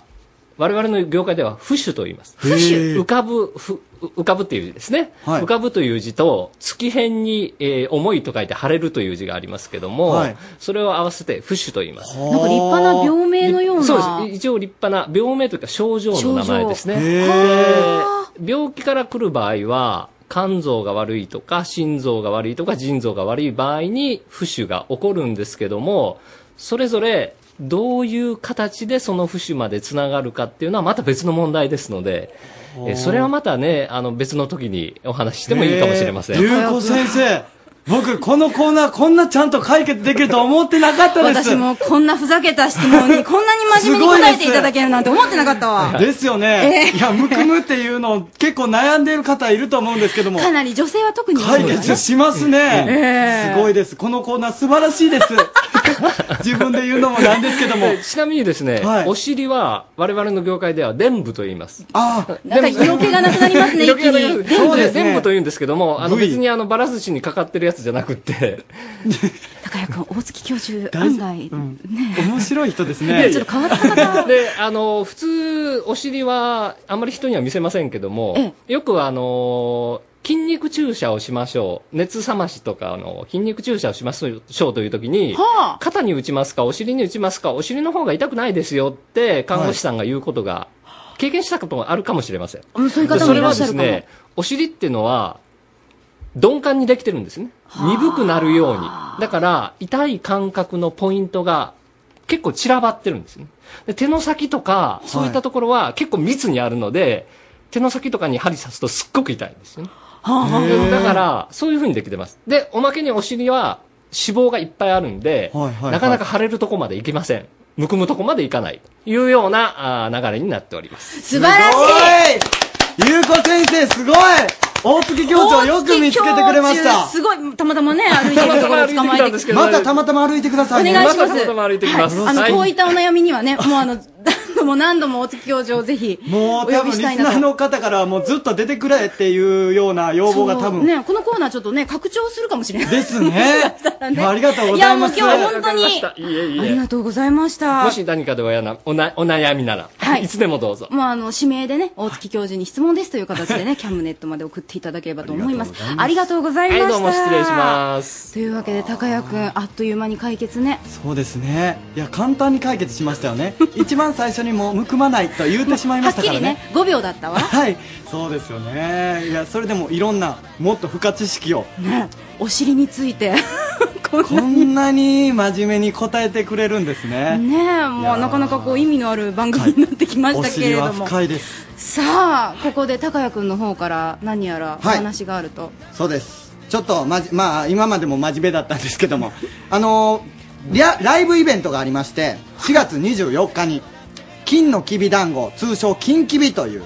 S13: 我々の業界では、浮腫と言います。
S17: 浮腫へー
S13: 浮かぶ、ふ浮かぶっていう字ですね。
S17: はい
S13: 浮かぶという字と、月辺に、えー重いと書いて、腫れるという字がありますけども、
S17: はい
S13: それを合わせて、浮腫と言います。
S3: なんか立派な病名のような
S13: そうです。一応立派な病名というか症状の名前ですね。
S3: 症状
S13: で
S3: へ
S13: 病気から来る場合は肝臓が悪いとか心臓が悪いとか腎臓が悪い場合に浮腫が起こるんですけどもそれぞれどういう形でその浮腫までつながるかっていうのはまた別の問題ですので
S2: おー
S13: えそれはまたねあの別の時にお話ししてもいいかもしれません。
S2: ゆうこ先生、僕、このコーナー、こんなちゃんと解決できると思ってなかったです。
S3: 私もこんなふざけた質 問に、こんなに真面目に答えていただけるなんて思ってなかったわ。
S2: ですよ
S3: え
S2: ね。
S3: え
S2: いや、むくむっていうの、結構悩んでる方いると思うんですけども。
S3: かなり女性は特に
S2: 解決しますね、
S3: ええ
S2: すごいです。このコーナー素晴らしいです。自分で言うのもなんですけど も。
S13: ちなみにですね、お尻は我々の業界では臀部と言います。
S2: あ
S3: なんか色気がなくなりますね、 一気に。
S13: そうで
S3: 全部
S13: すね。臀部と言うんですけども、あの
S2: V
S13: 別にあのバラ寿司にかかってるやつじゃなくって、
S3: 大月教授、案外、ね。
S2: 面白い人です
S3: いや
S13: ね。
S3: ちょっと変わった
S13: で、あの、普通、お尻は、あんまり人には見せませんけども、よくあの、筋肉注射をしましょう。熱冷ましとか、あの、筋肉注射をしましょうという時に、
S3: はあ
S13: 肩に打ちますか、お尻に打ちますか、お尻の方が痛くないですよって、看護師さんが言うことが、経験したこともあるかもしれません。
S3: うんそういう方もいらっしゃるかも
S13: でそれはですね、お尻っていうのは、鈍感にできてるんですね。鈍くなるように。だから、痛い感覚のポイントが結構散らばってるんですね。で手の先とか、そういったところは結構密にあるので、手の先とかに針刺すとすっごく痛いんですよね。
S3: はあ
S13: でだから、そういう風にできてます。で、おまけにお尻は脂肪がいっぱいあるんで、
S2: い
S13: なかなか腫れるとこまでいきません。むくむとこまでいかない。というようなあー流れになっております。
S3: 素晴らし
S2: いゆうこ先生、すごい大月教授をよく見つけてくれまし
S3: 大月教授
S2: た。
S3: すごい、たまたまね、歩いてるところを捕まえてきて。
S2: またたまたま歩いてくだ
S3: お
S2: さい
S3: 願い
S2: ね。
S3: します。はいあの、こういったお悩みにはね、もうあの、何度も何度も大月教授をぜひ、
S2: も
S3: お呼
S2: う多
S3: び
S2: 分リス
S3: したい
S2: ナ
S3: な
S2: ー
S3: と。
S2: の方からはもうずっと出てくれっていうような要望が多
S3: そう
S2: 分。
S3: ね、このコーナーちょっとね、拡張するかもしれない。
S2: ですね。
S3: ね
S2: ありがとうございます。
S3: いやもう今日は本当に
S13: わかりましたいえいえ
S3: ありがとうございました。
S13: もし何かでおやなおなお悩みなら、
S3: はい
S13: い、つでもどうぞ。
S3: もうあの指名でね、大月教授に質問ですという形でね、キャムネットまで送っていただければと思います。あ
S13: あ
S3: り
S13: り
S3: がとうございま
S13: は
S3: した。
S13: い、どうも失礼します。
S3: というわけで、高谷くん、あっという間に解決ね。
S2: そうですね。いや、簡単に解決しましたよ ね。一番最初にもうむくまないと言ってしまい
S3: は
S2: ま
S3: っ
S2: した
S3: き
S2: から
S3: りね
S2: ね。、
S3: 5秒だったわ。
S2: はい。そうですよね。いや、それでもいろんな、もっと付加知識 を。
S3: ね、お尻について。
S2: こんなに真面目に答えてくれるんですね。
S3: ねえ、もうなかなかこう意味のある番組になってきまし
S2: お
S3: たけ
S2: 尻
S3: れ
S2: は
S3: ども。
S2: 深いです。
S3: さあ、ここで高谷くんの方から何やらお
S2: はい
S3: 話があると。
S2: そうです。ちょっとまじ、まあ、今までも真面目だったんですけども、 あのーリアライブイベントがありまして、4月24日に、金のきび団子、通称金きびという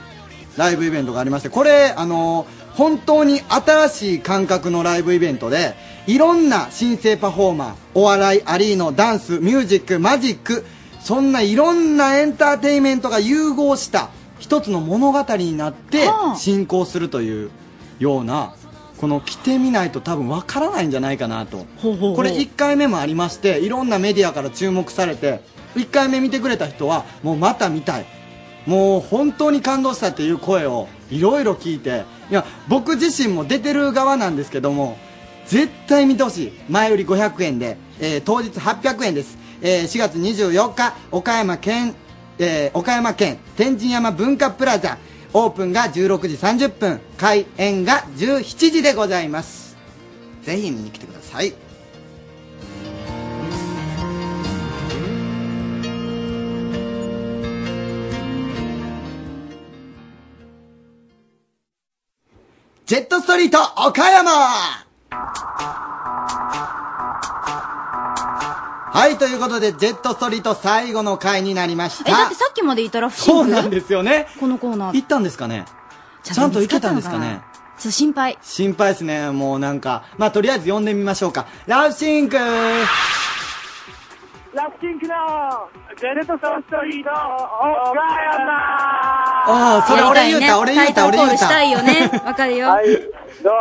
S2: ライブイベントがありまして、これ、あのー本当に新しい感覚のライブイベントで、いろんな新生パフォーマー、お笑い、アリーノ、ダンス、ミュージック、マジック、そんないろんなエンターテインメントが融合した一つの物語になって進行するというようなこの着てみないと多分わからないんじゃないかなと
S14: う
S2: これ1回目もありましていろんなメディアから注目されて1回目見てくれた人はもうまた見たいもう本当に感動したっていう声をいろいろ聞いていや僕自身も出てる側なんですけども絶対見てほしい前売り500円で、えー当日800円です、えー4月24日岡山県、えー岡山県天神山文化プラザオープンが16時30分開演が17時でございますぜひ見に来てくださいジェットストリート岡山はい、ということで、ジェットストリート最後の回になりまし
S3: え、だったて。さっきまでいたら不
S2: そ
S3: 審
S2: う
S3: 婦
S2: なんですよね。
S3: このコーナー。
S2: 行ったんですかねちゃんと行けたんですか
S3: ちょ
S2: ね
S3: っと心配。
S2: 心配ですね、もうなんか。まあ、とりあえず呼んでみましょうか。ラフシンク
S8: ラスキンクのジェネトソンストリート岡山
S2: ああ、それ俺言うた、俺言うた、俺言うた。
S3: ね。わかるよ。
S8: はい。どう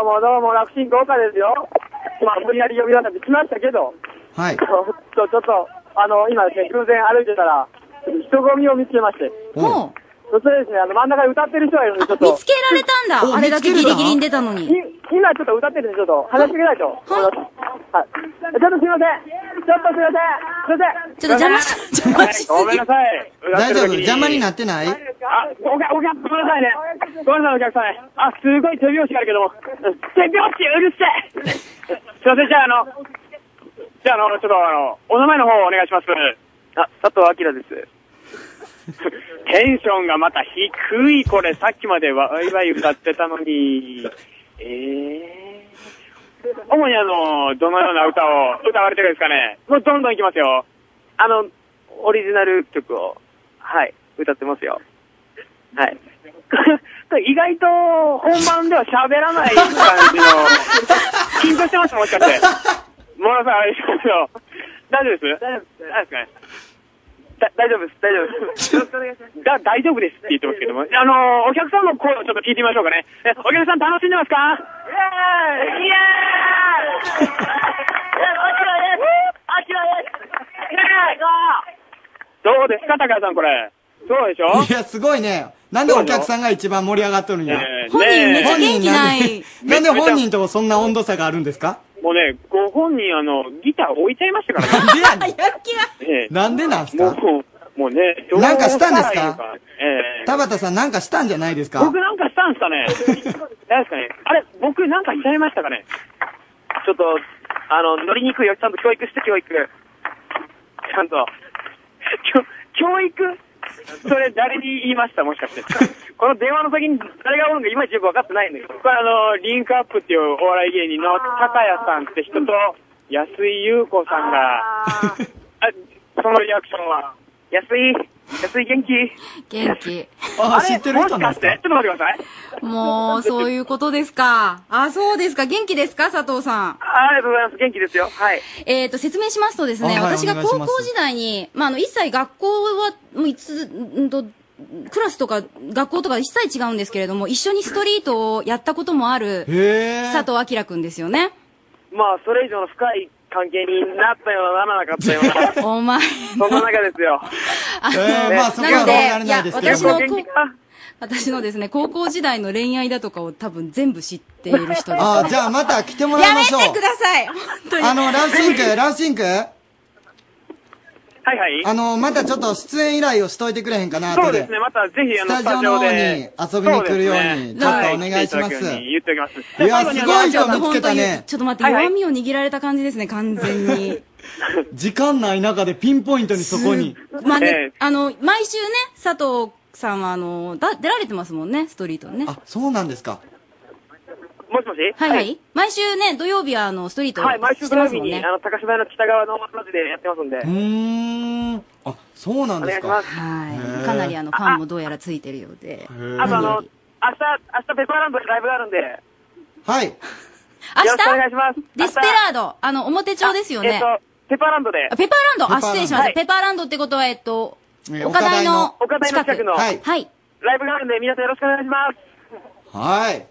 S8: もどうも、楽進豪華ですよ。まあ、無理やり呼び出されてきましたけど、
S2: はい
S8: ち。ょっと、ちょっと、あの、今ですね、偶然歩いてたら、人混みを見つけまして。
S3: ほ
S8: そしてですね、あの、真ん中で歌ってる人がいるんで、ちょっと。
S3: 見つけられたんだ。あれだけギリギリに出たのに。
S8: 今ちょっと歌ってるんで、ちょっと話してくれないと。はい。ちょっとすいません。ちょっとすいません。すいま
S3: ち
S8: せん。
S3: ょっと邪魔し、邪魔しすぎ。
S8: ご
S2: 大丈夫邪魔に
S8: めんなさい。
S2: なってない
S8: す
S14: あ、お客、お客、ごめんなさいね。ごめんなさい、お客さんね。あ、すごい手拍子があるけども。 うん手拍子うるせえ すいません、じゃあ、あの、じゃあ、あの、ちょっと、あの、お名前の方お願いします。あ、佐藤明です。 テンションがまた低い、これ。さっきまでワイワイ歌ってたのに。ええ主にあの、どのような歌を歌われてるんですかねもうどんどんいきますよ。あの、オリジナル曲を、はい、歌ってますよ。はい。 意外と本番では喋らない感じの、 緊張してますもしかして。モラさん、あれしますよ。大丈夫です大丈夫ですかねだ大丈夫です、大丈夫です。よろしくお願いします。だ、大丈夫ですって言ってますけども。あのーお客さんの声をちょっと聞いてみましょうかね。えお客さん楽しんでますかイエーイイエーイあちらですどうですか、高橋さん、これ。そうでしょ
S2: いや、すごいね。なんでお客さんが一番盛り上がっとるんや。
S14: ねえ本人めっちゃ元気ない
S2: 本人なんでなんで本人とそんな温度差があるんですか
S14: もうね、ご本人、あの、ギター置いちゃいましたからね。
S2: なんでなんすか
S14: もう、もうね、
S2: なんかしたんですか
S14: どうしたらいいのかええ
S2: 田畑さんなんかしたんじゃないですか
S14: 僕なんかしたんすかね何ですかねあれ、僕なんかしちゃいましたかねちょっと、あの、乗りにくいよ。ちゃんと教育して、教育。ちゃんと。きょ教育それ誰に言いましたもしか して。この電話の先に誰がおるのかいまいちよく分かってないんだけど。これあの、リンクアップっていうお笑い芸人の高谷さんって人と、安井優子さんが、あそのリアクションは。安井、安井元気
S3: 元気。
S14: あれもしかしてちょっと待ってください。
S3: もう、そういうことですか。あ、そうですか。元気ですか佐藤さん。
S14: ありがとうございます。元気ですよ。はい。
S3: えっ、と、説明しますとですね、
S14: あはい
S3: 私が
S14: お願いし
S3: 高
S14: ま
S3: 校
S14: す
S3: 時代に、まあ、あの、一切学校は、もういつ、んと、クラスとか学校とか一切違うんですけれども、一緒にストリートをやったこともある、
S14: へー
S3: 佐藤明くんですよね。
S14: まあ、それ以上の深い関係になったような、ならなかったよう な。
S3: お前。
S14: そんな中ですよ。
S3: あの
S14: えーまあそこは
S3: なの
S14: どうなれ
S3: で、い
S14: ない
S3: や、
S14: ですけど
S3: 私の
S14: 元
S3: こ、私のですね、高校時代の恋愛だとかを多分全部知っている人です。
S2: あーじゃあまた来てもらいましょう
S3: やめてください本当に
S2: あの、ランシンク、ランシンク
S14: はいはい。
S2: あの、またちょっと出演依頼をしといてくれへんかな、
S14: そ
S2: 後
S14: うですね、またぜひ、あの、
S2: スタ
S14: スタ
S2: ジ
S14: ジ
S2: オの
S14: オ
S2: 方に
S14: で。
S2: 遊びに来るように
S14: そ
S2: ちょっと
S14: ですね
S2: お願いします
S14: は来てただくように言っておきます。
S2: いや
S14: 最後に
S2: すごい
S3: ちょっ
S2: 人
S3: と
S2: 見つ
S3: 本
S2: け
S3: 当
S2: た
S3: に
S2: ね、
S3: ちょっと待って、弱みを握られた感じですね、完全に。
S2: 時間ない中でピンポイントにそこに。
S3: まあね、あの、毎週ね、佐藤さんは、あの、だ出られてますもんね、ストリートにね。
S2: あ、そうなんですか。
S14: もしもし
S3: はいはい。毎週ね、土曜日は、あの、ストリート
S14: はい、毎週
S3: して
S14: 土
S3: ま
S14: 曜
S3: す
S14: 日
S3: もん
S14: に、
S3: ね
S14: あ。の、高島屋の北側の路地でやってますんで。
S2: うーん。あ、そうなんです
S14: お願
S2: か
S14: いし。
S2: は
S3: かなりあの、ファンもどうやらついてるようで。
S2: ー
S14: あとあの、明日、明日ペパーランドでライブがあるんで。
S2: はい。
S3: 明日
S14: よろしくお願いします。
S3: ディスペラード、あの、表町ですよ
S14: えっ
S3: ね。
S14: と、ペパーランドで
S3: あ。ペパーランド、あ、
S14: ペパーランド
S3: 失礼しま
S14: は
S3: し
S14: い
S3: た。ペパーランドってことは、えっと、
S14: えー
S3: 岡大の
S14: 岡大の近くのはい
S3: はい。
S14: ライブがあるんで、皆さんよろしくお願いします。
S2: はい。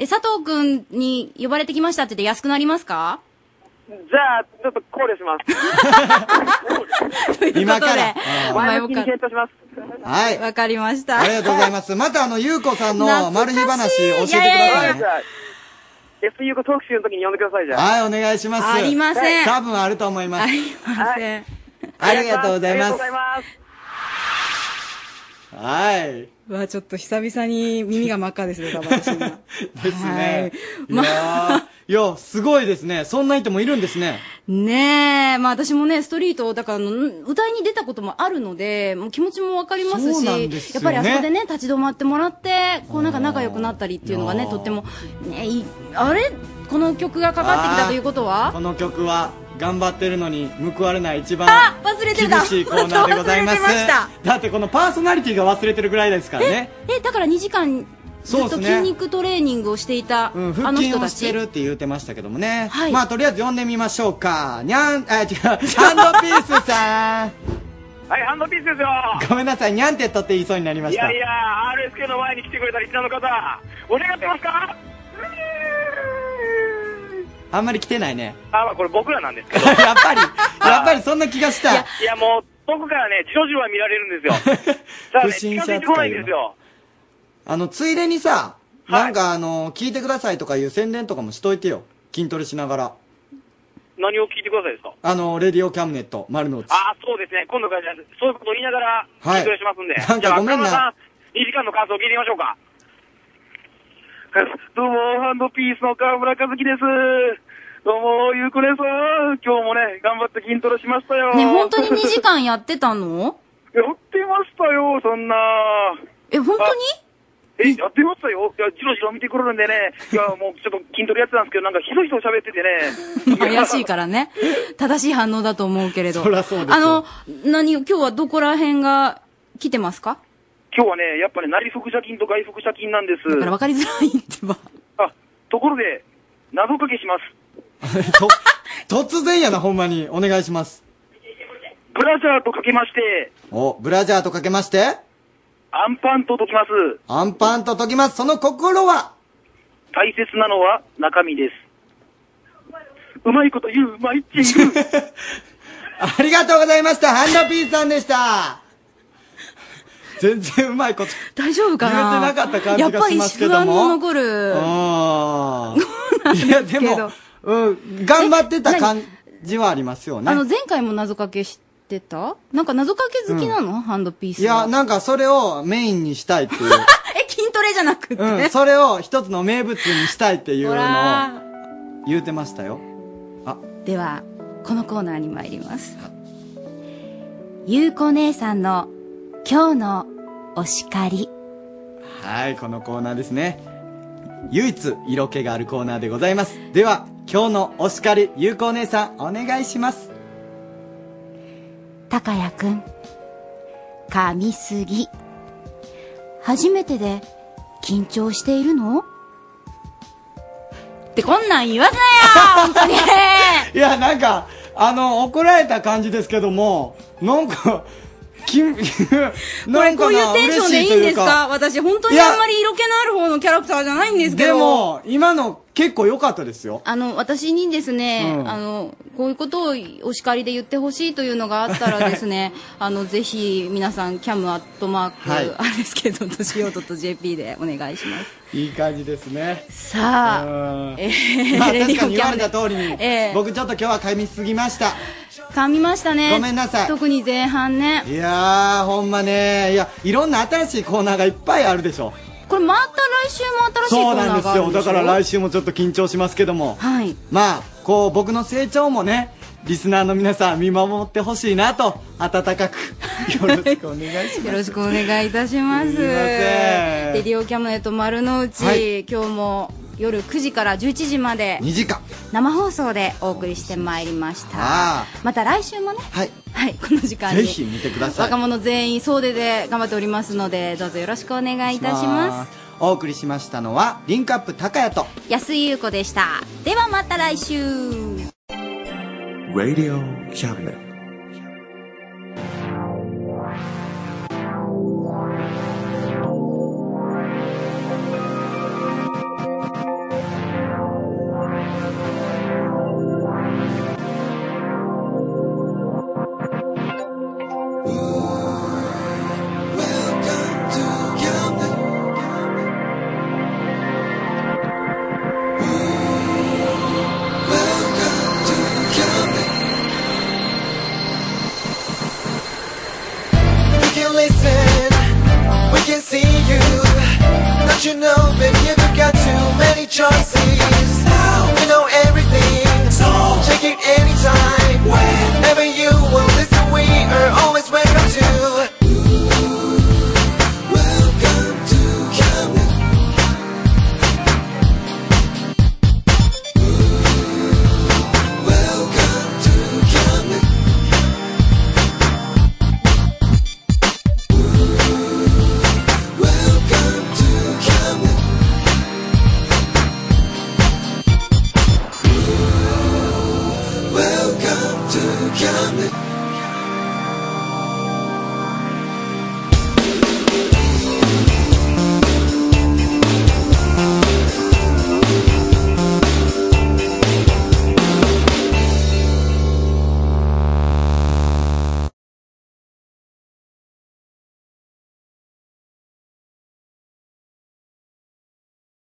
S3: え、佐藤くんに呼ばれてきましたって言って安くなりますか
S14: じゃあ、ちょっと考慮します。
S2: 今から。
S3: お
S2: うん
S3: 前もか。
S2: はい。
S3: わかりました。
S2: ありがとうございます。またあの、ゆうこさんのマル秘話教えてく
S14: いや
S2: だ
S14: いや
S2: さ
S14: い
S2: いね。
S14: や SU トーク集の時に呼んでください、じゃあ。
S2: はい、お願いします。
S14: ありません
S2: 多分あると思います。
S3: ません。
S2: ありがとうございま
S14: ありがと
S2: す
S14: うござ。います。
S2: はい。
S3: わ、ちょっと久々に耳が真っ赤ですね、多分私今。
S2: ですね。いやーいや、すごいですね。そんな人もいるんですね。
S3: ねえ、まあ私もね、ストリート、だからあの、ん歌いに出たこともあるので、もう気持ちもわかります
S2: そう
S3: し、
S2: なんです
S3: や
S2: よ
S3: っぱ
S2: ね
S3: りあそこでね、立ち止まってもらって、こうなんか仲良くなったりっていうのが
S2: い
S3: ね、
S2: やー
S3: とっても、ね、いいあれこの曲がかかってきたということは
S2: この曲は、頑張ってるのに報われない一番
S3: あ忘れてた
S2: 厳しいコーナーでございます。
S3: 忘れてました
S2: だってこのパーソナリティが忘れてるぐらいですからね。
S3: え、えだから2時間、ず
S2: そう
S3: っ
S2: です
S3: と
S2: ね
S3: 筋肉トレーニングをしていた、
S2: うん、
S3: あ
S2: 腹
S3: の
S2: 筋
S3: 人
S2: を
S3: た
S2: して
S3: ち。
S2: るって言ってましたけどもね。
S3: はい
S2: まあ、とりあえず呼んでみましょうか。にゃん、あ、違う、ハンドピースさん。
S14: はい、ハンドピースですよ。
S2: ごめんなさい、にゃんってとって言いそうになりま
S14: い
S2: した。
S14: やいや、RSK の前に来てくれたリスナーの方、お願いしますか
S2: あんまり来てないね。
S14: あ、まあこれ僕らなんですけど。
S2: やっぱり、やっぱりそんな気がした。
S14: いや、もう、僕からね、じろじろは見られるんですよ。 さあね、
S2: 不
S14: 近
S2: 審者
S14: づいてこないんですよ。
S2: あの、ついでにさ、なんかあの、聞いてくださいとかいう宣伝とかもしといてよ。筋トレしながら。
S14: 何を聞いてくださいですか
S2: あの、レディオキャムネット、丸の内。
S14: ああ、そうですね。今度からじゃあそういうこと言いながら、
S2: はい
S14: お送りしますんで。
S2: なんかごめんな
S14: じゃあ、赤間さん、2時間の感想を聞いてみましょうか。どうも、ハンドピースの川村和樹です。どうも、ゆうこねさん。今日もね、頑張って筋トレしましたよ。
S3: ね、本当に2時間やってたの
S14: やってましたよ、そんな。
S3: え、本当に
S14: え、やってましたよ。いや、じろじろ見てくるんでね。いや、もうちょっと筋トレやってたんですけど、なんかひどい人と喋ってて ね。
S3: 怪しいからね。正しい反応だと思うけれど。
S14: そらそうですよ
S3: あの、何、今日はどこら辺が来てますか
S14: 今日はね、やっぱね、内腹斜筋と外腹斜筋なんです。
S3: だから分かりづらいってば。
S14: あ、ところで、謎かけします。
S2: と、突然やな、ほんまに。お願いします。
S14: ブラジャーとかけまして、
S2: お、ブラジャーとかけまして、
S14: アンパンと解きます。
S2: アンパンと解きます。その心は、
S14: 大切なのは中身です。うまいこと言う、うまいっち言う。
S2: ありがとうございました。ハンダピースさんでした。全然うまいこと。
S3: 大丈夫かな
S2: 言えてなかった感じがしますけども。
S3: やっぱり不安の残 る。
S2: ああ。いや、でも、うん、頑張ってた感じはありますよね
S3: あ。の、前回も謎かけしてたなんか謎かけ好きなの、ハンドピース
S2: いや、なんかそれをメインにしたいって いう。
S3: え、筋トレじゃなくて。
S2: うん、それを一つの名物にしたいっていう
S3: ほ
S2: のを
S3: ら
S2: 言うてましたよ。あ、
S3: では、このコーナーに参ります。ゆうこ姉さんの今日のお叱り。
S2: はい、このコーナーですね。唯一色気があるコーナーでございます。では、今日のお叱り、ゆうこお姉さん、お願いします。
S3: 高谷くん噛みすぎ初めてで緊張しているのってこんなん言わせなよ 本当に
S2: いや、なんか、あの、怒られた感じですけども、なんか、きん、
S3: こ
S2: な
S3: れ
S2: ん
S3: こ
S2: か
S3: ういう
S2: な
S3: テンションでいいんですか私本当に
S2: いや
S3: あんまり色気のある方のキャラクターじゃないんですけ
S2: で
S3: ど
S2: も、今の結構良かったですよ。
S3: あの私にですね、
S2: うん
S3: あのこういうことをお叱りで言ってほしいというのがあったらです ねあのぜひ皆さんキャムアットマーク、
S2: はい
S3: あれですけどとしようと .jp でお願いします
S2: いい感じですね。
S3: さ
S2: あ、
S3: えー
S2: まあ
S3: レディオ
S2: 確かに言われ
S3: キャ
S2: た通りに、
S3: えー
S2: 僕ちょっと今日は噛みすぎました。
S3: 噛みましたね
S2: ごめんなさい
S3: 特に前半ね
S2: いやー、ほんまねいや、いろんな新しいコーナーがいっぱいあるでしょ。
S3: これまた来週も新しいコ
S2: そう
S3: ーナ
S2: なん
S3: ー
S2: です
S3: がある
S2: よ。
S3: んで
S2: だ
S3: しょ
S2: から来週もちょっと緊張しますけども。
S3: はい
S2: まあ、こう、僕の成長もね、リスナーの皆さん見守ってほしいなと、温かく、よろしくお願いします。
S3: よろしくお願いいたします。
S2: すいません
S3: レディオキャムネット丸の内、
S2: はい
S3: 今日も夜9時から11時まで
S2: 2時間。
S3: 生放送でお送りしてまいりました。
S2: あ
S3: また来週もね、
S2: はい、
S3: この時
S2: あ、
S3: 間
S2: ぜひ
S3: に
S2: 見てください。
S3: 若者全員総出で頑張っておりますので、どうぞよろしくお願いいたします。
S2: お送りしましたのは、リンクアップ高谷と、
S3: 安井優子でした。ではまた来週。
S10: Radio Cabinet.
S4: We can listen, we can see you. Don't you know, baby, you got too many choices. Now we know everything, so check it anytime. Whenever you will listen, we are always.